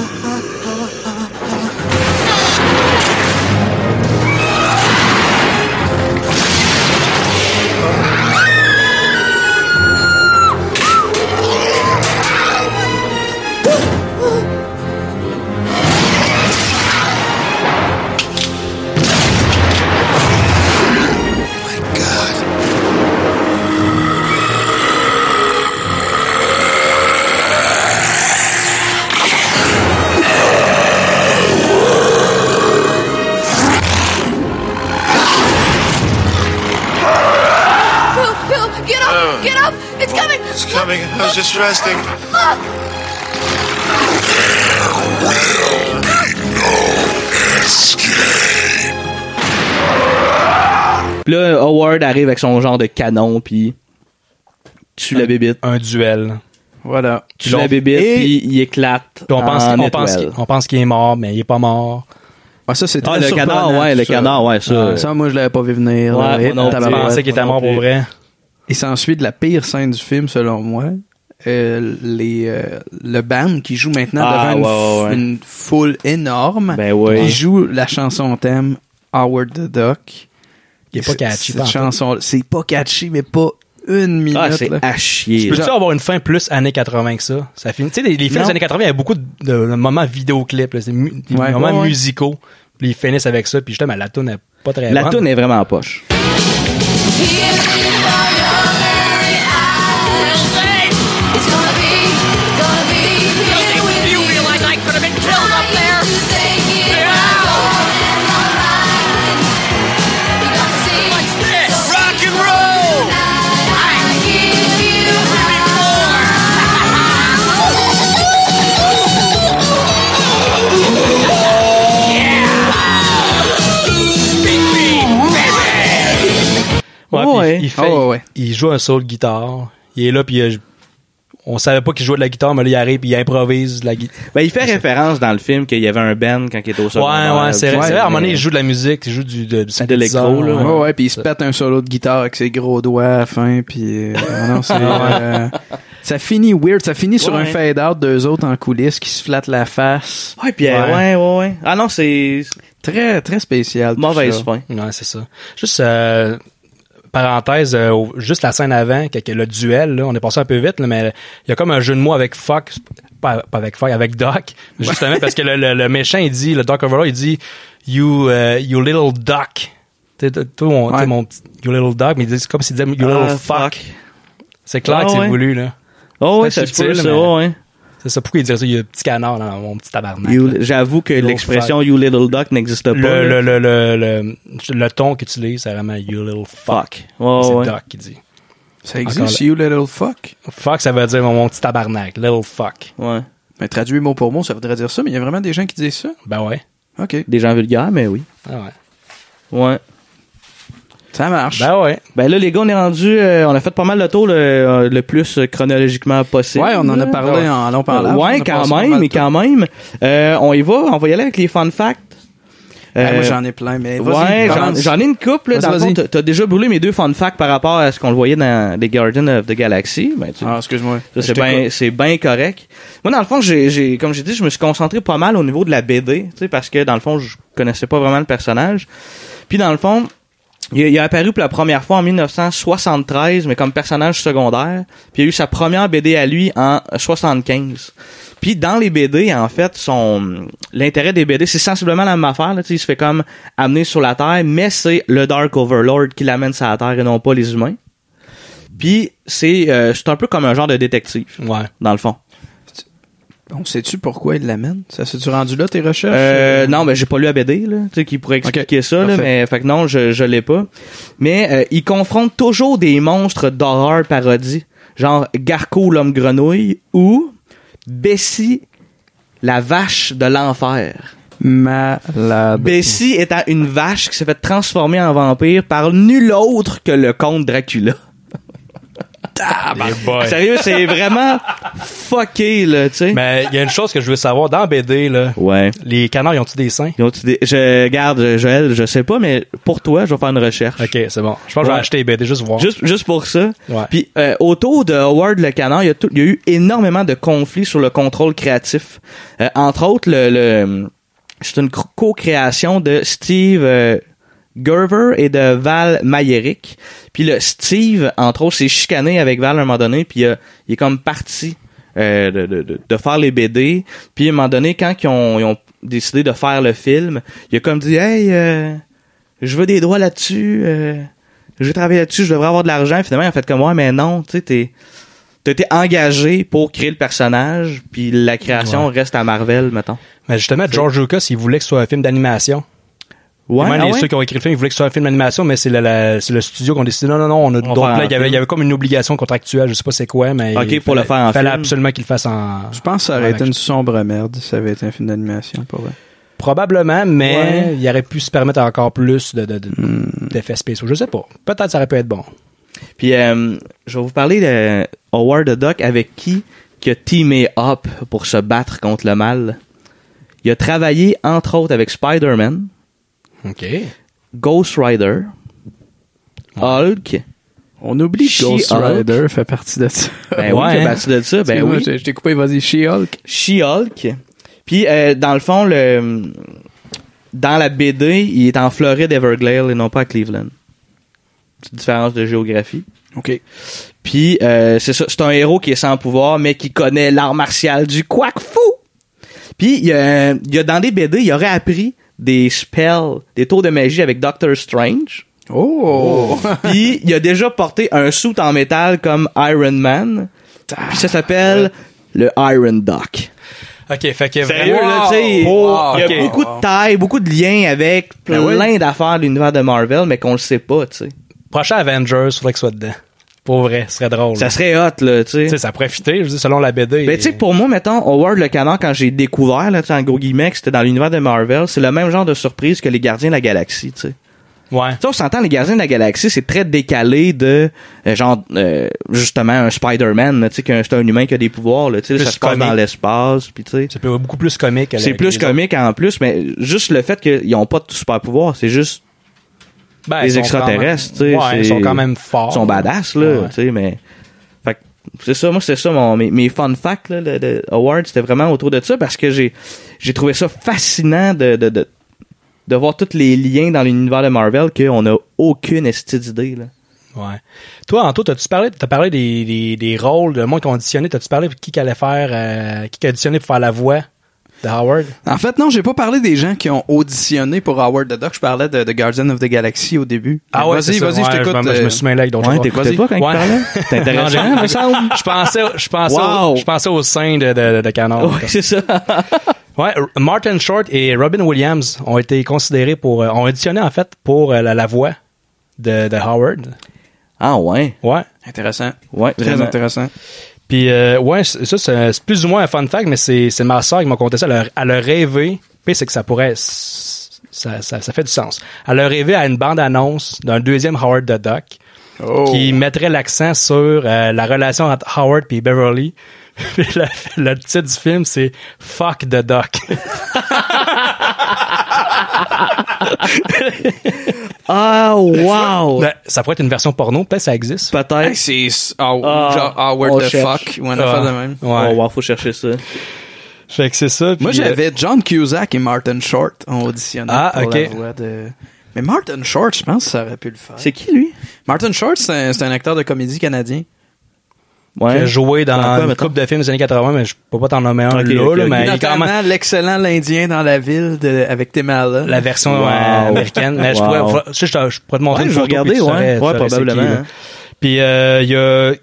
Speaker 11: Whoa!
Speaker 15: interesting.
Speaker 10: Oh.
Speaker 1: Puis là, Howard arrive avec son genre de canon, puis tue la bébite.
Speaker 2: Un duel.
Speaker 3: Voilà. Ah,
Speaker 1: Tue la bébite,
Speaker 3: Et-
Speaker 1: puis il éclate.
Speaker 2: Puis on pense,
Speaker 1: en
Speaker 2: qu'il- on pense
Speaker 1: étoile.
Speaker 2: qu'il- on pense qu'il est mort, mais il est pas mort.
Speaker 3: Ah, ça, c'est
Speaker 1: Ah,
Speaker 3: très
Speaker 1: le
Speaker 3: surprenant,
Speaker 1: canard, ouais,
Speaker 3: tout
Speaker 1: le
Speaker 3: ça.
Speaker 1: canard, ouais, ça.
Speaker 3: Ah, ça, moi, je l'avais pas vu venir. là.
Speaker 1: Ouais,
Speaker 3: Et
Speaker 1: moi non
Speaker 3: tabarouette.
Speaker 1: plus.
Speaker 2: Je pensais qu'il était mort pour vrai.
Speaker 3: Il s'ensuit de la pire scène du film, selon moi. Euh, les, euh, le band qui joue maintenant
Speaker 1: Ah,
Speaker 3: devant une,
Speaker 1: ouais, ouais, ouais.
Speaker 3: une foule énorme.
Speaker 1: Ben ouais.
Speaker 3: Qui joue la chanson thème Howard the Duck.
Speaker 2: Il est pas catchy,
Speaker 3: Cette
Speaker 2: par
Speaker 3: chanson, c'est pas catchy, mais pas une minute.
Speaker 1: Ah, c'est
Speaker 3: là.
Speaker 1: à
Speaker 2: Tu
Speaker 1: chier.
Speaker 2: peux-tu
Speaker 1: là.
Speaker 2: avoir une fin plus années 80 que ça? ça finit. Tu sais, les, les films
Speaker 3: Non.
Speaker 2: des années 80, il y avait beaucoup de, de- de moments vidéoclips, là, c'est mu- des
Speaker 3: Ouais,
Speaker 2: moments
Speaker 3: ouais, ouais.
Speaker 2: musicaux. Puis ils finissent avec ça, puis justement, la toune n'est pas très
Speaker 1: La
Speaker 2: bonne.
Speaker 1: toune est vraiment en poche.
Speaker 10: It's gonna be, gonna be here with you. realize I could have been killed up there? Rock and roll! I give you
Speaker 2: Ouais, puis
Speaker 3: Ouais.
Speaker 2: Il, il fait-
Speaker 1: Oh,
Speaker 3: Ah, ouais, ouais.
Speaker 2: il joue un solo de guitare. Il est là, puis il a- on savait pas qu'il jouait de la guitare, mais là, il arrive, puis il improvise de la guitare.
Speaker 1: Ben, il fait référence dans le film qu'il y avait un band quand il était au
Speaker 2: Ouais,
Speaker 1: secondaire.
Speaker 2: ouais, c'est
Speaker 1: Puis
Speaker 2: vrai. C'est vrai, à un moment donné,
Speaker 1: mais-
Speaker 2: il joue de la musique, il joue du, de, du synthétiseur.
Speaker 1: l'électro, là,
Speaker 2: ouais.
Speaker 3: Ouais, ouais, puis il se pète un solo de guitare avec ses gros doigts à la fin,
Speaker 1: (laughs)
Speaker 3: puis euh, ah non, c'est, euh, ça finit weird, ça finit sur
Speaker 1: Ouais.
Speaker 3: un fade out deux autres en coulisses qui se flattent la face.
Speaker 1: Ouais, puis euh, ouais. ouais, ouais, Ah non, c'est
Speaker 3: Très très spécial. tout
Speaker 1: mauvaise
Speaker 3: ça.
Speaker 1: fin.
Speaker 2: Ouais, c'est ça. Juste, euh, parenthèse, euh, au- juste la scène avant, que, que le duel, là, on est passé un peu vite, là, mais il y a comme un jeu de mots avec Fuck, pas, pas avec Fuck, avec Doc, (laughs) justement, parce que le, le- le méchant, il dit, le Doc Overall, il dit, You, euh, you little Doc. Tu sais, t- toi, on- tu sais,
Speaker 3: Ouais.
Speaker 2: mon petit You little Doc, mais il dit- c'est comme s'il disait You little
Speaker 1: Ah,
Speaker 2: fuck. C'est clair
Speaker 1: Ah,
Speaker 2: que c'est
Speaker 1: ouais.
Speaker 2: voulu, là.
Speaker 1: Oh, ouais,
Speaker 2: C'est
Speaker 1: ça se peut,
Speaker 2: subtil,
Speaker 1: ça,
Speaker 2: mais-
Speaker 1: ouais.
Speaker 2: C'est ça, pourquoi il dit ça? Il y a un petit canard dans mon petit tabarnak.
Speaker 1: You-
Speaker 2: là.
Speaker 1: J'avoue que
Speaker 2: Little
Speaker 1: l'expression You Little Duck n'existe pas.
Speaker 2: Le,
Speaker 1: là.
Speaker 2: le, le, le, le, le ton qu'il utilise, c'est vraiment You little fuck.
Speaker 1: Fuck. Ouais,
Speaker 2: c'est
Speaker 1: ouais.
Speaker 2: Doc qui dit.
Speaker 3: Ça
Speaker 2: Encore
Speaker 3: existe,
Speaker 2: là.
Speaker 3: you little fuck.
Speaker 2: Fuck, ça veut dire mon, mon petit tabarnak. Little fuck.
Speaker 1: Ouais.
Speaker 3: Mais traduit mot pour mot, ça voudrait dire ça, mais il y a vraiment des gens qui disent ça.
Speaker 2: Ben ouais.
Speaker 3: Ok,
Speaker 1: Des gens vulgaires, mais oui.
Speaker 2: Ah ouais.
Speaker 1: Ouais.
Speaker 3: ça marche.
Speaker 2: Ben ouais.
Speaker 1: Ben là, les gars, on est rendu. euh, on a fait pas mal le tour le, euh, le plus chronologiquement possible.
Speaker 3: ouais, on en a
Speaker 1: là.
Speaker 3: parlé en long par large.
Speaker 1: Ouais,
Speaker 3: On a
Speaker 1: quand
Speaker 3: passé pas mal
Speaker 1: même, mais
Speaker 3: de temps.
Speaker 1: quand même. Euh, on y va, on va y aller avec les fun facts.
Speaker 3: Ah, moi
Speaker 1: Euh,
Speaker 3: j'en ai plein, mais
Speaker 1: Ouais,
Speaker 3: vas-y,
Speaker 1: j'en-
Speaker 3: commence.
Speaker 1: j'en ai une couple. Là,
Speaker 3: Vas-y,
Speaker 1: dans le fond,
Speaker 3: vas-y.
Speaker 1: t'as- t'as déjà brûlé mes deux fun facts par rapport à ce qu'on le voyait dans les Guardians of the Galaxy. Ben, tu-
Speaker 3: Ah, excuse-moi.
Speaker 1: ça,
Speaker 3: Je
Speaker 1: c'est
Speaker 3: t'écoute.
Speaker 1: bien c'est bien correct. Moi, dans le fond, j'ai, j'ai- comme j'ai dit, je me suis concentré pas mal au niveau de la BD, tu sais, parce que dans le fond, je connaissais pas vraiment le personnage. Puis dans le fond, il, a- il a apparu pour la première fois en 1973, mais comme personnage secondaire. Puis il a eu sa première BD à lui en 75. Puis dans les BD, en fait, son l'intérêt des BD, c'est sensiblement la même affaire. Là, tu sais, il se fait comme amener sur la Terre, mais c'est le Dark Overlord qui l'amène sur la Terre et non pas les humains. Puis c'est euh, c'est un peu comme un genre de détective
Speaker 2: Ouais.
Speaker 1: dans le fond.
Speaker 3: On sait-tu pourquoi il l'amène? Ça s'est-tu rendu là, tes recherches?
Speaker 1: Euh, non, mais j'ai pas lu la BD, là, tu sais, qui pourrait expliquer ça, là,
Speaker 3: parfait.
Speaker 1: mais fait que non, je, je l'ai pas. Mais euh, il confronte toujours des monstres d'horreur parodie, genre Garco l'homme grenouille ou Bessie la vache de l'enfer.
Speaker 3: Malade.
Speaker 1: Bessie étant une vache qui s'est fait transformer en vampire par nul autre que le comte Dracula. Ah, ben.
Speaker 2: Les boys.
Speaker 1: Sérieux, c'est vraiment fucké, là, tu sais.
Speaker 2: Mais il y a une chose que je veux savoir dans BD, là.
Speaker 1: Ouais.
Speaker 2: Les canards, ils ont-tu des seins?
Speaker 1: Ils ont des- Je garde, Joël, je sais pas, mais pour toi, je vais faire une recherche.
Speaker 2: Ok, c'est bon. Je pense que je vais
Speaker 1: Ouais.
Speaker 2: acheter les BD juste voir.
Speaker 1: Juste, juste pour ça.
Speaker 2: Ouais.
Speaker 1: Puis euh, autour de Howard le Canard, il y, a tout- il y a eu énormément de conflits sur le contrôle créatif. Euh, entre autres, le, le- c'est une cr- co-création de Steve euh, Gerver et de Val Mayerick. Puis le Steve, entre autres, s'est chicané avec Val à un moment donné, puis euh, il est comme parti euh, de, de- de- de faire les BD. Puis à un moment donné, quand ils ont, ils ont décidé de faire le film, il a comme dit « Hey, euh, je veux des droits là-dessus. euh, je vais travailler là-dessus, je devrais avoir de l'argent. Finalement, il a fait comme moi, mais non, tu sais, t'es. T'as été engagé pour créer le personnage, puis la création reste à Marvel, mettons.
Speaker 2: Mais justement, George Lucas, il voulait que ce soit un film d'animation.
Speaker 1: Ouais,
Speaker 2: Même
Speaker 1: ah
Speaker 2: les-
Speaker 1: ouais?
Speaker 2: ceux qui ont écrit le film, ils voulaient que ce soit un film d'animation, mais c'est la- la- c'est le studio qui a décidé non, non, non, on a
Speaker 1: va
Speaker 2: d'autres
Speaker 1: faire
Speaker 2: plans.
Speaker 1: un
Speaker 2: Il y, avait,
Speaker 1: film.
Speaker 2: il y avait comme une obligation contractuelle, je sais pas c'est quoi, mais.
Speaker 1: Ok,
Speaker 2: il
Speaker 1: pour le
Speaker 2: fallait-
Speaker 1: faire en
Speaker 2: fallait
Speaker 1: film.
Speaker 2: absolument qu'il le fasse en.
Speaker 3: Je pense que ça
Speaker 2: en
Speaker 3: aurait été
Speaker 2: action.
Speaker 3: une sombre merde si ça avait été un film d'animation, pour vrai.
Speaker 2: Probablement, mais
Speaker 3: Ouais.
Speaker 2: il aurait pu se permettre encore plus de, de, de-
Speaker 1: Hmm.
Speaker 2: d'effets spéciaux. Je sais pas. Peut-être ça aurait pu être bon.
Speaker 1: Puis euh, je vais vous parler de Howard the Duck avec qui qui a teamé up pour se battre contre le mal. Il a travaillé entre autres avec Spider-Man,
Speaker 2: OK.
Speaker 1: Ghost Rider, Hulk.
Speaker 3: On oublie Ghost Rider fait partie de ça.
Speaker 1: Ben ouais, fait partie de ça, ben
Speaker 3: (laughs) Excuse-moi,
Speaker 1: oui.
Speaker 3: je- Je t'ai coupé, vas-y, She-Hulk.
Speaker 1: She-Hulk. Puis euh, dans le fond le dans la BD, il est en Floride Everglades et non pas à Cleveland. Petite différence de géographie.
Speaker 3: OK.
Speaker 1: Puis euh, c'est ça, c'est un héros qui est sans pouvoir, mais qui connaît l'art martial du quack fou. Puis il y a, il y a- dans des BD, il aurait appris des spells, des tours de magie avec Doctor Strange.
Speaker 3: Oh!
Speaker 1: Puis il a déjà porté un suit en métal comme Iron Man. Puis ça s'appelle le Iron Doc.
Speaker 2: OK, fait que
Speaker 1: Sérieux, là, tu sais,
Speaker 2: Oh,
Speaker 1: il y a
Speaker 2: ok.
Speaker 1: beaucoup de taille, beaucoup de liens avec
Speaker 2: Ben oui.
Speaker 1: plein d'affaires de l'univers de Marvel, mais qu'on le sait pas, tu sais.
Speaker 2: Prochain Avengers, faudrait que ce soit dedans. Pour vrai, ce serait drôle.
Speaker 1: Ça serait hot, là, tu sais.
Speaker 2: Tu sais, ça pourrait fitter, je veux dire, selon la BD.
Speaker 1: Ben, tu sais, pour moi, mettons, Howard le Canon, quand j'ai découvert, là, tu sais, en gros guillemets, que c'était dans l'univers de Marvel, c'est le même genre de surprise que les Gardiens de la Galaxie, tu sais.
Speaker 2: Ouais.
Speaker 1: Tu sais, on s'entend, les Gardiens de la Galaxie, c'est très décalé de, euh, genre, euh, justement, un Spider-Man, là, tu sais, qu'un- c'est un humain qui a des pouvoirs, là, tu sais,
Speaker 2: Plus
Speaker 1: ça se passe
Speaker 2: comique.
Speaker 1: dans l'espace, puis tu sais.
Speaker 2: C'est beaucoup plus comique.
Speaker 1: C'est
Speaker 2: avec
Speaker 1: plus
Speaker 2: les autres.
Speaker 1: comique en plus, mais juste le fait qu'ils ont pas de super pouvoir, c'est juste
Speaker 2: Ben, ils
Speaker 1: les
Speaker 2: sont
Speaker 1: extraterrestres,
Speaker 2: quand
Speaker 1: tu
Speaker 2: même-
Speaker 1: sais.
Speaker 2: Ouais, ils
Speaker 1: c'est-
Speaker 2: sont quand même forts.
Speaker 1: Ils sont badass, là,
Speaker 2: Ouais.
Speaker 1: tu sais, mais. Fait que c'est ça, moi, c'est ça, mon, mes, mes fun facts, là, de, de Award, c'était vraiment autour de ça parce que j'ai, j'ai trouvé ça fascinant de, de, de, de voir tous les liens dans l'univers de Marvel qu'on n'a aucune estime d'idée, là.
Speaker 2: Ouais. Toi, Anto, t'as-tu parlé, t'as parlé des, des, des rôles de moins conditionnés? T'as-tu parlé de qui qui allait faire, euh, qui qui a auditionné pour faire la voix de Howard?
Speaker 3: En fait, non, j'ai pas parlé des gens qui ont auditionné pour Howard the Duck. Je parlais de, de Guardian of the Galaxy au début.
Speaker 1: Ah
Speaker 3: Mais
Speaker 2: c'est
Speaker 3: vas-y,
Speaker 2: ça. Ah
Speaker 3: vas-y,
Speaker 2: Ouais,
Speaker 3: je t'écoute. euh,
Speaker 2: Je, me- je me suis mêlé avec d'autres
Speaker 1: Ouais,
Speaker 2: choses.
Speaker 1: t'écoutais
Speaker 2: Vas-y.
Speaker 1: pas quand il parlait? (laughs) T'es intéressant,
Speaker 2: Non, j'ai-
Speaker 1: me semble.
Speaker 2: Je pensais, je pensais,
Speaker 1: Wow.
Speaker 2: au, je pensais au sein de, de, de Canard.
Speaker 1: Ouais, c'est ça.
Speaker 2: Ouais, R- Martin Short et Robin Williams ont été considérés pour, euh, ont auditionné en fait pour euh, la, la voix de, de Howard.
Speaker 1: Ah, ouais.
Speaker 2: Ouais.
Speaker 3: Intéressant.
Speaker 1: Ouais,
Speaker 3: Très
Speaker 1: vraiment.
Speaker 3: intéressant.
Speaker 2: Puis, euh, ouais, c- ça, c'est c'est plus ou moins un fun fact, mais c'est c'est ma soeur qui m'a conté ça. Elle a, elle a rêvé. Puis, c'est que ça pourrait. s- Ça, ça, ça fait du sens. Elle a rêvé à une bande-annonce d'un deuxième Howard the Duck
Speaker 3: Oh.
Speaker 2: qui mettrait l'accent sur euh, la relation entre Howard et Beverly. (laughs) Puis le, le titre du film, c'est Fuck the Duck. (laughs)
Speaker 1: Ah, wow!
Speaker 2: Ben, ça pourrait être une version porno, peut-être ça existe.
Speaker 1: Peut-être.
Speaker 3: Hey, c'est oh,
Speaker 1: Ah,
Speaker 3: genre
Speaker 1: on
Speaker 3: Howard the
Speaker 1: cherche.
Speaker 3: fuck ou un affaire de même.
Speaker 1: Oh,
Speaker 2: Ouais.
Speaker 1: wow, faut chercher ça.
Speaker 2: Fait que c'est ça.
Speaker 3: Moi,
Speaker 2: puis, euh,
Speaker 3: j'avais John Cusack et Martin Short ont auditionné
Speaker 2: Ah,
Speaker 3: pour
Speaker 2: ok.
Speaker 3: la voix de... Mais Martin Short, je pense que ça aurait pu le faire.
Speaker 1: C'est qui, lui?
Speaker 3: Martin Short, c'est un, c'est un acteur de comédie canadien.
Speaker 2: qui
Speaker 1: Ouais.
Speaker 2: a joué dans,
Speaker 1: Dans quoi,
Speaker 2: une
Speaker 1: mettons?
Speaker 2: couple de films des années 80, mais je peux pas t'en nommer un
Speaker 1: Ok,
Speaker 2: là,
Speaker 1: ok,
Speaker 2: là,
Speaker 1: ok.
Speaker 2: mais Ah, il est quand même...
Speaker 3: Notamment l'excellent L'Indien dans la ville de, avec Tim Allen.
Speaker 2: la version
Speaker 1: Wow.
Speaker 2: euh, américaine. Mais je,
Speaker 1: Wow.
Speaker 2: pourrais, faudra- ça, je, te- je pourrais te montrer
Speaker 1: Ouais,
Speaker 2: une
Speaker 1: je vais
Speaker 2: photo,
Speaker 1: regarder,
Speaker 2: puis tu
Speaker 1: ouais.
Speaker 2: saurais- tu
Speaker 1: Ouais,
Speaker 2: saurais c'est qui,
Speaker 1: probablement,
Speaker 2: là.
Speaker 1: hein.
Speaker 2: Puis euh, il y a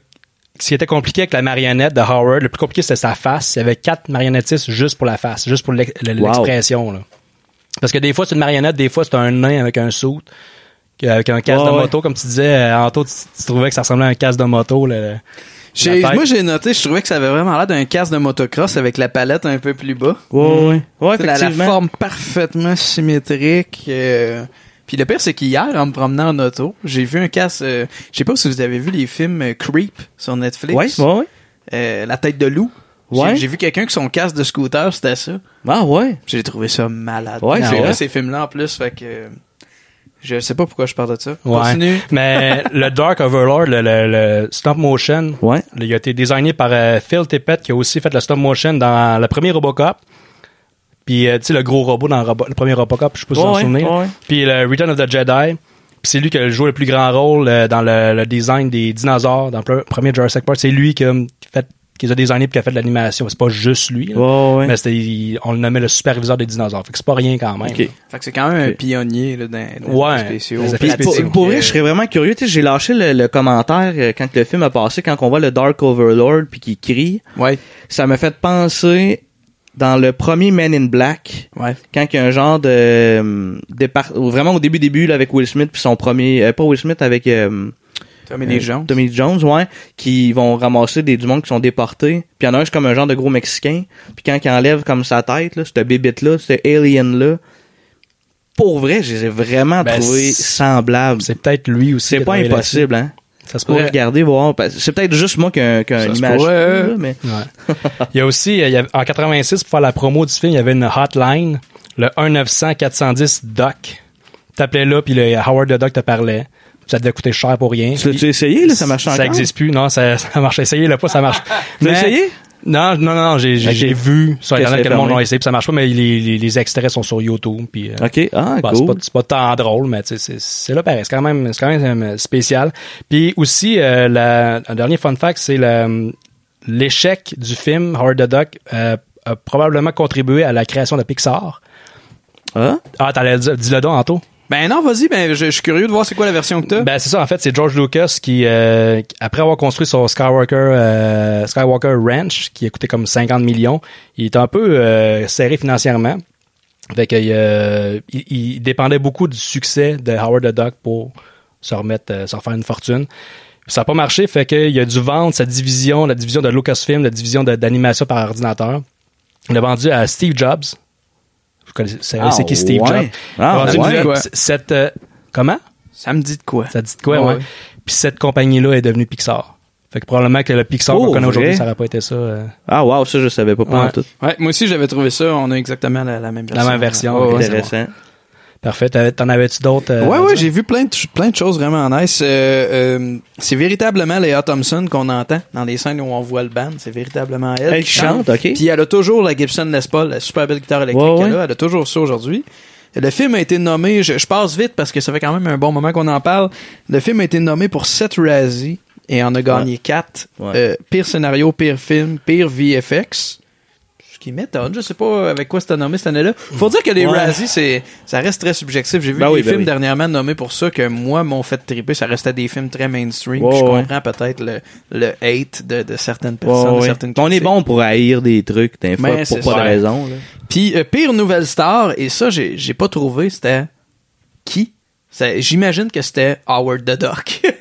Speaker 2: ce qui était compliqué avec la marionnette de Howard, le plus compliqué c'était sa face. Il y avait quatre marionnettistes juste pour la face, juste pour l'ex- le-
Speaker 1: Wow.
Speaker 2: l'expression. là. Parce que des fois c'est une marionnette, des fois c'est un nain avec un soute, avec un casque
Speaker 1: Ouais,
Speaker 2: de
Speaker 1: ouais.
Speaker 2: moto, comme tu disais, euh, Anto, tu, tu trouvais que ça ressemblait à un casque de moto. le-
Speaker 3: J'ai-
Speaker 2: la tête.
Speaker 3: moi, j'ai noté, je trouvais que ça avait vraiment l'air d'un casque de motocross avec la palette un peu plus bas.
Speaker 1: Ouais, ouais. Ouais,
Speaker 3: la, la
Speaker 1: effectivement.
Speaker 3: forme parfaitement symétrique. euh, Puis le pire, c'est qu'hier, en me promenant en auto, j'ai vu un casque... euh, je sais pas si vous avez vu les films euh, Creep sur Netflix.
Speaker 1: Ouais, ouais, ouais.
Speaker 3: Euh, la tête de loup. J'ai-
Speaker 1: Ouais.
Speaker 3: J'ai vu quelqu'un que son casque de scooter, c'était ça.
Speaker 1: Ah, ouais.
Speaker 3: J'ai trouvé ça malade.
Speaker 1: Ouais, c'est
Speaker 3: vrai,
Speaker 1: vrai.
Speaker 3: ces films-là en plus, fait que euh, je sais pas pourquoi je parle de ça.
Speaker 2: Ouais.
Speaker 3: Continue.
Speaker 2: (laughs) Mais le Dark Overlord, le, le- le stop motion,
Speaker 1: Ouais.
Speaker 2: le- il a été designé par euh, Phil Tippett qui a aussi fait le stop motion dans le premier Robocop. Puis, euh, tu sais, le gros robot dans Robo- le premier Robocop, je sais pas si vous vous en
Speaker 1: Ouais,
Speaker 2: souvenez.
Speaker 1: ouais.
Speaker 2: Puis le Return of the Jedi. Puis c'est lui qui a joué le plus grand rôle euh, dans le, le design des dinosaures dans le pre- premier Jurassic Park. C'est lui qui a fait qui les a designés puis qui a fait de l'animation. C'est pas juste lui. là.
Speaker 1: Ouais, ouais.
Speaker 2: Mais c'était- il- on le nommait le superviseur des dinosaures. Fait que c'est pas rien quand même.
Speaker 1: Ok.
Speaker 2: là.
Speaker 3: Fait que c'est quand même un pionnier là, dans, dans les
Speaker 2: Ouais.
Speaker 3: spéciaux.
Speaker 2: Les effets
Speaker 1: Puis
Speaker 2: Puis
Speaker 1: pour,
Speaker 2: spéciaux.
Speaker 1: pour vrai, je serais vraiment curieux. Tu sais, J'ai lâché le, le commentaire euh, quand le film a passé, quand on voit le Dark Overlord puis qu'il crie.
Speaker 3: Ouais.
Speaker 1: Ça m'a fait penser dans le premier Men in Black, quand il y a un genre de euh, départ, ou vraiment au début début là avec Will Smith puis son premier, euh, pas Will Smith avec euh,
Speaker 3: Tommy Lee Jones.
Speaker 1: Tommy Lee Jones, ouais, qui vont ramasser des du monde qui sont déportés. Puis il y en a un c'est comme un genre de gros Mexicain. Puis quand il enlève comme sa tête là, cette bébite là, ce alien là. Pour vrai, je les ai vraiment
Speaker 2: Ben,
Speaker 1: trouvés
Speaker 2: c'est-
Speaker 1: semblables.
Speaker 2: C'est peut-être lui aussi.
Speaker 1: C'est
Speaker 2: qui a
Speaker 1: pas
Speaker 2: travaillé
Speaker 1: impossible,
Speaker 2: là-dessus.
Speaker 1: hein?
Speaker 2: Ça se
Speaker 1: Faudrait
Speaker 2: pourrait.
Speaker 1: regarder, voir. parce que C'est peut-être juste moi qui ai
Speaker 2: Ça
Speaker 1: une
Speaker 2: se
Speaker 1: image.
Speaker 2: pourrait.
Speaker 1: floue, là, mais...
Speaker 2: Ouais. (laughs) il y a aussi, euh, il y avait- en 86, pour faire la promo du film, il y avait une hotline, le 1-900-410-DOC. T'appelais là, puis le Howard the Doc te parlait. Ça devait coûter cher pour rien.
Speaker 1: Tu l'as-tu essayé, là? Ça marche
Speaker 2: Ça
Speaker 1: encore?
Speaker 2: existe plus, non, ça, (laughs) ça marche. Essayez-le pas, ça marche.
Speaker 1: Tu l'as
Speaker 2: Mais-
Speaker 1: essayé?
Speaker 2: Non, non, non, non, j'ai j'ai-
Speaker 1: Ok.
Speaker 2: j'ai vu sur
Speaker 1: Que
Speaker 2: Internet
Speaker 1: c'est
Speaker 2: que le monde
Speaker 1: fermé.
Speaker 2: l'a essayé, puis ça marche pas, mais les, les, les extraits sont sur YouTube. Puis, euh,
Speaker 1: OK, ah,
Speaker 2: bah,
Speaker 1: cool.
Speaker 2: c'est, pas, c'est pas tant drôle, mais tu sais, c'est, c'est là pareil. C'est quand même, c'est quand même euh, spécial. Puis aussi, euh, la- un dernier fun fact, c'est le- l'échec du film Hard the Duck euh, a probablement contribué à la création de Pixar.
Speaker 1: Ah?
Speaker 2: Ah, t'allais le dire, dis-le donc, Anto.
Speaker 3: Ben non, vas-y, ben je je suis curieux de voir c'est quoi la version que t'as.
Speaker 2: Ben c'est ça en fait, c'est George Lucas qui euh, qui- après avoir construit son Skywalker euh, Skywalker Ranch qui a coûté comme 50 millions, il était un peu euh, serré financièrement. Fait que, euh, il, il dépendait beaucoup du succès de Howard the Duck pour se remettre euh, se refaire une fortune. Ça n'a pas marché, fait qu'il a dû vendre sa division, la division de Lucasfilm, la division de- d'animation par ordinateur. Il l'a vendu à Steve Jobs. Vous connaissez
Speaker 1: Ah,
Speaker 2: c'est qui Steve
Speaker 1: ouais.
Speaker 2: Jobs?
Speaker 1: Ah,
Speaker 2: Il a vendu
Speaker 1: ouais.
Speaker 2: une-
Speaker 1: Quoi?
Speaker 2: cette euh, comment?
Speaker 3: Ça me dit de quoi?
Speaker 2: Ça dit de quoi,
Speaker 3: Ouais,
Speaker 2: ouais.
Speaker 3: ouais.
Speaker 2: Puis cette compagnie-là est devenue Pixar. Fait que probablement que le Pixar
Speaker 1: Pour
Speaker 2: qu'on connaît aujourd'hui,
Speaker 1: vrai?
Speaker 2: ça n'aurait pas été ça. euh,
Speaker 1: Ah, wow, ça, je savais pas pas
Speaker 2: Ouais.
Speaker 1: tout.
Speaker 3: Ouais, moi aussi j'avais trouvé ça, on a exactement la, la même version.
Speaker 2: la même version.
Speaker 3: Ah, Ouais, ouais, c'est bon.
Speaker 1: Intéressant.
Speaker 2: Parfait. T'avais- T'en avais-tu d'autres? euh,
Speaker 1: ben,
Speaker 3: Ouais,
Speaker 2: à
Speaker 3: ouais,
Speaker 2: dire?
Speaker 3: j'ai vu plein de, plein de choses vraiment nice. Euh, euh, c'est véritablement Léa Thompson qu'on entend dans les scènes où on voit le band. C'est véritablement elle.
Speaker 1: Elle qui chante, ok.
Speaker 3: Puis elle a toujours la Gibson Les Paul, la super belle guitare électrique
Speaker 1: Ouais,
Speaker 3: qu'elle
Speaker 1: ouais.
Speaker 3: a. Elle a toujours ça aujourd'hui. Le film a été nommé, je, je passe vite parce que ça fait quand même un bon moment qu'on en parle. Le film a été nommé pour 7 Razzie et en a gagné 4.
Speaker 1: Ouais.
Speaker 3: pire scénario, pire film, pire VFX. Ce qui m'étonne, je sais pas avec quoi c'était nommé cette année-là. Faut dire que les
Speaker 1: Ouais.
Speaker 3: Razzie, c'est ça reste très subjectif. J'ai vu
Speaker 1: Ben
Speaker 3: des
Speaker 1: oui, ben
Speaker 3: films
Speaker 1: oui.
Speaker 3: dernièrement nommés pour ça que moi m'ont fait triper. Ça restait des films très mainstream.
Speaker 1: Ouais,
Speaker 3: puis je
Speaker 1: ouais.
Speaker 3: comprends peut-être le, le hate de, de certaines
Speaker 1: Ouais,
Speaker 3: personnes, de
Speaker 1: ouais.
Speaker 3: certaines
Speaker 1: On est
Speaker 3: critiques.
Speaker 1: bon pour haïr des trucs, des fois,
Speaker 3: Mais
Speaker 1: pour
Speaker 3: c'est
Speaker 1: pas
Speaker 3: ça.
Speaker 1: de raison. Là.
Speaker 3: Puis euh, pire nouvelle star et ça j'ai j'ai pas trouvé c'était qui. Ça- J'imagine que c'était Howard the Duck. (laughs)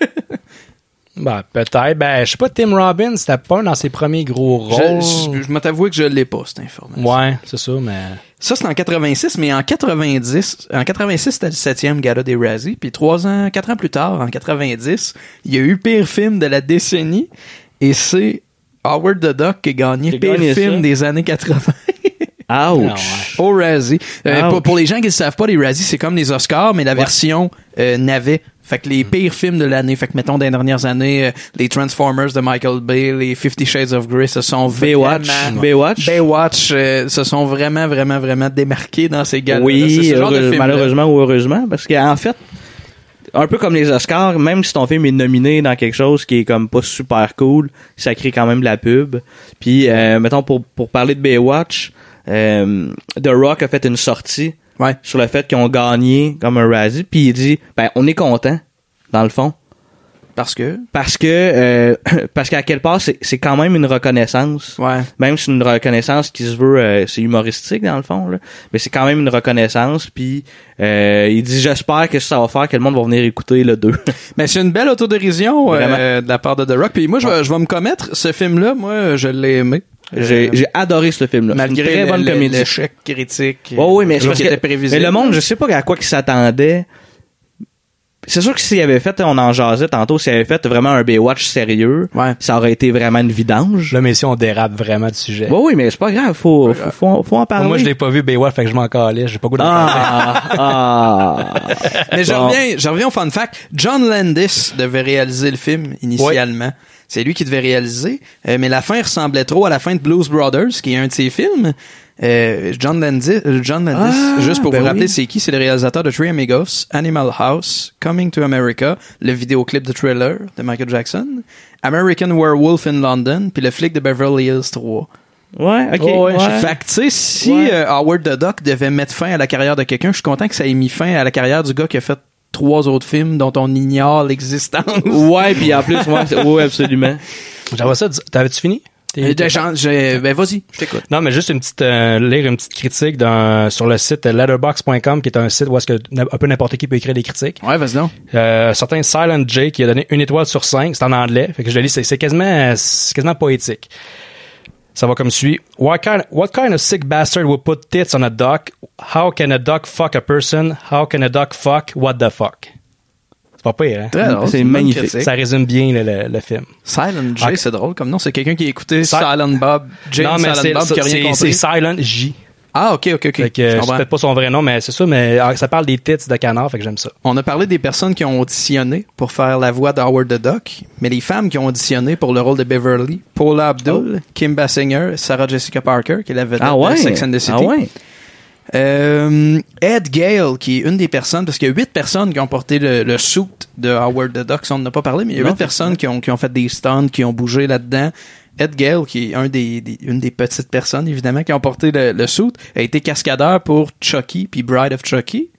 Speaker 2: Ben, peut-être. Ben, je sais pas, Tim Robbins, c'était pas un dans ses premiers gros
Speaker 3: je
Speaker 2: rôles.
Speaker 3: je, je m'en t'avoue que je l'ai pas cette information.
Speaker 2: Ouais, c'est ça, mais.
Speaker 3: Ça, c'est en 86, mais en 90, en 86, c'était le septième gala des Razzie, puis trois ans, quatre ans plus tard, en 90, il y a eu pire film de la décennie, et c'est Howard the Duck qui a gagné
Speaker 1: Qui a
Speaker 3: pire
Speaker 1: gagné
Speaker 3: film
Speaker 1: ça.
Speaker 3: des années 80
Speaker 2: Ah ouais.
Speaker 1: Ouch.
Speaker 3: (laughs) au Razzie. Euh,
Speaker 1: Ouch.
Speaker 3: pour, pour les gens qui ne savent pas, les Razzie, c'est comme les Oscars, mais la version euh, navet. Fait que les
Speaker 1: Hmm.
Speaker 3: pires films de l'année, fait que mettons dans les dernières années, euh, les Transformers de Michael Bay, les Fifty Shades of Grey, se sont
Speaker 1: Baywatch.
Speaker 3: vraiment-
Speaker 1: Baywatch.
Speaker 3: Baywatch euh, se sont vraiment, vraiment, vraiment démarqués dans ces galas.
Speaker 1: Oui,
Speaker 3: c'est ce genre de
Speaker 1: heureux-
Speaker 3: film-là.
Speaker 1: malheureusement ou heureusement, parce qu'en fait, un peu comme les Oscars, même si ton film est nominé dans quelque chose qui est comme pas super cool, ça crée quand même de la pub. Puis, euh, mettons, pour, pour parler de Baywatch, euh, The Rock a fait une sortie
Speaker 3: Ouais.
Speaker 1: sur le fait qu'ils ont gagné comme un Razzie, puis il dit, ben, on est content, dans le fond.
Speaker 3: Parce que.
Speaker 1: Parce que, euh, (laughs) parce qu'à quelque part, c'est c'est quand même une reconnaissance
Speaker 3: Ouais.
Speaker 1: même si c'est une reconnaissance qui se veut euh, c'est humoristique dans le fond là, mais c'est quand même une reconnaissance puis euh, il dit j'espère que ça va faire que le monde va venir écouter le 2
Speaker 3: Mais c'est une belle autodérision euh,
Speaker 1: Vraiment.
Speaker 3: de la part de The Rock. Puis moi, je vais, je vais me commettre ce film-là. Moi, je l'ai aimé.
Speaker 1: j'ai
Speaker 3: Euh,
Speaker 1: j'ai adoré ce film là
Speaker 3: malgré
Speaker 1: une très
Speaker 3: le-
Speaker 1: bonne
Speaker 3: le-
Speaker 1: comédie
Speaker 3: l'échec critique.
Speaker 1: Ouais, oui, mais c'est
Speaker 3: euh,
Speaker 1: parce
Speaker 3: qui
Speaker 1: que-
Speaker 3: était prévisible.
Speaker 1: mais le monde, je sais pas à quoi qu'il s'attendait. C'est sûr que s'il avait fait, on en jasait tantôt, s'il avait fait vraiment un Baywatch sérieux,
Speaker 3: Ouais.
Speaker 1: ça aurait été vraiment une vidange.
Speaker 2: Là, mais si on dérape vraiment du sujet.
Speaker 1: Oui, oui, mais c'est pas grave, faut, faut, faut, faut en parler.
Speaker 2: Moi, je l'ai pas vu, Baywatch, fait que je m'en calais. J'ai pas goût d'en parler.
Speaker 1: Ah, ah.
Speaker 3: (laughs) Mais je
Speaker 1: Bon.
Speaker 3: reviens, je reviens au fun fact. John Landis devait réaliser le film initialement. C'est lui qui devait réaliser, euh, mais la fin ressemblait trop à la fin de Blues Brothers, qui est un de ses films. Euh, John Landis, euh, John Landis
Speaker 1: Ah,
Speaker 3: juste pour
Speaker 1: ben
Speaker 3: vous rappeler,
Speaker 1: oui.
Speaker 3: c'est qui C'est le réalisateur de Three Amigos, Animal House, Coming to America, le vidéoclip de Thriller de Michael Jackson, American Werewolf in London, puis le flic de Beverly Hills 3.
Speaker 1: Ouais, ok.
Speaker 3: Oh, ouais,
Speaker 1: ouais.
Speaker 3: je- Fait que, tu sais, si
Speaker 1: Ouais.
Speaker 3: euh, Howard the Duck devait mettre fin à la carrière de quelqu'un, je suis content que ça ait mis fin à la carrière du gars qui a fait trois autres films dont on ignore l'existence.
Speaker 1: Ouais, puis en plus, moi, c'est- oui, absolument.
Speaker 2: J'avais ça. du- T'avais-tu fini? T'es-
Speaker 3: (laughs) Euh, j'en- j'ai- ben, vas-y, je t'écoute.
Speaker 2: Non, mais juste une petite euh, lire une petite critique dans- sur le site letterbox.com qui est un site où est-ce que n- un peu n'importe qui peut écrire des critiques.
Speaker 3: Ouais, vas-y donc.
Speaker 2: Euh, certain Silent J qui a donné une étoile sur cinq, c'est en anglais, fait que je le lis, c'est c'est quasiment c'est quasiment poétique. Ça va comme suit. What kind, what kind of sick bastard would put tits on a duck? How can a duck fuck a person? How can a duck fuck? What the fuck? C'est pas pire, hein?
Speaker 3: Très drôle, c'est une bonne critique.
Speaker 2: Ça résume bien le, le- le film.
Speaker 3: Silent J,
Speaker 2: Ah,
Speaker 3: c'est drôle comme nom. C'est quelqu'un qui écoutait
Speaker 2: Si-
Speaker 3: Silent Bob, James
Speaker 2: non, mais
Speaker 3: Silent
Speaker 2: c'est-
Speaker 3: Bob, qui a rien
Speaker 2: c'est-
Speaker 3: compris.
Speaker 2: c'est Silent J.
Speaker 3: Ah, ok, ok, ok.
Speaker 2: Fait que, euh,
Speaker 3: Je
Speaker 2: c'est
Speaker 3: comprends.
Speaker 2: peut-être pas son vrai nom, mais c'est ça, mais ah, ça parle des tits de canard, fait que j'aime ça.
Speaker 3: On a parlé des personnes qui ont auditionné pour faire la voix d'Howard the Duck, mais les femmes qui ont auditionné pour le rôle de Beverly, Paula Abdul, Kim Basinger, Sarah Jessica Parker, qui est la vedette
Speaker 1: Oh. Ah ouais?
Speaker 3: de Sex and the City.
Speaker 1: Ah ouais?
Speaker 3: Euh, Ed Gale, qui est une des personnes, parce qu'il y a huit personnes qui ont porté le, le suit de Howard the Duck, ça on n'en a pas parlé, mais il y a
Speaker 1: Non,
Speaker 3: huit personnes qui ont, qui ont fait des stunts, qui ont bougé là-dedans. Ed Gale, qui est un des, des- une des petites personnes, évidemment, qui ont porté le, le suit, a été cascadeur pour Chucky puis Bride of Chucky,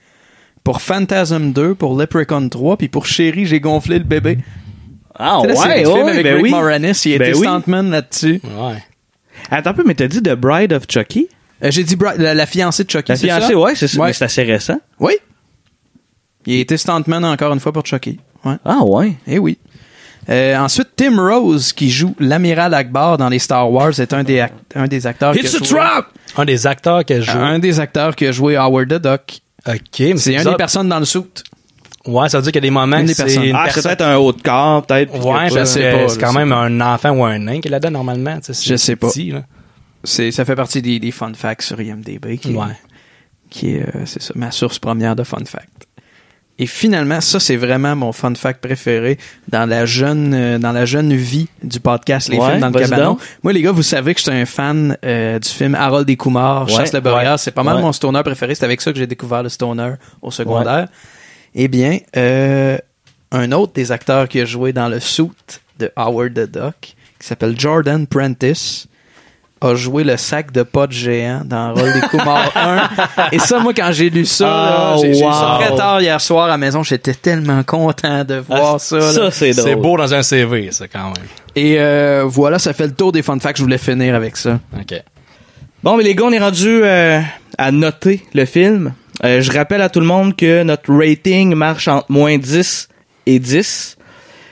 Speaker 3: pour Phantasm 2, pour Leprechaun 3, puis pour Chérie, j'ai gonflé le bébé.
Speaker 1: Ah
Speaker 3: Tu sais, la série
Speaker 1: ouais,
Speaker 3: de films
Speaker 1: ouais,
Speaker 3: avec
Speaker 1: ben
Speaker 3: Rick
Speaker 1: oui.
Speaker 3: Moranis, il a
Speaker 1: Ben
Speaker 3: été
Speaker 1: oui.
Speaker 3: stuntman là-dessus.
Speaker 1: Attends un peu, mais t'as dit The Bride of Chucky?
Speaker 3: Euh, j'ai dit Bri- la, la fiancée de Chucky,
Speaker 1: La
Speaker 3: c'est ça?
Speaker 1: fiancée, ouais, Ben, c'est ça.
Speaker 3: Ouais.
Speaker 1: Mais c'est assez récent.
Speaker 3: Oui. Il a été stuntman encore une fois pour Chucky. Ouais.
Speaker 1: Ah ouais?
Speaker 3: Eh oui. Euh, ensuite, Tim Rose, qui joue l'amiral Akbar dans les Star Wars, est un des, act- un des acteurs qui a joué-
Speaker 2: Un des acteurs que je joue.
Speaker 3: Un des acteurs qui a joué Howard the Duck.
Speaker 2: Ok, mais
Speaker 3: C'est un
Speaker 2: bizarre.
Speaker 3: des personnes dans le suit.
Speaker 2: Ouais, ça veut dire qu'il y a des moments
Speaker 3: Une
Speaker 2: que
Speaker 3: des personnes.
Speaker 2: c'est une
Speaker 1: Ah, c'est
Speaker 2: personne.
Speaker 1: peut-être un haut de corps, peut-être. puis
Speaker 2: Ouais,
Speaker 1: que pas-
Speaker 2: parce
Speaker 3: sais pas,
Speaker 2: que c'est
Speaker 3: je
Speaker 2: quand
Speaker 3: sais
Speaker 2: même un enfant ou un nain qui l'a donné normalement. tu sais, c'est
Speaker 3: Je sais pas.
Speaker 2: petit, là.
Speaker 3: C'est, ça fait partie des, des fun facts sur IMDb. Qui,
Speaker 2: Ouais.
Speaker 3: Qui est, euh, c'est ça, ma source première de fun fact. Et finalement, ça, c'est vraiment mon fun fact préféré dans la jeune, euh, dans la jeune vie du podcast Les
Speaker 1: Ouais,
Speaker 3: Films dans le
Speaker 1: vas-y
Speaker 3: Cabanon.
Speaker 1: donc.
Speaker 3: Moi, les gars, vous savez que j'étais un fan euh, du film Harold et Kumar,
Speaker 1: Ouais,
Speaker 3: Chasse le Boréas.
Speaker 1: ouais,
Speaker 3: c'est pas mal
Speaker 1: ouais.
Speaker 3: mon stoner préféré. C'est avec ça que j'ai découvert le stoner au secondaire. Eh bien, euh, un autre des acteurs qui a joué dans le suit de Howard the Duck, qui s'appelle Jordan Prentice, a joué le sac de potes géant dans Roll des
Speaker 1: (laughs)
Speaker 3: Kumar 1. Et ça, moi, quand j'ai lu ça, là,
Speaker 1: Oh,
Speaker 3: j'ai j'ai lu
Speaker 1: wow.
Speaker 3: ça très tard hier soir à la maison, j'étais tellement content de voir
Speaker 1: Ah,
Speaker 3: ça. là.
Speaker 1: ça, c'est drôle.
Speaker 2: C'est beau dans un CV, ça, quand même.
Speaker 3: Et euh, voilà, ça fait le tour des fun facts. Je voulais finir avec ça.
Speaker 2: OK.
Speaker 1: Bon, mais les gars, on est rendu euh, à noter le film. Euh, je rappelle à tout le monde que notre rating marche entre moins 10 et 10.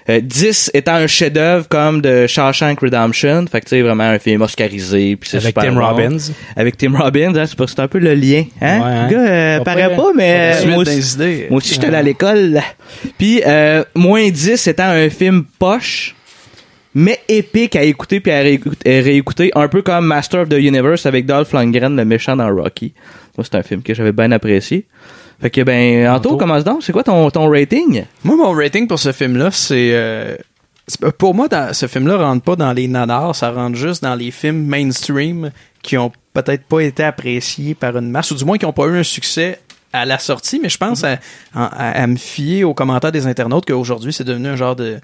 Speaker 1: Euh, 10 étant un chef-d'œuvre comme de Shawshank Redemption, fait que tu sais vraiment un film oscarisé puis c'est
Speaker 2: Avec
Speaker 1: super
Speaker 2: Tim
Speaker 1: bon.
Speaker 2: Robbins.
Speaker 1: Avec Tim Robbins, hein, c'est parce que c'est un peu le lien, hein.
Speaker 2: Ouais, hein.
Speaker 1: Le gars euh,
Speaker 2: Pas
Speaker 1: paraît
Speaker 2: prêt.
Speaker 1: pas mais
Speaker 3: Pas prêt.
Speaker 1: euh, moi aussi,
Speaker 3: Suite des idées.
Speaker 1: moi aussi, j'étais allé à l'école. Puis euh, moins 10 étant un film poche mais épique à écouter puis à réécouter, à réécouter, un peu comme Master of the Universe avec Dolph Lundgren, le méchant dans Rocky. Moi, c'est un film que j'avais bien apprécié. Fait que, ben, Anto,
Speaker 2: Anto.
Speaker 1: commence donc. C'est quoi ton, ton rating?
Speaker 3: Moi, mon rating pour ce film-là, c'est... euh, c'est- pour moi, dans- ce film-là rentre pas dans les nanars, ça rentre juste dans les films mainstream qui ont peut-être pas été appréciés par une masse, ou du moins qui ont pas eu un succès à la sortie, mais je pense
Speaker 1: Mm-hmm.
Speaker 3: à, à- à me fier aux commentaires des internautes qu'aujourd'hui, c'est devenu un genre de,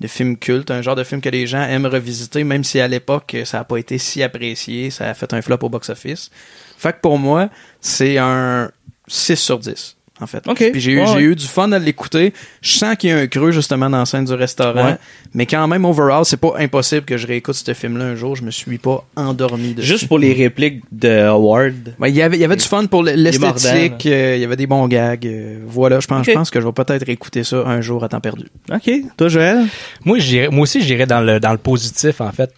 Speaker 3: de film culte, un genre de film que les gens aiment revisiter, même si à l'époque, ça a pas été si apprécié, ça a fait un flop au box-office. Fait que pour moi, c'est un 6 sur 10, en fait.
Speaker 1: Ok.
Speaker 3: Puis j'ai eu,
Speaker 1: Ouais,
Speaker 3: j'ai
Speaker 1: ouais.
Speaker 3: eu eu du fun à l'écouter. Je sens qu'il y a un creux justement dans la scène du restaurant,
Speaker 1: Ouais.
Speaker 3: mais quand même overall, c'est pas impossible que je réécoute ce film là un jour, je me suis pas endormi dessus.
Speaker 1: Juste pour les répliques de Howard.
Speaker 3: Ben, il y avait il y avait du fun pour l-
Speaker 1: mordant,
Speaker 3: l'esthétique, euh, il y avait des bons gags. euh, voilà, je
Speaker 1: Ok.
Speaker 3: pense je pense que je vais peut-être réécouter ça un jour à temps perdu.
Speaker 1: OK. Toi, Joël?
Speaker 2: Moi, j'irais- moi aussi, j'irais dans le, dans le positif, en fait.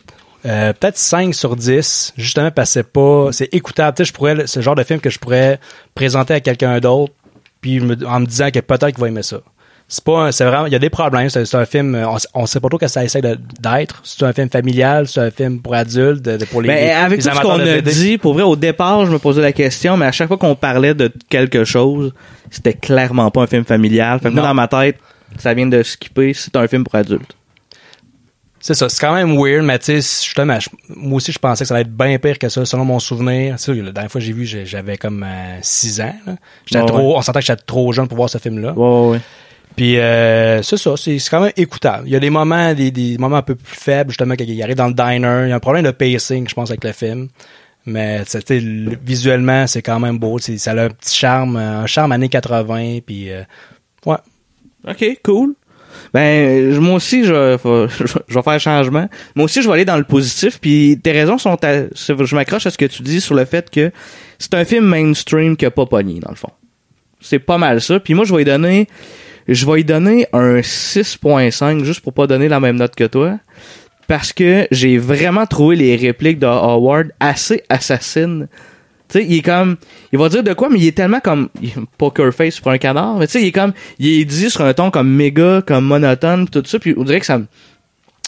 Speaker 2: Euh, peut-être 5 sur 10, justement parce que c'est pas, c'est écoutable. Tu sais, je pourrais, ce genre de film que je pourrais présenter à quelqu'un d'autre, puis me- en me disant que peut-être qu'il va aimer ça. C'est pas, un- c'est vraiment, il y a des problèmes. C'est, c'est un film, euh, on, on sait pas trop que ça essaie de- d'être. C'est un film familial, c'est un film pour adultes, de- de- pour les,
Speaker 1: Ben, avec tout
Speaker 2: les
Speaker 1: ce
Speaker 2: amateurs
Speaker 1: qu'on
Speaker 2: de
Speaker 1: a
Speaker 2: BD.
Speaker 1: dit, pour vrai, au départ, je me posais la question, mais à chaque fois qu'on parlait de quelque chose, c'était clairement pas un film familial. Fait que moi,
Speaker 2: Non.
Speaker 1: dans ma tête, ça vient de skipper. C'est un film pour adultes.
Speaker 2: C'est ça, c'est quand même weird, mais tu sais, justement, je- moi aussi, je pensais que ça allait être bien pire que ça, selon mon souvenir. Tu sais, la dernière fois que j'ai vu, j'ai- j'avais comme 6 ans. là. J'étais
Speaker 1: Ouais,
Speaker 2: trop,
Speaker 1: Ah ouais.
Speaker 2: On s'entend que j'étais trop jeune pour voir ce film-là.
Speaker 1: Ouais, ouais, ouais.
Speaker 2: Puis euh, c'est ça, c'est c'est quand même écoutable. Il y a des moments, des, des moments un peu plus faibles, justement, quand il arrive dans le diner. Il y a un problème de pacing, je pense, avec le film. Mais tu sais, tu sais, le- visuellement, c'est quand même beau. Tu sais, Ça a un petit charme, euh, un charme années 80. Puis euh, ouais,
Speaker 1: OK, cool. Ben, je- moi aussi, je, vais- faut- je vais faire changement. Moi aussi, je vais aller dans le positif. Puis tes raisons sont... à- je m'accroche à ce que tu dis sur le fait que c'est un film mainstream qui a pas pogné, dans le fond. C'est pas mal ça. Puis moi, je vais lui donner... Je vais lui donner un 6.5, juste pour pas donner la même note que toi. Parce que j'ai vraiment trouvé les répliques de Howard assez assassines. Tu sais, il est comme... Il va dire de quoi, mais il est tellement comme... (laughs) il- Poker face pour un canard. Mais tu sais, il est comme... Il est dit sur un ton comme méga, comme monotone, pis tout ça. Puis on dirait que ça me...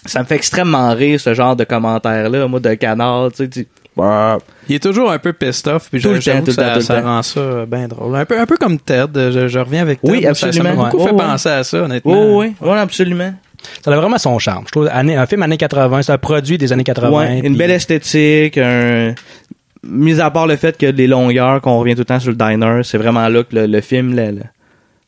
Speaker 1: Ça me fait extrêmement rire, ce genre de commentaire-là, moi, de canard, tu sais. tu-
Speaker 3: Il est toujours un peu pissed off, puis
Speaker 1: Tout
Speaker 3: je-
Speaker 1: le temps,
Speaker 3: j'avoue
Speaker 1: tout
Speaker 3: que
Speaker 1: le temps,
Speaker 3: ça,
Speaker 1: tout le
Speaker 3: ça
Speaker 1: temps.
Speaker 3: rend ça euh, bien drôle. Un peu, un peu comme Ted, euh, je, je reviens avec Ted.
Speaker 1: Oui,
Speaker 3: Ça- Ça
Speaker 1: absolument.
Speaker 3: m'a beaucoup
Speaker 1: Ouais.
Speaker 3: fait
Speaker 1: Ouais,
Speaker 3: penser à ça, honnêtement.
Speaker 1: Oh, oui, oui, absolument.
Speaker 2: Ça a vraiment son charme. Je trouve année- un film années 80, c'est un produit des années 80.
Speaker 1: Ouais, une
Speaker 2: puis-
Speaker 1: belle esthétique, un... mis à part le fait que les longueurs, qu'on revient tout le temps sur le diner, c'est vraiment là que le, le film, là, là,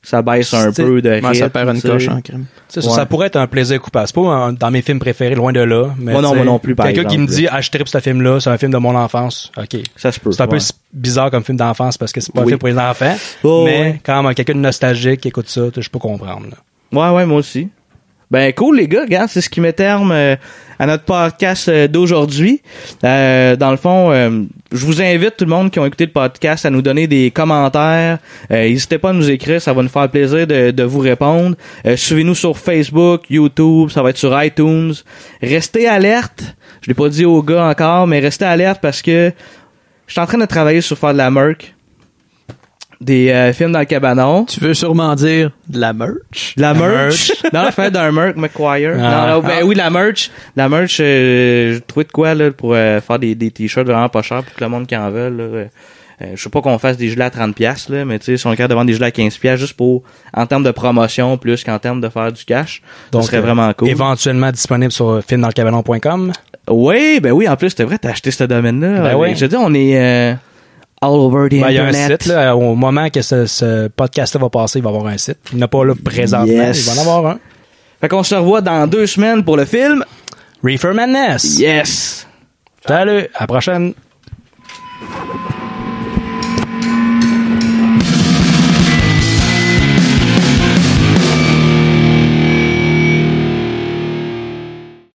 Speaker 1: ça baisse un
Speaker 2: C'est-
Speaker 1: peu de rythme.
Speaker 3: Ouais, ça perd une
Speaker 1: tu sais.
Speaker 3: coche en crime.
Speaker 2: Tu sais, Ça,
Speaker 1: Ouais.
Speaker 2: ça pourrait être un plaisir coupable. C'est pas un- dans mes films préférés, loin de là. Mais
Speaker 1: Moi non,
Speaker 2: tu sais,
Speaker 1: moi non plus, par
Speaker 2: Quelqu'un qui me
Speaker 1: exemple,
Speaker 2: dit, ah, je tripe ce film-là, c'est un film de mon enfance. OK.
Speaker 1: Ça se peut.
Speaker 2: C'est un peu
Speaker 1: ouais.
Speaker 2: s- bizarre comme film d'enfance parce que c'est pas un
Speaker 1: Oui.
Speaker 2: film pour les enfants.
Speaker 1: Oh,
Speaker 2: mais
Speaker 1: ouais.
Speaker 2: quand euh, quelqu'un de nostalgique qui écoute ça, tu sais, je peux comprendre. là.
Speaker 1: Ouais, ouais, moi aussi. Ben cool les gars, regarde, c'est ce qui met terme euh, à notre podcast euh, d'aujourd'hui. Euh, dans le fond, euh, je vous invite tout le monde qui ont écouté le podcast à nous donner des commentaires. Euh, N'hésitez pas à nous écrire, ça va nous faire plaisir de, de vous répondre. Euh, Suivez-nous sur Facebook, YouTube, ça va être sur iTunes. Restez alerte. Je l'ai pas dit aux gars encore, mais restez alerte parce que je suis en train de travailler sur faire de la merc, des euh, films dans le cabanon.
Speaker 3: Tu veux sûrement dire de la merch?
Speaker 1: La merch. non, je fais d'un merch McQuire. non,
Speaker 3: Ah.
Speaker 1: non, ben oui, la merch. La merch, euh, j'ai trouvé de quoi là, pour euh, faire des, des t-shirts vraiment pas chers pour que le monde qui en veut. là. Euh, euh, je sais pas qu'on fasse des gelées à 30$, piastres, là, mais tu sais, si on est capable de vendre des gelées à 15$, piastres juste pour, en termes de promotion, plus qu'en termes de faire du cash, ça serait
Speaker 2: euh,
Speaker 1: vraiment cool.
Speaker 2: Éventuellement disponible sur filmdanslecabanon.com.
Speaker 1: Oui, ben oui, en plus, c'était vrai, t'as acheté ce domaine-là.
Speaker 2: Ben oui.
Speaker 1: Je te dis, on est euh, all over the
Speaker 2: Ben, Il y a un
Speaker 1: internet.
Speaker 2: site. là, au moment que ce, ce podcast-là va passer, il va y avoir un site. Il n'y en a pas là présentement.
Speaker 1: Yes.
Speaker 2: Il va en avoir un.
Speaker 1: Fait qu'on se revoit dans deux semaines pour le film.
Speaker 2: Reefer Madness.
Speaker 1: Yes.
Speaker 2: Salut. À la prochaine.